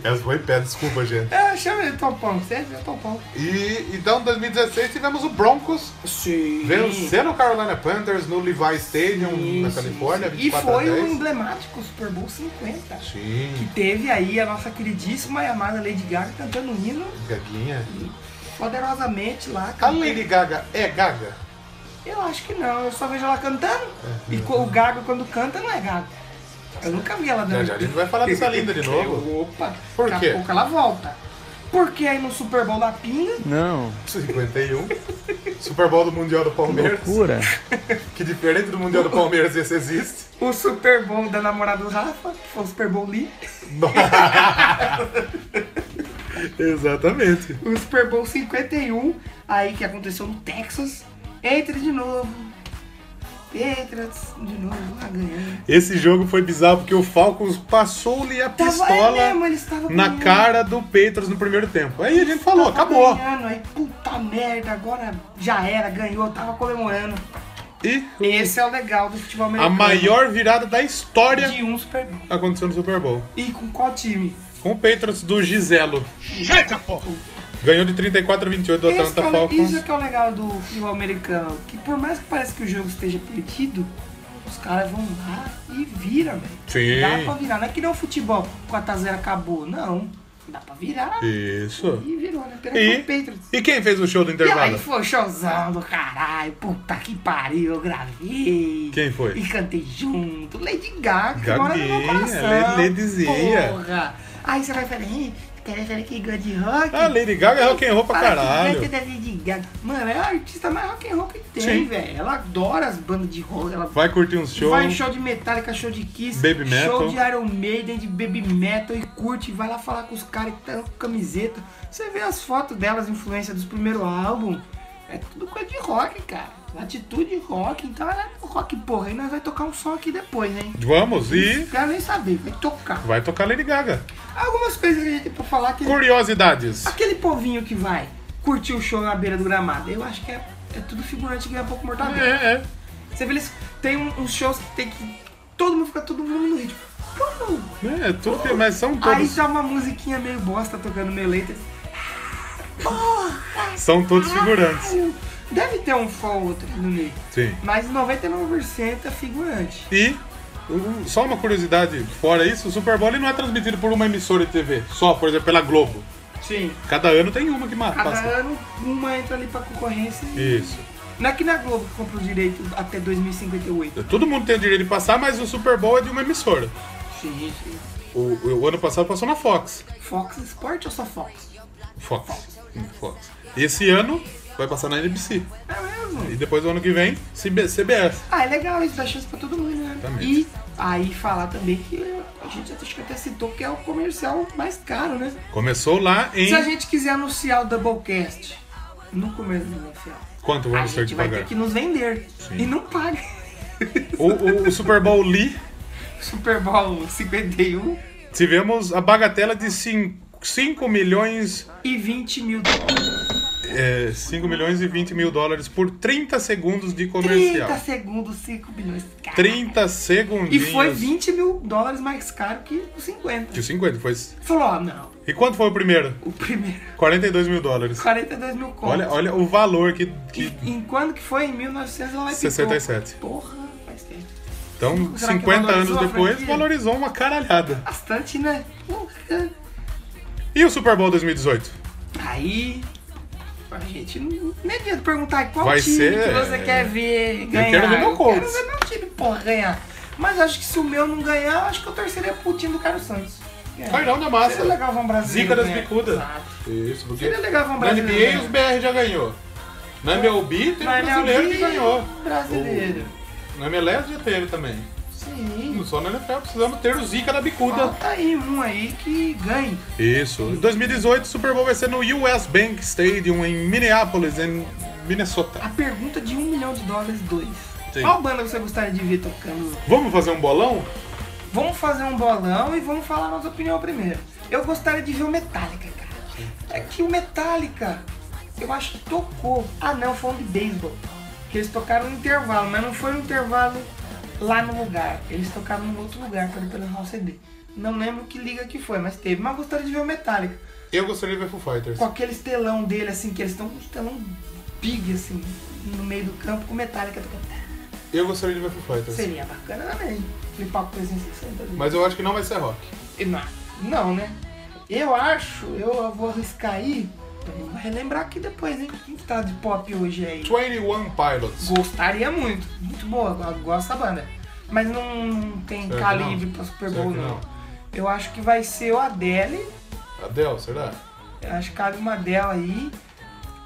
B: Essa foi em É pé, desculpa, gente.
A: É, chama ele Topão, sempre é Topão.
B: E então, em 2016, tivemos o Broncos
A: Sim.
B: vencendo o Carolina Panthers no Levi Stadium, na Califórnia,
A: E
B: 24
A: foi um
B: a
A: o
B: 10.
A: emblemático Super Bowl 50.
B: Sim,
A: Que teve aí a nossa queridíssima e amada Lady Gaga cantando um hino
B: gaguinha.
A: poderosamente lá.
B: A
A: cantando.
B: Lady Gaga é gaga?
A: Eu acho que não, eu só vejo ela cantando.
B: É.
A: E co- o gago quando canta não é gago. Eu nunca vi ela
B: Já
A: dando.
B: já a gente vai falar dessa linda de novo.
A: Opa,
B: Por
A: daqui
B: quê?
A: a pouco ela volta. Porque aí no Super Bowl da Pinga,
B: 51. Super Bowl do Mundial do Palmeiras. Loucura. Que diferente do Mundial do Palmeiras esse existe.
A: o Super Bowl da namorada do Rafa, que foi o Super Bowl Lee,
B: Exatamente.
A: o Super Bowl 51, aí que aconteceu no Texas, entra de novo. Entra de novo, lá ganhando.
B: Esse jogo foi bizarro porque o Falcons passou-lhe a
A: Tava- é
B: pistola
A: mesmo, eles estavam
B: na
A: ganhando.
B: cara do Patriots no primeiro tempo. Aí a gente falou,
A: Tava né?
B: acabou.
A: Ganhando, aí puta merda, agora já era, ganhou, tava comemorando.
B: E
A: Esse é o legal do futebol
B: a
A: americano.
B: maior virada da história
A: de um Super Bowl.
B: aconteceu no Super Bowl.
A: E com qual time?
B: Com o Patriots do Giselo.
D: Chega, porra!
B: Ganhou de 34 a 28 do
A: Esse que
B: Atlanta
A: é o- isso é
B: Falcons.
A: que é o legal do futebol americano. Que por mais que pareça que o jogo esteja perdido, os caras vão lá e viram, velho.
B: Sim.
A: Dá pra virar. Não é que nem o futebol, 4x0 acabou. Não. Dá pra virar.
B: Isso.
A: E virou, né? Pera
B: E,
A: com o Patriots.
B: e quem fez o show do
A: E aí
B: intervalo?
A: foi showzão do caralho, puta que pariu, eu gravei.
B: Quem foi?
A: E cantei junto. Lady Gaga, que mora no meu
B: Gaguinha,
A: coração.
B: Le- Ladyzinha.
A: Porra. Aí você vai falar, "Ih, quer ver que gosta de rock?
B: Ah, Lady Gaga é rock and roll pra
A: Fala que
B: caralho.
A: canta da Lady Gaga. Mano, ela é a artista mais rock and roll que tem,
B: Sim.
A: velho. Ela adora as bandas de rock. Ela
B: Vai curtir um uns shows.
A: vai em show de Metallica, show de Kiss,
B: Baby
A: show
B: metal.
A: de Iron Maiden, de Baby Metal e curte. Vai lá falar com os caras que estão com camiseta. Você vê as fotos delas, influência dos primeiros álbuns. É tudo coisa de rock, cara. Atitude rock. Então ela é rock, porra. E nós vai tocar um som aqui depois, hein?
B: Vamos e
A: Não quero nem saber, vai tocar.
B: vai tocar Lady Gaga.
A: Algumas coisas que a gente tem pra falar que.
B: Curiosidades.
A: Aquele povinho que vai curtir o show na beira do gramado, eu acho que é, é tudo figurante que ganha pouco mortadela.
B: É, é.
A: Você vê, eles tem um- uns shows que tem que. Todo mundo fica todo mundo no ritmo. Pum!
B: É, tudo tem, mas são
A: Aí
B: todos,
A: tá uma musiquinha meio bosta tocando meio letras. tá.
B: são todos figurantes.
A: Ah, Deve ter um fã ou outro no meio.
B: Sim.
A: Mas 99% é figurante.
B: E um, só uma curiosidade, fora isso, o Super Bowl ele não é transmitido por uma emissora de TV, só, por exemplo, pela Globo.
A: Sim.
B: Cada ano tem uma que ma-
A: Cada
B: passa.
A: ano uma entra ali pra concorrência. e-
B: Isso.
A: Não é que na Globo que compra o direito até 2058.
B: Todo mundo tem o direito de passar, mas o Super Bowl é de uma emissora.
A: Sim, sim.
B: O, o- o ano passado passou na Fox.
A: Fox Sport ou só Fox?
B: Fox. Hum, Fox. E esse ano vai passar na NBC.
A: É mesmo?
B: E depois, o ano que vem, CB CBS.
A: Ah, é legal isso, dá chance pra todo mundo, né?
B: Exatamente.
A: E aí falar também que a gente acho que até citou que é o comercial mais caro, né?
B: Começou lá em.
A: Se a gente quiser anunciar o Doublecast no começo do comercial,
B: Quanto
A: a
B: vamos ter
A: gente
B: que
A: vai
B: pagar?
A: ter que nos vender. E não paga.
B: O, o- o Super Bowl Lee,
A: Super Bowl 51
B: tivemos a bagatela de 5 milhões.
A: e 20 mil dólares.
B: É, 5 milhões e 20 mil dólares por 30 segundos de
A: 30
B: comercial.
A: segundos, 5 bilhões. Cara.
B: 30 segundinhos.
A: E foi 20 mil dólares mais caro que os 50.
B: De 50, foi.
A: Falou, ó, não.
B: E quanto foi o primeiro?
A: O primeiro, é
B: 42 mil dólares.
A: 42 mil conto.
B: Olha, olha o valor que. que-
A: E, em quando que foi? Em 1967.
B: 67.
A: Porra, faz tempo.
B: Então,
A: Será que
B: 50 anos
A: valorizou a
B: depois,
A: franquia?
B: valorizou uma caralhada.
A: Bastante, né? Porra.
B: E o Super Bowl 2018?
A: Aí. A gente não. Nem adianta perguntar qual
B: Vai
A: time
B: ser- é.
A: que você quer ver ganhar.
B: quero ver meu
A: quero
B: Colts.
A: ver meu time, porra, ganhar. Mas acho que se o meu não ganhar, acho que eu torceria pro time do Carlos Santos. Ganhar.
B: Carlão da
A: É. Seria
B: massa.
A: legal ver um brasileiro.
B: Zica das
A: ganhar.
B: bicudas.
A: Exato.
B: Isso, porque.
A: Seria legal ver um
B: Na
A: brasileiro. é
B: NBA os BR já ganhou. Na MLB teve um
A: ganhar. Na
B: brasileiro que
A: NBA,
B: ganhou.
A: Brasileiro.
B: Na MLS já teve também.
A: Sim.
B: Só na NFL precisamos ter o Zica da bicuda.
A: Falta aí um aí que ganhe.
B: Isso. Em 2018, o Super Bowl vai ser no US Bank Stadium em Minneapolis, em Minnesota.
A: A pergunta de um milhão de dólares, dois.
B: Sim.
A: Qual banda você gostaria de ver tocando?
B: Vamos fazer um bolão?
A: Vamos fazer um bolão e vamos falar a nossa opinião primeiro. Eu gostaria de ver o Metallica, cara. É que o Metallica, eu acho que tocou. Ah não, foi um de beisebol. Que eles tocaram no um intervalo, mas não foi no intervalo lá no lugar. Eles tocaram em outro lugar, pelo pelo Hall CD. Não lembro que liga que foi, mas teve. Mas gostaria de ver o Metallica.
B: Eu gostaria de ver Foo Fighters.
A: Com aquele telão dele, assim, que eles estão um telão big, assim, no meio do campo, com o Metallica tocando.
B: Eu gostaria de ver Foo Fighters.
A: Seria bacana também. Flipar com 360 ali.
B: é. Mas eu acho que não vai ser rock.
A: E na- Não, né? Eu acho, eu vou arriscar aí. Eu vou relembrar aqui depois, hein? Quem que tá de pop hoje aí?
B: Tipo, 21 Pilots.
A: Gostaria muito. Muito boa, eu gosto da banda. Mas não, não tem
B: Será que
A: calibre
B: não?
A: pra Super
B: Será
A: Bowl,
B: que
A: não.
B: não?
A: Eu acho que vai ser o Adele.
B: Adele, será?
A: Eu acho que cabe uma dela aí.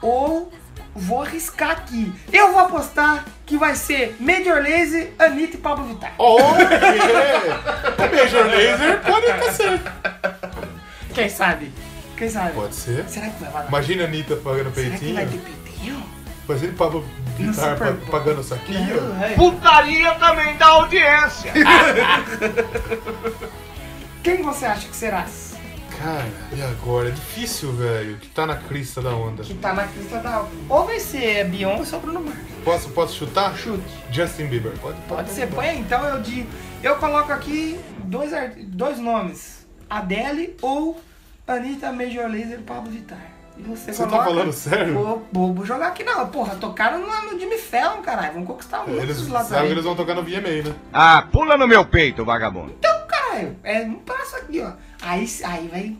A: Ou vou arriscar aqui. Eu vou apostar que vai ser Major Lazy, Anitta e Pablo Vittar.
B: Oh, yeah. o Major Laser pode tá até ser.
A: Quem sabe? Quem sabe?
B: Pode ser.
A: Será que vai lá?
B: Imagina a Anitta pagando
A: Será que
B: peitinho.
A: vai ter peitinho?
B: Imagina o Pablo Vittar
A: Super
B: pa-
A: Bowl.
B: pagando saquinho.
A: Não, é.
D: Putaria também da audiência.
A: Quem você acha que será?
B: Cara, e agora? É difícil, velho. Que tá na crista da onda.
A: Que tá na crista da alta. Ou vai ser Beyoncé ou Bruno Mars.
B: Posso, posso chutar?
A: Chute.
B: Justin Bieber. Pode,
A: Pode ser. Põe aí, então eu digo. Eu coloco aqui dois, ar- dois nomes. Adele ou Anitta Major Laser e Pablo Vittar. E você
B: Você tá
A: coloca-
B: falando sério?
A: Vou, vou- vou jogar aqui não. Porra, tocaram no, no Jimmy Fallon, caralho. Vamos conquistar
B: Eles
A: muitos lá
B: sabem que
A: também.
B: eles vão tocar no VMA, né?
E: Ah, pula no meu peito, vagabundo.
A: Então, caralho. É, não passa aqui, ó. Aí, aí vai...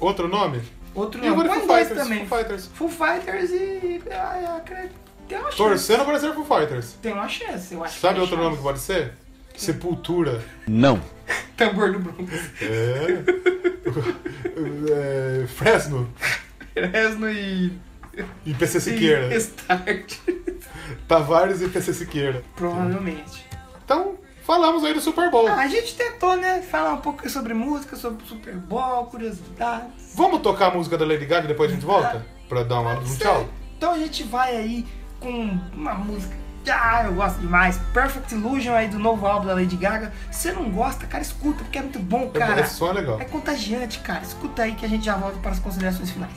B: Outro nome?
A: Outro
B: E eu vou
A: nome. Põe
B: de Foo
A: dois
B: Fighters,
A: também.
B: Foo Fighters.
A: Full Fighters e... ai, eu acredito- Tem uma chance.
B: Torcendo para ser Foo Fighters.
A: Tem uma chance, eu acho.
B: Sabe
A: que tem
B: outro
A: chance.
B: nome que pode ser? Sepultura.
A: Tambor do Bronx.
B: É. é Fresno.
A: Fresno e...
B: E PC Siqueira.
A: e Start.
B: Tavares e PC Siqueira.
A: Provavelmente.
B: Então, falamos aí do Super Bowl.
A: Ah, a gente tentou, né, falar um pouco sobre música, sobre Super Bowl, curiosidades.
B: Vamos tocar a música da Lady Gaga e depois a gente volta? Pra dar uma, um tchau?
A: Então a gente vai aí com uma música. que, Ah, eu gosto demais. Perfect Illusion aí do novo álbum da Lady Gaga. Se você não gosta, cara, escuta, porque é muito bom,
B: É-
A: cara.
B: é só legal.
A: É contagiante, cara. Escuta aí que a gente já volta para as considerações finais.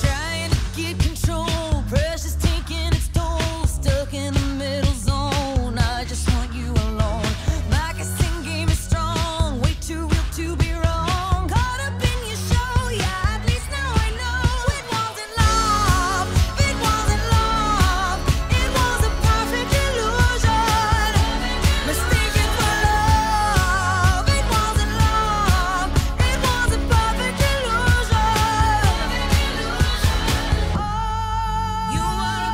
H: Trying to get control, pressure's taking its toll. Stuck in the middle zone, I just want you alone. My guessing game is strong, way too real to be wrong. Caught up in your show, yeah. At least now I know it wasn't love, it wasn't love, it was a perfect illusion. Mistaken for love, it wasn't love, it was a perfect illusion. You are a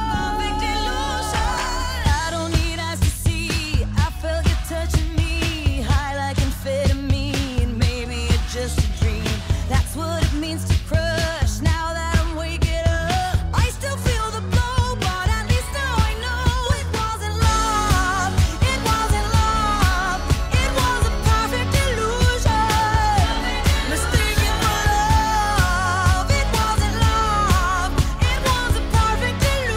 H: perfect illusion. I don't need eyes to see. I felt you touching me, high like amphetamine. Maybe it's just a dream. That's what it means to crush. Now that I'm waking up, I still feel the blow, but at least now I know it wasn't love. It wasn't love. It was a perfect illusion. Mistaken for love, it wasn't love. It was a perfect illusion. It was a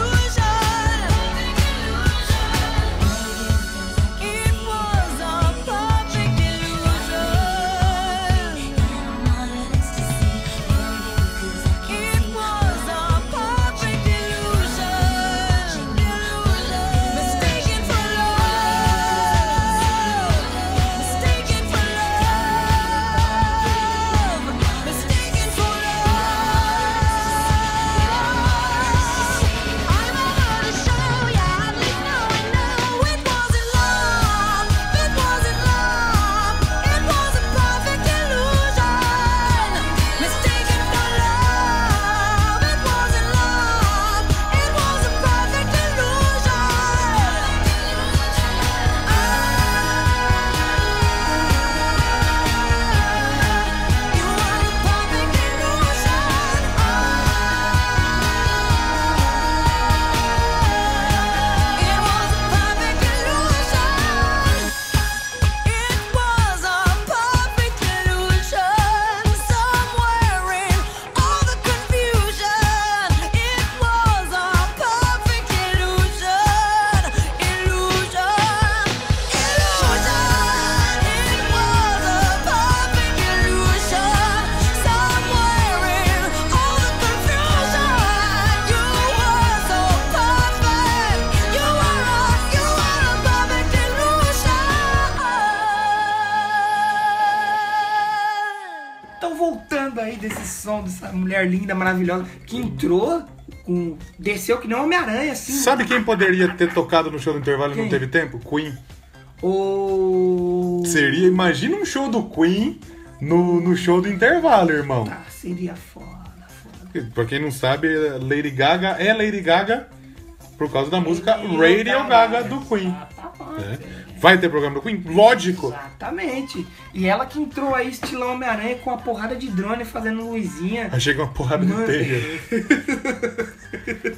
H: perfect illusion.
A: Então, atuação dessa mulher linda, maravilhosa, que entrou, com, desceu que nem um Homem-Aranha, assim.
B: Sabe quem poderia ter tocado no show do intervalo e
A: Quem?
B: não teve tempo? Queen.
A: O...
B: Seria, imagina um show do Queen no, no show do intervalo, irmão.
A: Ah, seria foda, foda.
B: Pra quem não sabe, Lady Gaga é Lady Gaga por causa da música Radio Gaga do Queen.
A: Tá
B: É?
A: Exatamente.
B: Vai ter programa do Queen? Lógico!
A: Exatamente. E ela que entrou aí, estilão Homem-Aranha, com uma porrada de drone fazendo luzinha.
B: Aí chega uma porrada de
A: Mano.
B: teia.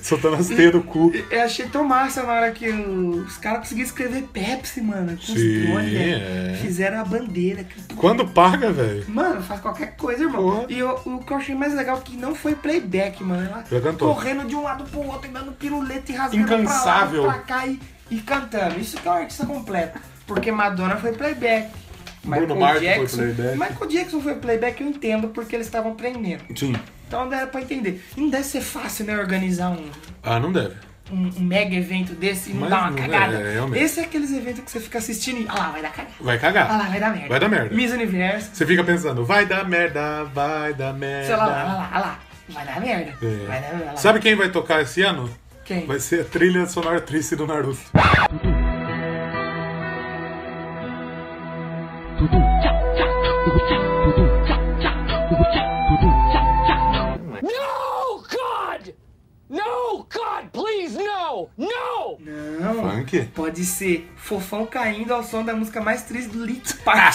B: Soltando as teias do cu.
A: Eu achei tão massa na hora que o- os caras conseguiram escrever Pepsi, mano. Com
B: Sim,
A: os drones, né?
B: é.
A: Fizeram a bandeira. que-
B: Quando paga, velho?
A: Mano, faz qualquer coisa, irmão.
B: Porra.
A: E o- o que eu achei mais legal é que não foi playback, mano. Ela
B: Já cantou.
A: correndo de um lado pro outro, e dando piruleta e rasgando
B: Incansável.
A: pra lá, pra cá e, e cantando. Isso que é uma artista completa. Porque Madonna foi playback.
B: Bruno Mars foi playback.
A: Michael Jackson foi playback, eu entendo, porque eles estavam treinando.
B: Sim.
A: Então dá pra entender. E não deve ser fácil, né, organizar um
B: Ah, não deve.
A: um, um mega evento desse e não
B: Mas
A: dá uma
B: não,
A: cagada.
B: é, realmente.
A: Esse é aqueles eventos que você fica assistindo e. Ah lá, vai dar cagada.
B: Vai
A: Ah lá,
B: cagar.
A: vai dar merda.
B: Vai dar merda.
A: Miss Universo,
B: Você fica pensando, vai dar merda, vai dar merda.
A: sei lá, lá, lá, lá, lá. Vai dar merda.
B: É.
A: Vai dar merda. lá.
B: Sabe quem vai tocar esse ano?
A: Quem?
B: Vai ser a trilha sonora triste do Naruto.
A: Não.
B: Funk?
A: Pode ser fofão caindo ao som da música mais triste do Lit Park.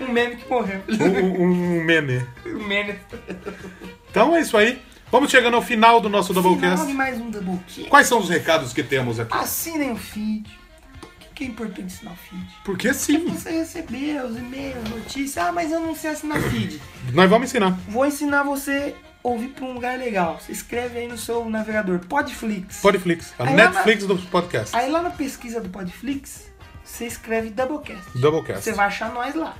A: um meme que morreu.
B: Um- um- um meme.
A: Um meme.
B: Então é isso aí. Vamos chegando ao final do nosso
A: Final de
B: Doublecast.
A: mais um Doublecast.
B: Quais são os recados que temos aqui?
A: Assinem o feed. Por que que é importante assinar o feed?
B: Porque sim,
A: Você receber os e-mails, notícias. Ah, mas eu não sei assinar feed.
B: nós vamos ensinar.
A: Vou ensinar você a ouvir pra um lugar legal. Se inscreve aí no seu navegador, Podflix.
B: Podflix, a
A: Aí
B: Netflix dos podcasts.
A: Aí lá na pesquisa do Podflix, você escreve Doublecast. Você
B: Doublecast.
A: vai achar nós lá.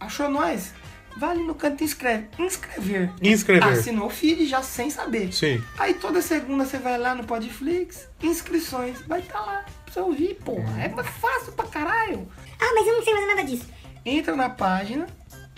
A: Achou nós? Vai ali no canto e escreve. Inscrever.
B: Inscrever.
A: Assinou o feed já sem saber.
B: Sim.
A: Aí toda segunda você vai lá no Podflix, inscrições, vai estar tá lá pra você ouvir, porra. É mais fácil pra caralho.
I: Ah, mas eu não sei fazer nada disso.
A: Entra na página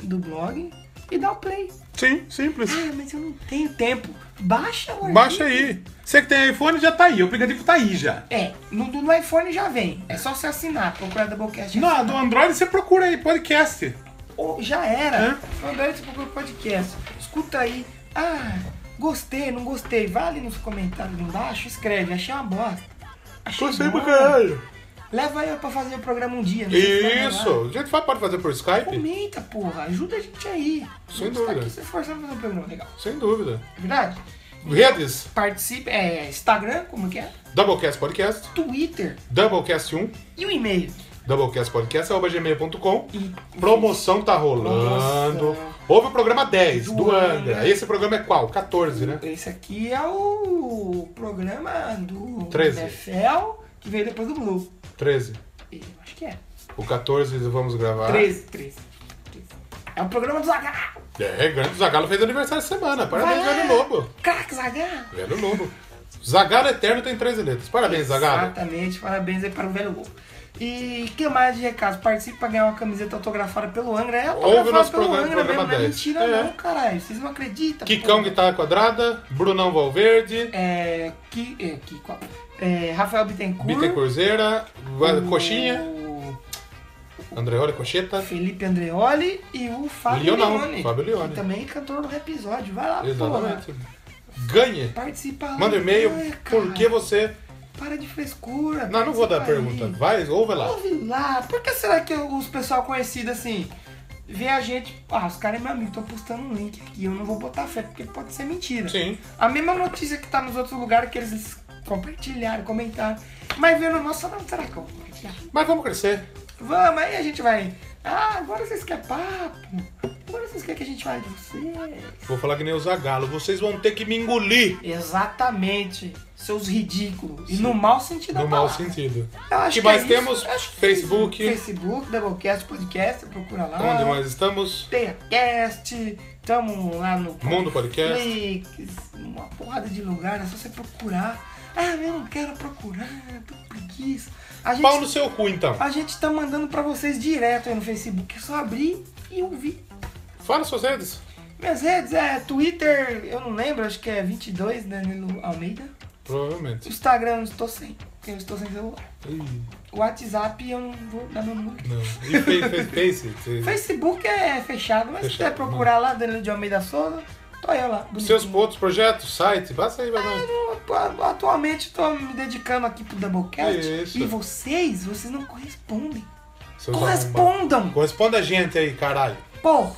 A: do blog e dá o play.
B: Sim, simples.
A: Ah, mas eu não tenho tempo. Baixa o
B: Baixa
A: arquivo.
B: aí. Você que tem iPhone já tá aí, o aplicativo tá aí já.
A: É, no, no iPhone já vem. É só você assinar, procurar Doublecast.
B: Na, do Android você procura aí, podcast.
A: Ou já era.
B: Hã?
A: No Android você procura podcast. Escuta aí. Ah, gostei, não gostei. Vale nos comentários embaixo, escreve. Achei uma bosta. Achei boa. Leva eu pra fazer o programa um dia. não sei se vai levar.
B: Isso, a gente fa- pode fazer por Skype?
A: Comenta, porra. Ajuda a gente aí.
B: Sem
A: A gente
B: dúvida.
A: Tá aqui se esforçando pra fazer um programa legal.
B: Sem dúvida.
A: É verdade?
B: Redes,
A: Participe. É, Instagram, como que é?
B: Doublecast Podcast,
A: Twitter
B: Doublecast 1,
A: e o e-mail.
B: doublecastpodcast.gmail.com
A: E
B: Promoção tá rolando.
A: Promoção.
B: Houve o programa 10 do,
A: Do
B: Angra.
A: Angra.
B: Esse programa é qual? 14, né?
A: Esse aqui é o programa do
B: 13.
A: NFL que veio depois do Blue.
B: 13.
A: Eu acho que é.
B: O 14 vamos gravar.
A: 13, 13. 13. É o programa do Zagal.
B: É, grande Zagalo fez aniversário essa semana. Parabéns,
A: Vai lá.
B: velho Lobo.
A: Crack Zagal.
B: Velho Lobo. Zagalo Eterno tem 13 letras. Parabéns, Zagalo.
A: Exatamente. Parabéns aí para o velho Lobo. E que mais de recado? Participe para ganhar uma camiseta autografada pelo Angra. É
B: Ouve o
A: autografada
B: nosso
A: pelo
B: programa,
A: Angra mesmo.
B: programa
A: Não é
B: 10.
A: mentira
B: É.
A: não, caralho. Vocês não acreditam.
B: Kikão
A: pô.
B: Guitarra Quadrada, Brunão Valverde,
A: É... Ki... É, Kiko. É, Rafael Bittencourt.
B: Bita Corzeira,
A: o
B: Coxinha, Andreoli Cocheta.
A: Felipe Andreoli e o Fábio
B: Leonão,
A: Leone.
B: Fábio Leone.
A: Que também é cantor do episódio. Vai lá,
B: Exatamente.
A: porra.
B: Ganhe.
A: Participa lá.
B: Manda um e-mail
A: É, cara,
B: porque você.
A: Para de frescura.
B: Não, não vou dar
A: participa aí.
B: pergunta. Vai, ouve lá.
A: Ouve lá. Por que será que os pessoal conhecido assim... Vê a gente, ah, os caras é meu amigo, tô postando um link aqui, eu não vou botar fé, porque pode ser mentira.
B: Sim.
A: A mesma notícia que tá nos outros lugares que eles compartilharam, comentaram. Mas vendo o nosso, não, será que eu vou compartilhar?
B: Mas vamos crescer.
A: Vamos, aí a gente vai. Ah, agora vocês querem papo. Agora vocês querem que a gente fale de vocês.
B: Vou falar que nem o Zagalo, vocês vão ter que me engolir.
A: Exatamente. Seus ridículos. E no mau sentido da
B: No mau
A: palavra.
B: sentido.
A: Eu acho
B: Que mais
A: é
B: temos?
A: isso. Eu acho que
B: Facebook.
A: é isso. Facebook, Doublecast Podcast, procura lá.
B: Onde nós estamos?
A: Teacast, tamo lá no
B: Mundo Podcast.
A: Netflix, uma porrada de lugar, é só você procurar. Ah, eu não quero procurar, tô com preguiça. A gente
B: Pau no seu cu, então.
A: A gente tá mandando pra vocês direto aí no Facebook. É só abrir e ouvir.
B: Fala suas redes.
A: Minhas redes é Twitter, eu não lembro, acho que é 22 Danilo Almeida.
B: Provavelmente.
A: Instagram eu estou sem, porque eu estou sem celular. WhatsApp eu não vou dar meu número.
B: Não. E Face, Face, Face? você-
A: Facebook é fechado, mas se
B: Fechado, né?
A: quiser procurar lá Danilo de Almeida Souza, tô eu lá. bonitinho.
B: Seus outros projetos, site, passa aí, vai um-
A: Eu
B: lá.
A: não- atu- Atualmente eu tô me dedicando aqui pro Doublecast.
B: Isso.
A: E vocês, vocês não correspondem.
B: Seus arrombados.
A: Correspondam!
B: Corresponda a gente aí, caralho.
A: Porra!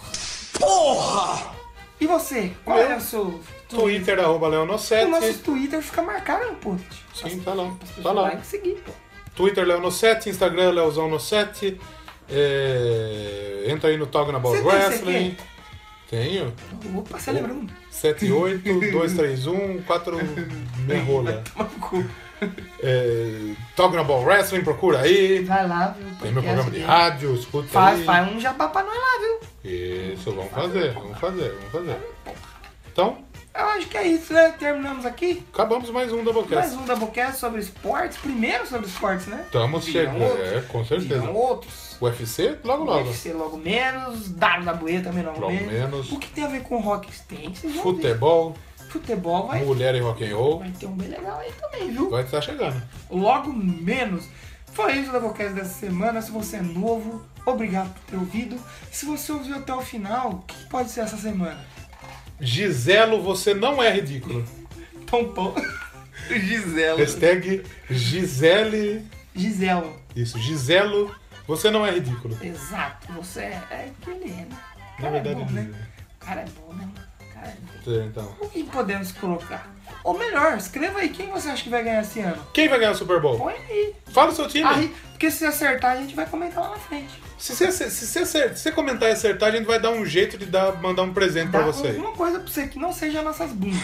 A: Porra! E você, qual é o seu
B: Twitter, arroba
A: O nosso
B: Leonossete.
A: Twitter fica marcado no post.
B: Sim, tá lá. Tá
A: Vai
B: lá.
A: que seguir, pô.
B: Twitter Leonossete, Instagram Leozão no 7. É... Entra aí no Talk na Ball
A: Você tem
B: Wrestling. Tenho.
A: Opa, você lembra um?
B: 78 231 4 me um, rola. É... Talk na Ball Wrestling, procura aí.
A: Vai lá, viu?
B: Tem
A: podcast
B: meu programa de
A: dele.
B: rádio, escuta
A: Faz,
B: aí.
A: faz um jabá pra nós lá, viu?
B: Isso, vamos fazer, vamos fazer, vamos fazer. Então,
A: Eu acho que é isso, né? Terminamos aqui.
B: acabamos mais um
A: Mais
B: Doublecast.
A: um Doublecast sobre esportes. Primeiro sobre esportes, né?
B: Estamos
A: Virão
B: chegando,
A: outros.
B: é, com certeza.
A: Virão outros.
B: UFC, logo logo.
A: UFC logo menos, WWE também logo,
B: Logo
A: menos.
B: menos.
A: O que tem a ver com rock tem? Vocês vão ver.
B: Futebol,
A: Futebol vai,
B: mulher e rock and roll.
A: vai ter um bem legal aí também, viu?
B: Vai estar chegando.
A: logo menos. Foi isso o Doublecast dessa semana. Se você é novo, obrigado por ter ouvido. Se você ouviu até o final, o que pode ser essa semana?
B: Giselo, você não é ridículo.
A: Pompom.
J: Gisela.
B: Hashtag Gisele.
A: Giselo.
B: Isso, Giselo, você não é ridículo.
A: Exato. Você é, é aquele, né? O
B: Na
A: cara é
B: verdade,
A: bom, né?
B: é.
A: O cara é bom, né? O cara é bom.
B: Então,
A: O que podemos colocar? Ou melhor, escreva aí quem você acha que vai ganhar esse ano.
B: quem vai ganhar o Super Bowl?
A: Põe aí.
B: Fala o seu time.
A: aí porque se acertar, a gente vai comentar lá na frente.
B: Se você, se, você acer- se você comentar e acertar, a gente vai dar um jeito de dar, mandar um presente pra
A: Dá
B: você. aí.
A: alguma coisa pra você que não seja nossas bundas.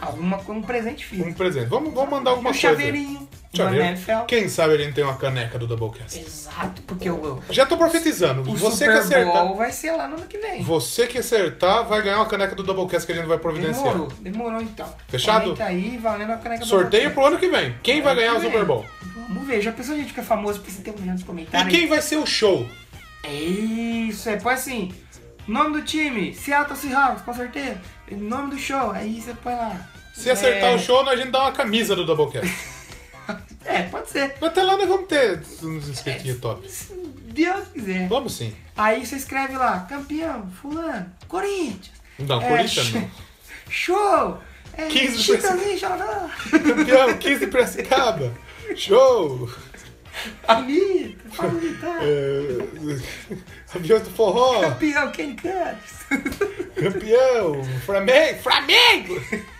A: Alguma coisa, um presente
B: Um
A: físico.
B: presente. Vamos, vamos mandar
A: Um
B: alguma coisa. Um
A: chaveirinho. Da
B: Chaveiro.
A: NFL.
B: Quem sabe ele não tem uma caneca do Doublecast.
A: Exato, porque o,
B: Já tô profetizando.
A: o
B: Você que
A: Super
B: acertar.
A: Bowl vai ser lá no ano que vem.
B: Você que acertar vai ganhar uma caneca do Doublecast que a gente vai providenciar.
A: Demorou, demorou então.
B: Fechado?
A: Comenta aí, valendo a caneca do
B: Sorteio
A: Boteco.
B: pro ano que vem. Quem vai
A: Ano que
B: ganhar o
A: vem.
B: Super Bowl?
A: Vamos ver, já pensou a gente ficar famoso por você ter um milhão de
B: E
A: comentários?
B: quem vai ser o show?
A: É Isso, é, põe assim, nome do time, Seattle Seahawks, com certeza. Nome do show, aí você põe lá.
B: Se acertar
A: É.
B: o show, a gente dá uma camisa do Doublecast.
A: É, pode ser,
B: Mas até lá nós vamos ter uns
A: É.
B: espetinhos top.
A: se Deus quiser.
B: Vamos sim.
A: Aí você escreve lá, campeão, fulano, Corinthians.
B: Não,
A: É,
B: Corinthians
A: sh-
B: não.
A: Show! É,
B: 15
A: Chitãozinho, chororó.
B: Campeão, 15 Piracicaba. Show!
A: Anitta, Paulo Vittar,
B: É... Aviões do forró.
A: campeão Kenny Cubs.
B: Campeão. Flamengo. Flamengo!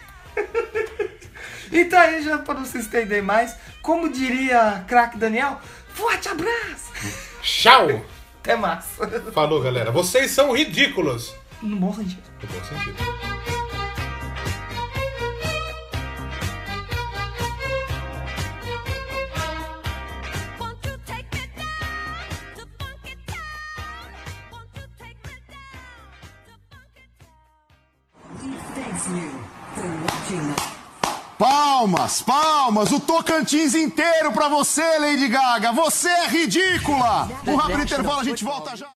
A: Então aí, já para não se estender mais, como diria craque Daniel, forte abraço!
B: Tchau!
A: Até massa.
B: Falou, galera. Vocês são ridículos.
A: Não morra, gente.
B: No bom sentido.
H: Won't you take me down to Funky Town? Won't you take me down to Funky Town?
K: Palmas, palmas, o Tocantins inteiro pra você, Lady Gaga. Você é ridícula. Vamos rápido intervalo, a gente volta já.